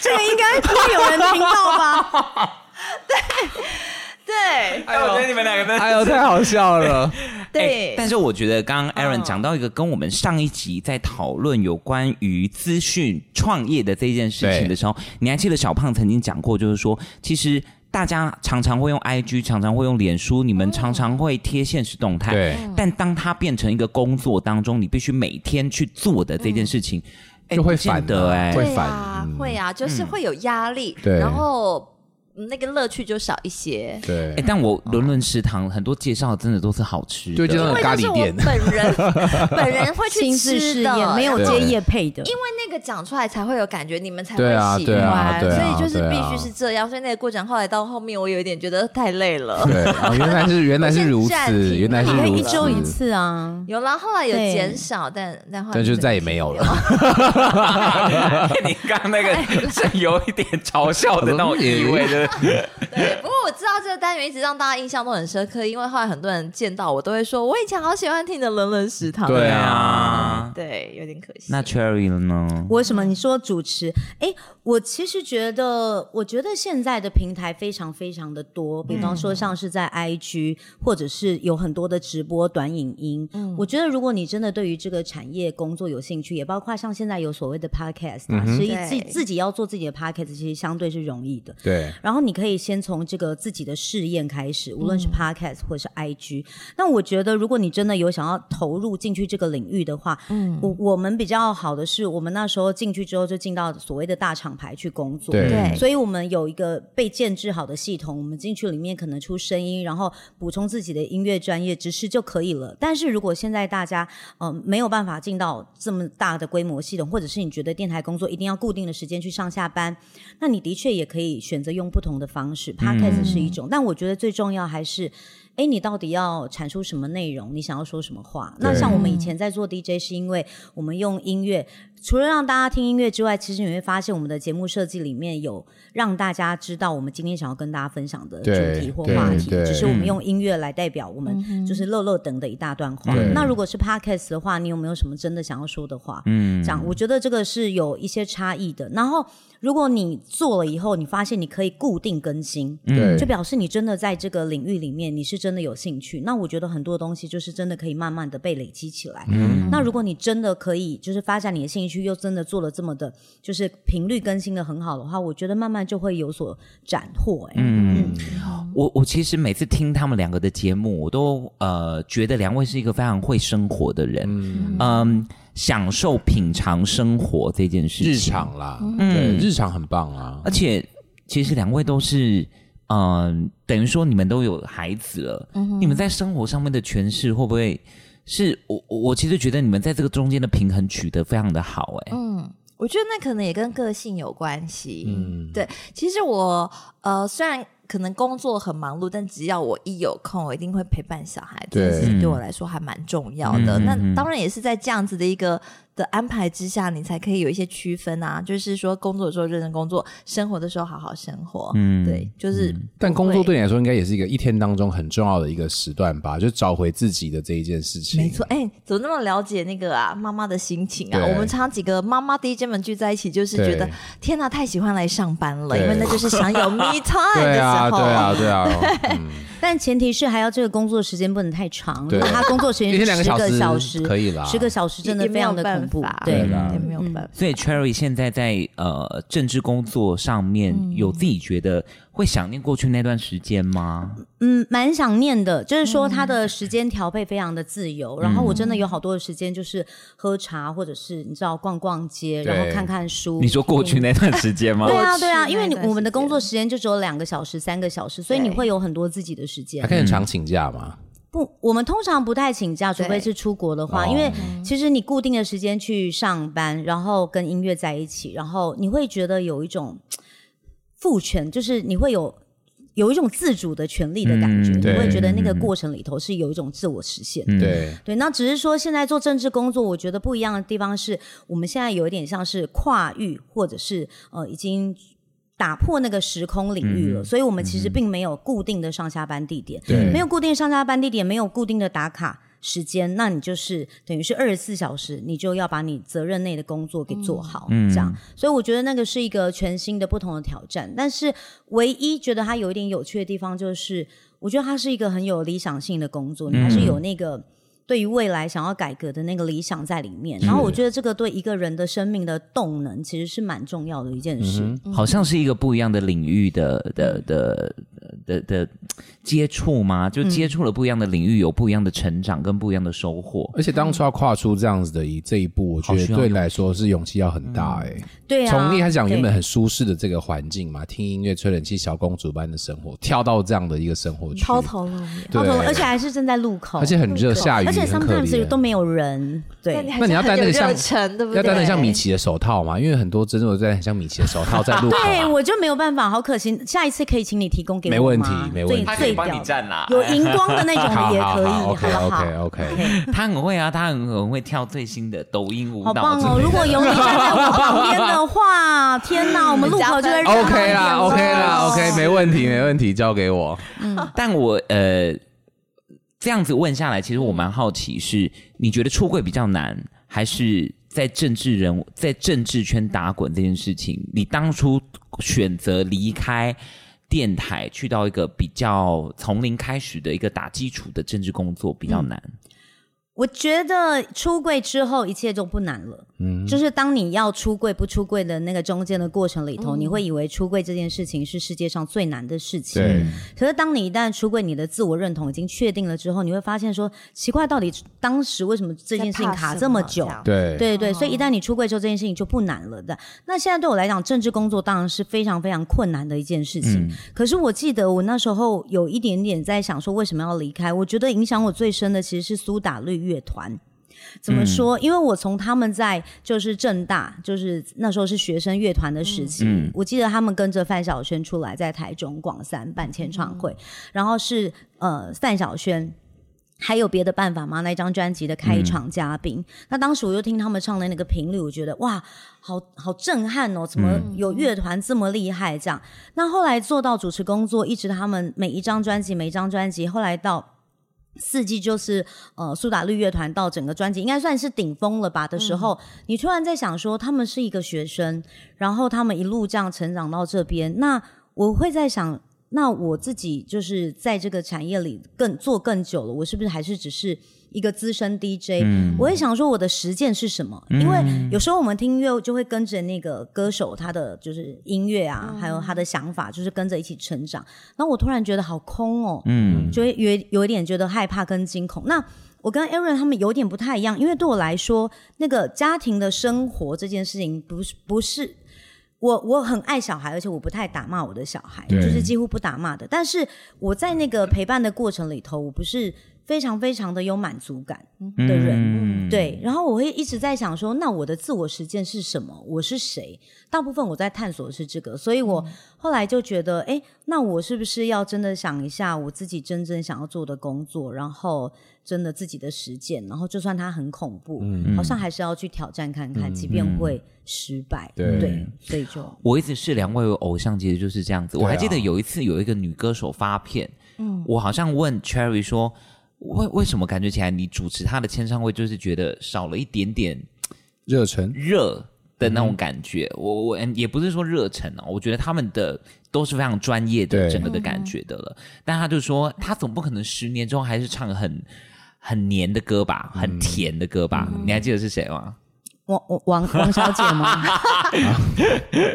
Speaker 3: 这个应该不会有人听到 吧？
Speaker 4: 对
Speaker 1: 哎，我觉得你们两个真
Speaker 2: 哎呦，太好笑了！
Speaker 1: 哎
Speaker 4: 对。
Speaker 1: 但是我觉得刚刚 Aaron 讲到一个跟我们上一集在讨论有关于资讯创业的这件事情的时候，你还记得小胖曾经讲过，就是说其实。大家常常会用 IG，常常会用脸书，你们常常会贴现实动态。
Speaker 2: 对，
Speaker 1: 但当它变成一个工作当中，你必须每天去做的这件事情，哎
Speaker 2: 就会
Speaker 1: 不见
Speaker 2: 烦
Speaker 1: 得
Speaker 2: 啊
Speaker 1: 哎、
Speaker 2: 会
Speaker 4: 对
Speaker 2: 烦
Speaker 4: 啊
Speaker 2: 嗯，
Speaker 4: 会啊，就是会有压力，
Speaker 2: 对
Speaker 4: 然后嗯那个乐趣就少一些。
Speaker 2: 对
Speaker 1: 哎、，但我伦伦食堂很多介绍真的都是好吃的，
Speaker 2: 对介绍
Speaker 4: 因为
Speaker 2: 咖
Speaker 4: 那
Speaker 2: 喱
Speaker 4: 是我
Speaker 2: 店
Speaker 4: 本人 本人会去
Speaker 3: 亲自试
Speaker 4: 吃
Speaker 3: 验
Speaker 4: 的，
Speaker 3: 没有接业配的，
Speaker 4: 因为那个讲出来才会有感觉，你们才会
Speaker 2: 对啊
Speaker 4: 喜
Speaker 2: 对啊
Speaker 4: 欢，
Speaker 2: 对啊
Speaker 4: 所以就是
Speaker 2: 对
Speaker 4: 必
Speaker 2: 啊
Speaker 4: 须是这样。所以那个过程后来到后面，我有一点觉得太累了。
Speaker 2: 对，哦原来是原来是如此，原来是
Speaker 3: 你可以
Speaker 2: 如
Speaker 3: 一周一
Speaker 2: 此，
Speaker 3: 次啊。
Speaker 4: 有啦，后来有
Speaker 3: 对
Speaker 4: 减少，但但后来
Speaker 2: 但就
Speaker 4: 没
Speaker 2: 再也没有了。
Speaker 1: 你刚刚那个是有一点嘲笑的那种意味的，
Speaker 4: 对，不过我知道这个单元一直让大家印象都很深刻，因为后来很多人见到我都会说，我以前好喜欢听你的《伦伦食堂》。
Speaker 2: 对
Speaker 1: 对啊。
Speaker 4: 对，有点可惜。
Speaker 1: 那 Cherry 了呢？
Speaker 3: 为什么你说主持？哎，我其实觉得，我觉得现在的平台非常非常的多，比方说像是在 IG，或者是有很多的直播短影音。我觉得如果你真的对于这个产业工作有兴趣，也包括像现在有所谓的 podcast，、啊所以自
Speaker 4: 对
Speaker 3: 自己要做自己的 podcast，其实相对是容易的。
Speaker 2: 对，
Speaker 3: 然后你可以先从这个自己的试验开始，无论是 podcast 或是 IG。那我觉得，如果你真的有想要投入进去这个领域的话，嗯，我我们比较好的是，我们那时候进去之后就进到所谓的大厂牌去工作，
Speaker 2: 对
Speaker 4: 对
Speaker 3: 所以我们有一个被建制好的系统，我们进去里面可能出声音，然后补充自己的音乐专业知识就可以了。但是如果现在大家嗯、呃没有办法进到这么大的规模系统，或者是你觉得电台工作一定要固定的时间去上下班，那你的确也可以选择用不同的方式，podcast 是一种，但我觉得最重要还是。哎，你到底要阐述什么内容？你想要说什么话？那
Speaker 2: 对
Speaker 3: 像我们以前在做 DJ，是因为我们用音乐，除了让大家听音乐之外，其实你会发现我们的节目设计里面有让大家知道我们今天想要跟大家分享的
Speaker 2: 对
Speaker 3: 主题或
Speaker 2: 对
Speaker 3: 话题，
Speaker 2: 对
Speaker 3: 只是我们用音乐来代表我们就是乐乐等的一大段话
Speaker 2: 对。
Speaker 3: 那如果是 podcast 的话，你有没有什么真的想要说的话？
Speaker 1: 嗯
Speaker 3: 这样，我觉得这个是有一些差异的。然后，如果你做了以后，你发现你可以固定更新，
Speaker 2: 对
Speaker 3: 就表示你真的在这个领域里面，你是真的有兴趣。那我觉得很多东西就是真的可以慢慢的被累积起来。
Speaker 2: 嗯
Speaker 3: 那如果你真的可以就是发展你的兴趣，又真的做了这么的，就是频率更新的很好的话，我觉得慢慢就会有所斩获、哎，
Speaker 1: 嗯，我我其实每次听他们两个的节目，我都呃觉得两位是一个非常会生活的人，嗯，享受品尝生活这件事情，
Speaker 2: 日常啦，
Speaker 1: 嗯
Speaker 2: 对，日常很棒啊
Speaker 1: 而，且其实两位都是，嗯、等于说你们都有孩子了，
Speaker 4: 嗯
Speaker 1: 你们在生活上面的诠释会不会是我我我其实觉得你们在这个中间的平衡取得非常的好、哎、
Speaker 4: 嗯，我觉得那可能也跟个性有关系。
Speaker 2: 嗯，
Speaker 4: 对，其实我呃，虽然可能工作很忙碌，但只要我一有空，我一定会陪伴小孩。这件
Speaker 2: 对
Speaker 4: 事情对我来说还蛮重要的。
Speaker 1: 嗯
Speaker 4: 那
Speaker 1: 嗯嗯
Speaker 4: 当然也是在这样子的一个的安排之下，你才可以有一些区分啊。就是说，工作的时候认真工作，生活的时候好好生活。
Speaker 1: 嗯
Speaker 4: 对，就是不会、
Speaker 2: 但工作对你来说，应该也是一个一天当中很重要的一个时段吧，就找回自己的这一件事情。
Speaker 4: 没错，，哎、怎么那么了解那个啊妈妈的心情啊？
Speaker 2: 对
Speaker 4: 我们常常几个妈妈 DJ 们聚在一起，就是觉得
Speaker 2: 对
Speaker 4: 天哪、太喜欢来上班了，
Speaker 2: 对
Speaker 4: 因为那就是享有 me time 的
Speaker 2: 对
Speaker 4: 时
Speaker 2: 啊，
Speaker 4: 候。
Speaker 2: 对啊，对啊，嗯
Speaker 3: 但前提是还要这个工作时间不能太长，
Speaker 2: 对
Speaker 3: 如果他工作时间
Speaker 2: 一天两个
Speaker 3: 十
Speaker 2: 小时
Speaker 3: 个小
Speaker 2: 可以啦
Speaker 3: 十个小时真的
Speaker 4: 也
Speaker 3: 非常的恐怖
Speaker 4: 也
Speaker 3: 对。
Speaker 4: 没有办法，
Speaker 3: 嗯
Speaker 2: 啦
Speaker 4: 也没有办法。
Speaker 1: 所以 Cherry 现在在呃政治工作上面，有自己觉得会想念过去那段时间吗？
Speaker 3: 嗯，蛮想念的，就是说他
Speaker 1: 嗯
Speaker 3: 的时间调配非常的自由，然后我真的有好多的时间就是喝茶，或者是你知道逛逛街，
Speaker 2: 对
Speaker 3: 然后看看书。嗯
Speaker 1: 你说过去那段时间 吗
Speaker 3: 对？啊，
Speaker 4: 过去
Speaker 3: 对啊，因为你
Speaker 4: 那段时间
Speaker 3: 我们的工作时间就只有两个小时、三个小时，所以
Speaker 4: 对
Speaker 3: 你会有很多自己的时间
Speaker 2: 还。可以很常请假嘛？
Speaker 3: 不，我们通常不太请假，除
Speaker 4: 对
Speaker 3: 非是出国的话，
Speaker 2: 哦
Speaker 3: 因为其实你固定的时间去上班，然后跟音乐在一起，然后你会觉得有一种嘖父权，就是你会有。有一种自主的权利的感觉，
Speaker 1: 嗯
Speaker 3: 你
Speaker 2: 对
Speaker 3: 会觉得那个过程里头是有一种自我实现。
Speaker 1: 嗯，
Speaker 2: 对，
Speaker 3: 对，那只是说现在做政治工作，我觉得不一样的地方是我们现在有一点像是跨域，或者是呃已经。打破那个时空领域了，所以我们其实并没有固定的上下班地点，
Speaker 2: 对
Speaker 3: 没有固定上下班地点，没有固定的打卡时间，那你就是等于是二十四小时，你就要把你责任内的工作给做好，
Speaker 1: 嗯
Speaker 3: 这样。所以我觉得那个是一个全新的、不同的挑战。但是唯一觉得它有一点有趣的地方，就是我觉得它是一个很有理想性的工作，你还是
Speaker 2: 嗯
Speaker 3: 有那个。对于未来想要改革的那个理想在里面，然后我觉得这个对一个人的生命的动能其实是蛮重要的一件事。
Speaker 2: 嗯
Speaker 1: 好像是一个不一样的领域的的的的的的接触吗？就接触了不一样的领域，有不一样的成长跟不一样的收获。
Speaker 2: 而且当初要跨出这样子的一这一步，我觉
Speaker 1: 好
Speaker 2: 得
Speaker 1: 需要
Speaker 2: 对你来说是勇气要很大哎。
Speaker 3: 对啊，
Speaker 2: 从一开始讲
Speaker 3: 对
Speaker 2: 原本很舒适的这个环境嘛，听音乐、吹冷气、小公主般的生活，跳到这样的一个生活去，
Speaker 4: 抛头露面，
Speaker 2: 对，
Speaker 3: 哦而且还是正在路口，
Speaker 2: 而且很热，
Speaker 3: 对
Speaker 2: 下雨，
Speaker 3: 而且
Speaker 2: 很可
Speaker 3: sometimes
Speaker 2: 怜。
Speaker 3: 都没有人，对，
Speaker 4: 但你还
Speaker 2: 那
Speaker 4: 是
Speaker 2: 你要戴
Speaker 4: 很
Speaker 2: 那
Speaker 4: 有
Speaker 2: 个像
Speaker 4: 热忱，对不对？
Speaker 2: 要戴那像米奇的手套嘛，因为很多真的有戴很像米奇的手套在路口啊、
Speaker 3: 对，我就没有办法，好可惜。下一次可以请你提供给我
Speaker 2: 没问题
Speaker 3: 吗
Speaker 2: 没问题
Speaker 3: 最
Speaker 8: 他可
Speaker 3: 最
Speaker 8: 以帮
Speaker 3: 屌
Speaker 8: 你
Speaker 3: 的
Speaker 8: 站啊啦。
Speaker 3: 有荧光的那种
Speaker 2: 好
Speaker 3: 的也
Speaker 2: 啊好
Speaker 3: 可以，
Speaker 2: 好
Speaker 3: 好不
Speaker 2: ，OK
Speaker 3: 好
Speaker 2: OK OK，
Speaker 1: 他很会啊，他很很会跳最新的抖音舞
Speaker 3: 好
Speaker 1: 蹈
Speaker 3: 棒
Speaker 1: 之
Speaker 3: 哦！
Speaker 1: 类
Speaker 3: 如
Speaker 1: 的。
Speaker 3: 果有你站在我旁边的话，天哪，我们路口就 会让
Speaker 2: OK 啦
Speaker 3: 你
Speaker 2: ，OK 啦
Speaker 3: 哦
Speaker 2: ，OK，没问题，没问题，交给我。
Speaker 1: 但我呃这样子问下来，其实我蛮好奇是，你觉得出柜比较难，还是在政治人物在政治圈打滚这件事情？你当初选择离开电台，去到一个比较从零开始的一个打基础的政治工作比较难。
Speaker 3: 我觉得出柜之后一切都不难了，嗯，就是当你要出柜不出柜的那个中间的过程里
Speaker 8: 嗯
Speaker 3: 头，你会以为出柜这件事情是世界上最难的事情，
Speaker 2: 对，
Speaker 3: 可是当你一旦出柜，你的自我认同已经确定了之后，你会发现说，奇怪，到底当时为什么这件事情卡这么久
Speaker 4: 在怕什？样
Speaker 2: 对，
Speaker 3: 对对，所以一旦你出柜之后，这件事情就不难了的。那现在对我来讲，政治工作当然是非常非常困难的一件事情。可是我记得我那时候有一点点在想说，为什么要离开？我觉得影响我最深的其实是苏打绿乐团。怎么说？因为我从他们在就是正大，就是那时候是学生乐团的时期，
Speaker 1: 嗯嗯
Speaker 3: 我记得他们跟着范晓萱出来，在台中广三办签唱会，然后是呃范晓萱。还有别的办法吗？那张专辑的开场嘉宾，那当时我就听他们唱的那个频率，我觉得哇，好好震撼哦！怎么有乐团这么厉害？这样，那后来做到主持工作，一直他们每一张专辑，每一张专辑，后来到。四季就是呃苏打绿乐团到整个专辑应该算是顶峰了吧的时候，你突然在想说他们是一个学生，然后他们一路这样成长到这边，那我会在想，那我自己就是在这个产业里更做更久了，我是不是还是只是一个资深 DJ？、我会想说我的实践是什么？因为有时候我们听音乐就会跟着那个歌手他的就是音乐啊，还有他的想法，就是跟着一起成长。那我突然觉得好空哦，
Speaker 1: 嗯
Speaker 3: 就会有有一点觉得害怕跟惊恐。那我跟 Aaron 他们有点不太一样，因为对我来说，那个家庭的生活这件事情不是不是。我我很爱小孩，而且我不太打骂我的小孩，就是几乎不打骂的。但是我在那个陪伴的过程里头，我不是非常非常的有满足感嗯的人，对。然后我会一直在想说，那我的自我实践是什么？我是谁？大部分我在探索的是这个，所以我后来就觉得，哎，那我是不是要真的想一下我自己真正想要做的工作，然后真的自己的实践，然后就算它很恐怖，
Speaker 1: 嗯
Speaker 3: 好像还是要去挑战看看，即便会失败，
Speaker 2: 对
Speaker 3: 对，所以就
Speaker 1: 我一直视两位为偶像，其实就是这样子。我还记得有一次有一个女歌手发片，我好像问 Cherry 说，为为什么感觉起来你主持她的签唱会，就是觉得少了一点点
Speaker 2: 热忱，
Speaker 1: 热的
Speaker 2: 嗯
Speaker 1: 那种感觉。我我嗯也不是说热忱哦，我觉得他们的都是非常专业的
Speaker 2: 对
Speaker 1: 整个的感觉的了。但他就说，他总不可能十年之后还是唱很很黏的歌吧，
Speaker 2: 嗯
Speaker 1: 很甜的歌吧？你还记得是谁吗？
Speaker 3: 王王王王小姐 吗？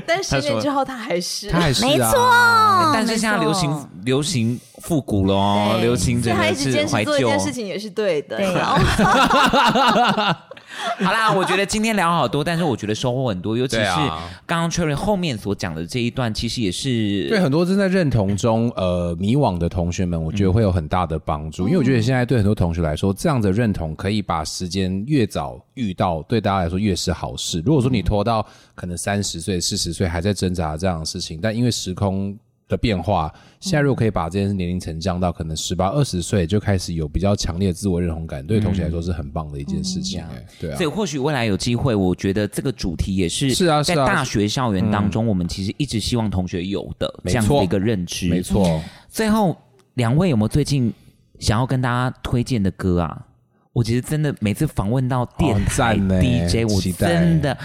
Speaker 4: 但
Speaker 1: 说
Speaker 4: 十年之后他还是
Speaker 2: 他还是、啊、
Speaker 3: 没错，
Speaker 4: 哦
Speaker 1: 但是
Speaker 3: 哦没
Speaker 1: 现在
Speaker 3: 错
Speaker 1: 流行流行复古了哦，
Speaker 3: 对
Speaker 1: 流行
Speaker 4: 所
Speaker 1: 整
Speaker 4: 以他
Speaker 1: 个
Speaker 4: 一直
Speaker 1: 是
Speaker 4: 坚
Speaker 1: 怀
Speaker 4: 持做一
Speaker 1: 旧
Speaker 4: 件。事情也是对的。
Speaker 3: 对啊
Speaker 4: 然后
Speaker 1: 好 啦，我觉得今天聊好多，但是我觉得收获很多，尤其
Speaker 2: 对
Speaker 1: 是
Speaker 2: 啊
Speaker 1: 刚刚 Cherry 后面所讲的这一段，其实也是
Speaker 2: 对啊很多正在认同中呃迷惘的同学们，我觉得会有很大的帮助，因为我觉得现在对很多同学来说，这样的认同可以把时间越早遇到，对大家来说越是好事。如果说你拖到可能三十岁、四十岁还在挣扎这样的事情，但因为时空。的变化，现在如果可以把这件事年龄层降到可能十八、二十岁就开始有比较强烈的自我认同感，对同学来说是很棒的一件事情、哎对啊，
Speaker 1: 所以或许未来有机会，我觉得这个主题也是
Speaker 2: 是啊
Speaker 1: 在
Speaker 2: 是啊
Speaker 1: 大学校园当中，我们其实一直希望同学有的
Speaker 2: 没
Speaker 1: 这样的
Speaker 2: 错
Speaker 1: 一个认知。
Speaker 2: 没。错。
Speaker 1: 最后，两位有没有最近想要跟大家推荐的歌啊？我其实真的每次访问到电台
Speaker 2: 哦赞呢
Speaker 1: DJ，、我
Speaker 2: 期待
Speaker 1: 真的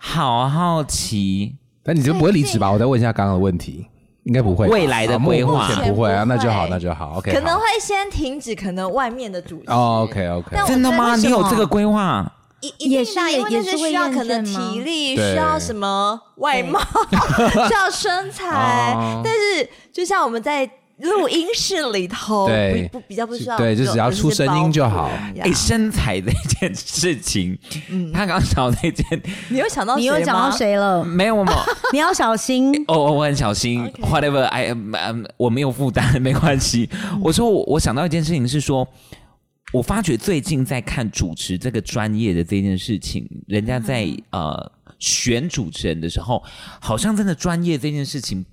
Speaker 1: 好好奇
Speaker 2: 但你就不会离职吧？我再问一下刚刚的问题，应该不会吧。
Speaker 1: 未来的
Speaker 2: 啊目
Speaker 1: 规划
Speaker 2: 目前不会啊，
Speaker 4: 目
Speaker 2: 那
Speaker 4: 前不会
Speaker 2: 就好，那就好。OK，
Speaker 4: 可能会先停止，可能外面的主持。
Speaker 2: 啊哦 OK OK，
Speaker 4: 但我
Speaker 1: 真的吗？
Speaker 4: 为
Speaker 1: 你
Speaker 4: 什么
Speaker 1: 有这个规划？
Speaker 4: 一一定
Speaker 3: 也
Speaker 4: 的啊
Speaker 3: 是
Speaker 4: 因为
Speaker 3: 也
Speaker 4: 那
Speaker 3: 是
Speaker 4: 是
Speaker 3: 会
Speaker 4: 需要
Speaker 3: 厌
Speaker 4: 可能
Speaker 3: 倦吗
Speaker 4: 体力，
Speaker 2: 对
Speaker 4: 需要什么 外貌，需要身材
Speaker 2: 哦。
Speaker 4: 但是就像我们在录音室里头，
Speaker 2: 对
Speaker 4: 不不比较不需要这种，
Speaker 2: 对就只要出声音就好
Speaker 4: 这
Speaker 1: 哎、
Speaker 4: 些包袱呀
Speaker 1: 身材这件事情，他刚刚想到那件
Speaker 4: 你有想到
Speaker 3: 你又
Speaker 4: 谁
Speaker 3: 讲到
Speaker 4: 吗？
Speaker 3: 谁了？
Speaker 1: 没有没有。
Speaker 3: 你要小心。
Speaker 1: 哦，哦我很小心
Speaker 4: OK
Speaker 1: ，whatever I am，um, 我没有负担， 没关系。
Speaker 4: 嗯
Speaker 1: 我说我我想到一件事情是说，我发觉最近在看主持这个专业的这件事情，人家在、
Speaker 4: 嗯
Speaker 1: 呃选主持人的时候，好像真的专业这件事情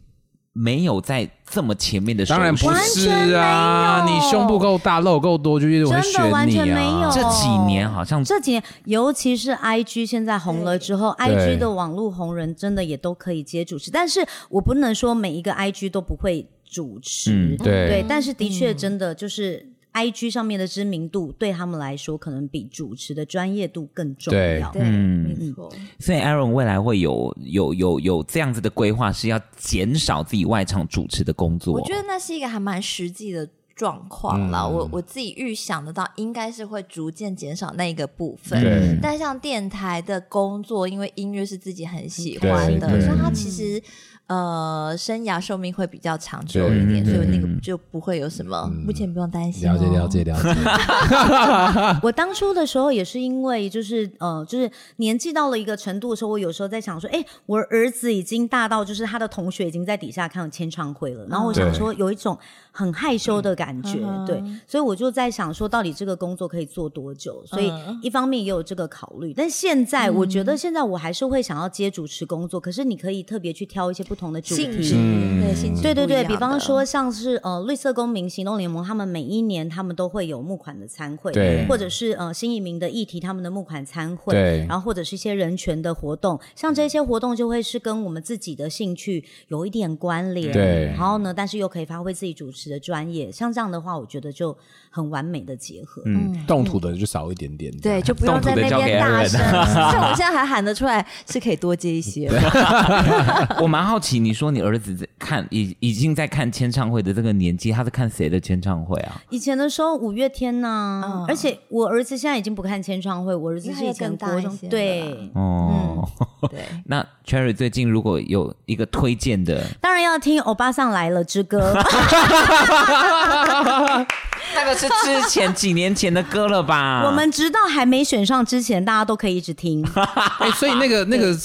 Speaker 1: 没有在这么前面的首
Speaker 2: 当然不
Speaker 1: 选
Speaker 2: 是啊，
Speaker 3: 完全没
Speaker 2: 你
Speaker 3: 有
Speaker 2: 胸部够大，肉够多，就越会
Speaker 3: 真的完
Speaker 2: 选
Speaker 3: 全
Speaker 2: 你
Speaker 3: 没有
Speaker 2: 啊。
Speaker 1: 这几
Speaker 4: 哦
Speaker 1: 年好像
Speaker 3: 这几年，尤其是 IG 现在红了之后
Speaker 2: 对
Speaker 3: ，IG 的网络红人真的也都可以接主持，但是我不能说每一个 IG 都不会主持，
Speaker 1: 嗯
Speaker 2: 对
Speaker 3: 但是的确真的就是。IG 上面的知名度对他们来说，可能比主持的专业度更重
Speaker 2: 对
Speaker 3: 要。
Speaker 4: 对，没
Speaker 2: 嗯
Speaker 4: 错。
Speaker 1: 所以 Aaron 未来会有有有有这样子的规划，是要减少自己外场主持的工作。
Speaker 4: 我觉得那是一个还蛮实际的状况啦。
Speaker 2: 嗯
Speaker 4: 我我自己预想得到，应该是会逐渐减少那一个部分。
Speaker 1: 嗯
Speaker 2: 对
Speaker 4: 但像电台的工作，因为音乐是自己很喜欢的
Speaker 2: 对，嗯对
Speaker 4: 所以它其实呃生涯寿命会比较长久
Speaker 2: 对嗯
Speaker 4: 一点，
Speaker 1: 对
Speaker 4: 所以
Speaker 1: 对
Speaker 4: 那个就不会有什么，目前不用担心、哦。
Speaker 2: 了解了解。了解，
Speaker 3: 我当初的时候也是因为就是呃，就是年纪到了一个程度的时候，我有时候在想说，哎，我儿子已经大到就是他的同学已经在底下看签唱会了，然后我想说有一种很害羞的感觉，
Speaker 4: 嗯
Speaker 3: 对，所以我就在想说，到底这个工作可以做多久？所以
Speaker 4: 嗯
Speaker 3: 一方面也有这个考虑，但现在我觉得现在我还是会想要接主持工作，可是你可以特别去挑一些不同的主题，
Speaker 4: 性质、
Speaker 2: 嗯
Speaker 4: 对性质
Speaker 3: 对对
Speaker 4: 不一
Speaker 3: 对，
Speaker 4: 样
Speaker 3: 比方
Speaker 4: 的
Speaker 3: 说像是呃绿色公民行动联盟，他们每一年他们都会有募款的参会，
Speaker 2: 对
Speaker 3: 或者是呃新移民的议题他们的募款参会，
Speaker 2: 对
Speaker 3: 然后或者是一些人权的活动，像这些活动就会是跟我们自己的兴趣有一点关联，
Speaker 2: 对
Speaker 3: 然后呢，但是又可以发挥自己主持的专业，像这样的话，我觉得就很完美的结合。
Speaker 2: 嗯，动土的就少一点点。
Speaker 4: 对，就不用
Speaker 1: 动土的
Speaker 4: 在那边
Speaker 1: 交给
Speaker 4: 大
Speaker 1: Aaron
Speaker 4: 声。 像我现在还喊得出来，是可以多接 一些。
Speaker 1: 我蛮好奇，你说你儿子在看已已经在看签唱会的这个年纪，他是看谁的签唱会啊？
Speaker 3: 以前的时候，五月天呐、而且我儿子现在已经不看签唱会，我儿子是以前
Speaker 4: 嗯因为他
Speaker 3: 国
Speaker 4: 更大
Speaker 3: 中
Speaker 4: 一些了
Speaker 3: 对。嗯
Speaker 1: 哦，
Speaker 2: 啊
Speaker 4: 对，
Speaker 1: 那 Cherry 最近如果有一个推荐 的，
Speaker 3: 当然要听《欧巴桑来了》之歌，
Speaker 1: 那个是之前几年前的歌了 吧？
Speaker 2: 啊
Speaker 3: 我们直到还没选上之前，大家都可以一直听。
Speaker 2: 哎，所以那个那个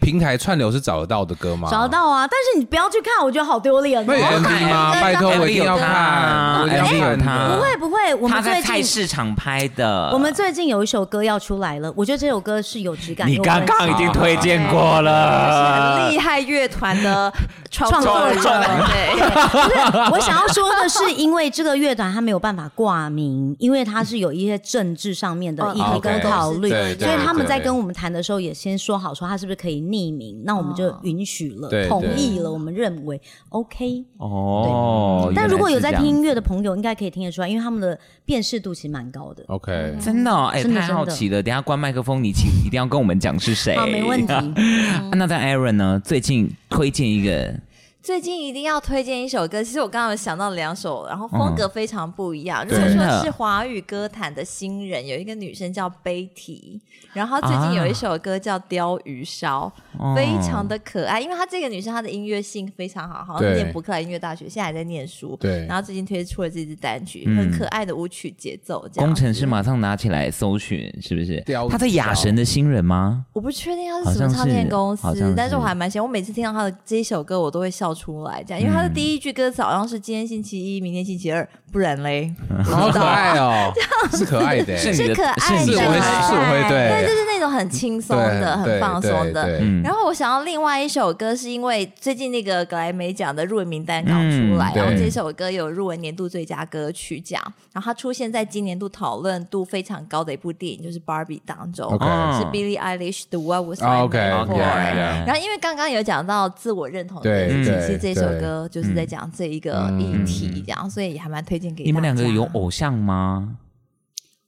Speaker 2: 平台串流是找得到的歌吗？
Speaker 3: 找得。到啊，但是你不要去看，我觉得好丢脸哦。
Speaker 2: 那有
Speaker 1: 我看
Speaker 2: MV 吗？
Speaker 1: MV
Speaker 2: 拜托，
Speaker 1: 啊
Speaker 2: 我一定要看，我一定要
Speaker 1: MV 有
Speaker 2: 看
Speaker 1: 他
Speaker 2: 的
Speaker 3: 不会不会，我
Speaker 1: 他
Speaker 3: 们
Speaker 1: 在
Speaker 3: 最
Speaker 1: 菜
Speaker 3: 近
Speaker 1: 市场拍的，
Speaker 3: 我们最近有一首歌要出来了，我觉得这首歌是有质感。
Speaker 6: 你
Speaker 3: 有
Speaker 6: 刚
Speaker 3: 关
Speaker 6: 刚
Speaker 3: 系
Speaker 6: 已经推荐过
Speaker 4: 是很
Speaker 6: 了
Speaker 4: 厉，害乐团 的创作
Speaker 3: 创
Speaker 4: 人，
Speaker 3: 作人
Speaker 4: 对，
Speaker 3: 不是，我想要说的是，因为这个乐团他没有办法挂名，因为他是有一些政治上面的
Speaker 4: 哦
Speaker 3: 议题跟
Speaker 2: OK，
Speaker 3: 考虑，
Speaker 2: 对对
Speaker 3: 所以他们在
Speaker 2: 对
Speaker 3: 跟我们谈的时候也先说好，说他是不是可以匿名，那我们就允许了
Speaker 2: 对，
Speaker 3: 同意了，我们认为 OK。
Speaker 1: 哦，原来
Speaker 3: 但如果有
Speaker 1: 是
Speaker 3: 在
Speaker 1: 这样
Speaker 3: 听音乐的朋友，应该可以听得出来，因为他们的辨识度其实蛮高的。
Speaker 2: OK，
Speaker 1: 真的、哦，哎、
Speaker 3: 真的
Speaker 1: 太好
Speaker 3: 真的
Speaker 1: 奇了。等一下关麦克风，你请一定要跟我们讲是谁。
Speaker 3: 好，没问 题。
Speaker 1: 啊那在 Aaron 呢？最近推荐一个
Speaker 4: 最近一定要推荐一首歌，其实我刚刚有想到两首，然后风格非常不一样。如
Speaker 2: 对
Speaker 4: 果
Speaker 1: 真的
Speaker 4: 说是华语歌坛的新人，有一个女生叫 Betty，然后她最
Speaker 1: 啊
Speaker 4: 近有一首歌叫《鲷鱼烧》，
Speaker 1: 哦
Speaker 4: 非常的可爱。因为她这个女生她的音乐性非常好，好像
Speaker 2: 对
Speaker 4: 是念伯克莱音乐大学，现在还在念书。
Speaker 2: 对
Speaker 4: 然后最近推出了这支单曲，
Speaker 1: 嗯
Speaker 4: 很可爱的舞曲节奏。这样
Speaker 1: 工程师马上拿起来搜寻，是不是
Speaker 2: 雕？
Speaker 1: 他在雅神的新人吗？
Speaker 4: 我不确定他是什么唱片公
Speaker 1: 好像是
Speaker 4: 司，但是我还蛮喜欢。我每次听到他的这一首歌，我都会笑出来，这样，因为他的第一句歌词好像是今天星期一，明天星期二，不然嘞，
Speaker 2: 好可爱哦，是可爱的欸，
Speaker 1: 是你的
Speaker 4: 可爱
Speaker 1: 是
Speaker 4: 的，
Speaker 1: 你
Speaker 2: 是
Speaker 1: 的
Speaker 2: 我会，
Speaker 1: 可爱
Speaker 2: 是我会
Speaker 4: 对，就
Speaker 2: 对，
Speaker 4: 是那种很轻松的、
Speaker 2: 对
Speaker 4: 很放松的。
Speaker 2: 对对对
Speaker 1: 嗯
Speaker 4: 然后我想到另外一首歌，是因为最近那个格莱美奖的入围名单刚出
Speaker 2: 嗯，
Speaker 4: 来
Speaker 2: 对
Speaker 4: 然后这首歌有入围年度最佳歌曲奖，然后它出现在今年度讨论度非常高的一部电影，就是《Barbie》当中，
Speaker 2: OK
Speaker 4: 是
Speaker 1: 哦
Speaker 4: Billie Eilish 的《What Was I
Speaker 2: 嗯啊
Speaker 4: Made
Speaker 2: ，OK，
Speaker 4: For》。
Speaker 2: yeah，yeah
Speaker 4: 然后因为刚刚有讲到自我认同
Speaker 2: 对
Speaker 4: 的议题，
Speaker 2: 对嗯
Speaker 4: 其实这首
Speaker 2: 对
Speaker 4: 歌就是在讲这一个议题，这样，所以也还蛮推荐给
Speaker 1: 你们
Speaker 4: 大
Speaker 1: 两个
Speaker 4: 家
Speaker 1: 有偶像吗？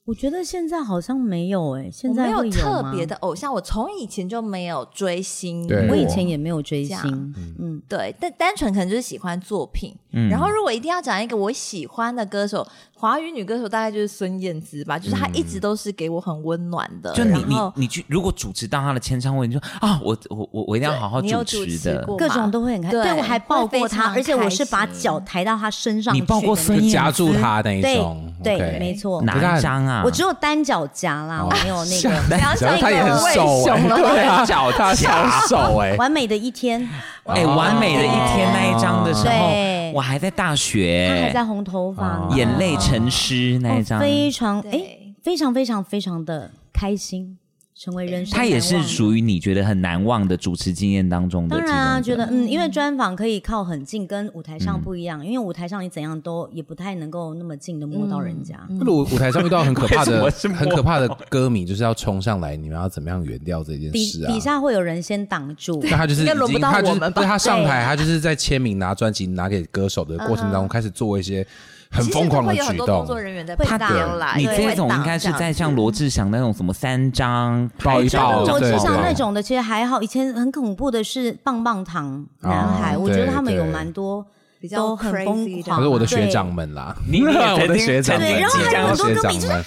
Speaker 3: 我觉得现在好像没有哎、现
Speaker 4: 我
Speaker 3: 在
Speaker 4: 没有
Speaker 3: 会
Speaker 4: 特
Speaker 3: 吗
Speaker 4: 别的，偶像，我从以前就没有追星过，
Speaker 2: 对
Speaker 1: 嗯
Speaker 3: 我以前也没有追
Speaker 4: 这样
Speaker 3: 星，嗯，
Speaker 4: 对，但单纯可能就是喜欢作品。
Speaker 1: 嗯
Speaker 4: 然后如果一定要讲一个我喜欢的歌手，华语女歌手大概就是孙燕姿吧，就是她一
Speaker 2: 嗯
Speaker 4: 直都是给我很温暖的。
Speaker 1: 就你
Speaker 4: 然
Speaker 1: 你
Speaker 4: 后
Speaker 1: 你去，如果主持到他的签唱会，你说啊，我我我我一定要好好
Speaker 4: 对你有
Speaker 1: 主
Speaker 4: 主
Speaker 1: 持
Speaker 4: 持
Speaker 1: 的。
Speaker 4: 过
Speaker 3: 各
Speaker 4: 嘛
Speaker 3: 种都会很开心。
Speaker 4: 对
Speaker 3: 对我还抱
Speaker 4: 会
Speaker 3: 过
Speaker 4: 非
Speaker 3: 他，
Speaker 4: 常
Speaker 3: 而且我是把
Speaker 4: 开心
Speaker 3: 脚抬到他身上去
Speaker 1: 你
Speaker 3: 的那
Speaker 1: 抱
Speaker 3: 种。
Speaker 1: 过孙
Speaker 2: 就
Speaker 1: 燕
Speaker 2: 夹住
Speaker 1: 姿
Speaker 2: 他那一
Speaker 3: 对
Speaker 2: 种，
Speaker 3: 嗯对，
Speaker 2: OK
Speaker 3: 没错。
Speaker 1: 哪一张啊？
Speaker 3: 我只有单脚夹啦，
Speaker 1: 哦
Speaker 3: 我没有那个
Speaker 4: 两
Speaker 2: 然后
Speaker 4: 个
Speaker 2: 他也很瘦哎，对 啊，脚他小手哎，
Speaker 3: 完美的 一天，
Speaker 1: 哎，
Speaker 2: 哦
Speaker 1: 完美的一天那一张的时候
Speaker 3: 对，
Speaker 1: 我还在大
Speaker 3: 他还
Speaker 1: 学，
Speaker 3: 在红头发呢，
Speaker 1: 哦眼泪成诗那一张
Speaker 3: 哦，非常
Speaker 4: 对
Speaker 3: 哎，非常非常非常的开心，成为人生
Speaker 1: 他也
Speaker 3: 难忘
Speaker 1: 是
Speaker 3: 的
Speaker 1: 属于你觉得很难忘的主持经验当中的
Speaker 3: 当
Speaker 1: 其中一个。
Speaker 3: 然啊，觉得嗯，因为专访可以靠很近，跟舞台上不
Speaker 2: 嗯
Speaker 3: 一样，因为舞台上你怎样都也不太能够那么近的摸到人家。
Speaker 2: 舞舞台上遇到很可怕的
Speaker 1: 为什、么是
Speaker 2: 很可怕的歌迷，就是要冲上来，你们要怎么样圆掉这件
Speaker 3: 底
Speaker 2: 事啊
Speaker 3: 底？下会有人先挡住，
Speaker 2: 那他就是已
Speaker 4: 应该轮不
Speaker 2: 经，
Speaker 4: 到
Speaker 2: 他就
Speaker 4: 我
Speaker 2: 是
Speaker 4: 们吧
Speaker 2: 对他上台，
Speaker 3: 对
Speaker 2: 他就是在签名、拿专辑、拿给歌手的过程当中，开始做一些很
Speaker 4: 其实
Speaker 2: 疯
Speaker 4: 都
Speaker 2: 狂的
Speaker 4: 会有很
Speaker 2: 举
Speaker 4: 多
Speaker 2: 动
Speaker 4: 工，作人员在
Speaker 3: 会
Speaker 4: 旁
Speaker 3: 打
Speaker 4: 边啦，
Speaker 1: 你
Speaker 4: 对
Speaker 1: 这
Speaker 4: 会
Speaker 1: 种
Speaker 4: 挡
Speaker 1: 应该是
Speaker 4: 这样
Speaker 1: 在
Speaker 3: 嗯
Speaker 4: 子
Speaker 1: 像罗志祥那种什么三张
Speaker 2: 抱一抱
Speaker 1: 拍照
Speaker 3: 罗志
Speaker 2: 对
Speaker 3: 祥
Speaker 2: 对
Speaker 3: 那种的其实还好，以前很恐怖的是棒棒糖
Speaker 2: 哦
Speaker 3: 男孩，我觉
Speaker 2: 对
Speaker 3: 得他们有
Speaker 2: 对
Speaker 3: 蛮多
Speaker 4: 比较
Speaker 3: 都很
Speaker 4: crazy
Speaker 3: 疯
Speaker 4: 的
Speaker 3: 狂，
Speaker 2: 可是我的
Speaker 3: 啊对
Speaker 2: 学长们啦，
Speaker 1: 你你也
Speaker 2: 我
Speaker 1: 曾
Speaker 2: 的
Speaker 1: 经
Speaker 2: 学长们，
Speaker 1: 对然后
Speaker 3: 还有很多
Speaker 2: 即将的学
Speaker 3: 歌
Speaker 2: 长
Speaker 3: 迷就是
Speaker 2: 们。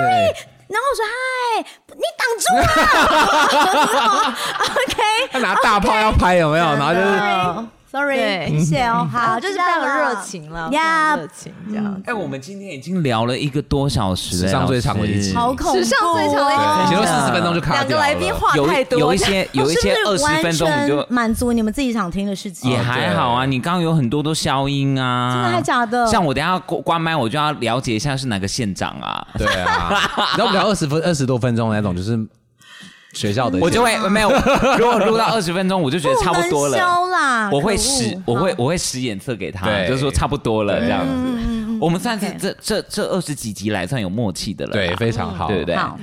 Speaker 2: 对，
Speaker 3: 然后我说嗨，你挡
Speaker 2: 他拿大炮要拍有没有？然后就
Speaker 3: 住
Speaker 2: 是
Speaker 4: 哦
Speaker 3: 了，sorry，
Speaker 4: 对
Speaker 3: 谢谢哦，
Speaker 4: 啊，
Speaker 3: 好，
Speaker 4: 就是
Speaker 3: 知
Speaker 4: 非
Speaker 3: 道
Speaker 4: 常
Speaker 3: 了
Speaker 4: 热情了，非
Speaker 3: 呀
Speaker 4: 常热情这样。
Speaker 1: 哎，我们今天已经聊了一个多小时了，
Speaker 2: 史上最长的一集
Speaker 3: 好恐怖哦，
Speaker 4: 史上最长的一
Speaker 2: 对，以前都
Speaker 1: 真的
Speaker 2: 四十分钟就卡
Speaker 4: 两
Speaker 2: 掉
Speaker 4: 个
Speaker 2: 了。
Speaker 4: 来宾话
Speaker 1: 有
Speaker 4: 太多，
Speaker 1: 有一些有一些
Speaker 3: 哦是不
Speaker 1: 二
Speaker 3: 是
Speaker 1: 十
Speaker 3: 完
Speaker 1: 分钟你就
Speaker 3: 全满足你们自己想听的事情
Speaker 1: 也，还好啊。
Speaker 2: 对
Speaker 1: 你刚刚有很多都消音啊，
Speaker 3: 真的还假的？
Speaker 1: 像我等一下关关麦，我就要了解一下是哪个县长啊。
Speaker 2: 对啊，然后我们聊二十分二十多分钟那种，就是学校的一些，
Speaker 1: 我就会没有，如果录到二十分钟，我就觉得差不多
Speaker 3: 啊不能
Speaker 1: 了。
Speaker 3: 消啦，
Speaker 1: 我会
Speaker 3: 可恶
Speaker 1: 使，我会我会使眼色给他，
Speaker 2: 对
Speaker 1: 就是说差不多了
Speaker 2: 对
Speaker 1: 这样子。
Speaker 3: 嗯嗯嗯
Speaker 1: 我们算是这这这二十几集来算有默契的了啦，
Speaker 2: 对非常好，
Speaker 1: 对不对？
Speaker 3: 好，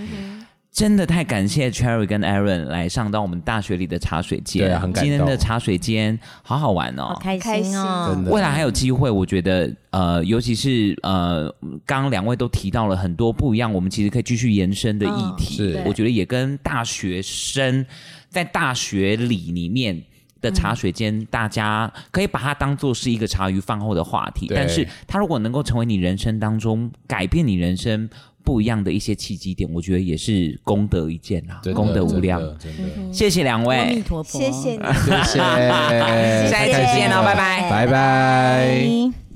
Speaker 1: 真的太感谢 Cherry 跟 Aaron 来上到我们大学里的茶水间，
Speaker 2: 对啊很感动
Speaker 1: 今天的茶水间好好玩
Speaker 3: 好
Speaker 1: 哦。
Speaker 3: 开
Speaker 4: 开
Speaker 3: 心
Speaker 4: 心
Speaker 3: 哦，
Speaker 2: 真的
Speaker 1: 未来还有机会，我觉得，呃，尤其是呃，刚刚两位都提到了很多不一样，我们其实可以继续延伸的议题。
Speaker 2: 嗯是
Speaker 1: 我觉得也跟大学生在大学里里面的茶水间，大家可以把它当做是一个茶余饭后的话题，
Speaker 2: 对
Speaker 1: 但是它如果能够成为你人生当中改变你人生不一样的一些契机点，我觉得也是功德一件啦，
Speaker 2: 真的
Speaker 1: 功德无量。
Speaker 2: 真的，真的
Speaker 1: 谢谢两
Speaker 3: 阿弥
Speaker 1: 位，
Speaker 3: 陀佛，
Speaker 4: 谢谢你。
Speaker 2: 谢谢，
Speaker 1: 哎 下一次见哦拜拜
Speaker 2: 拜拜。
Speaker 3: 拜。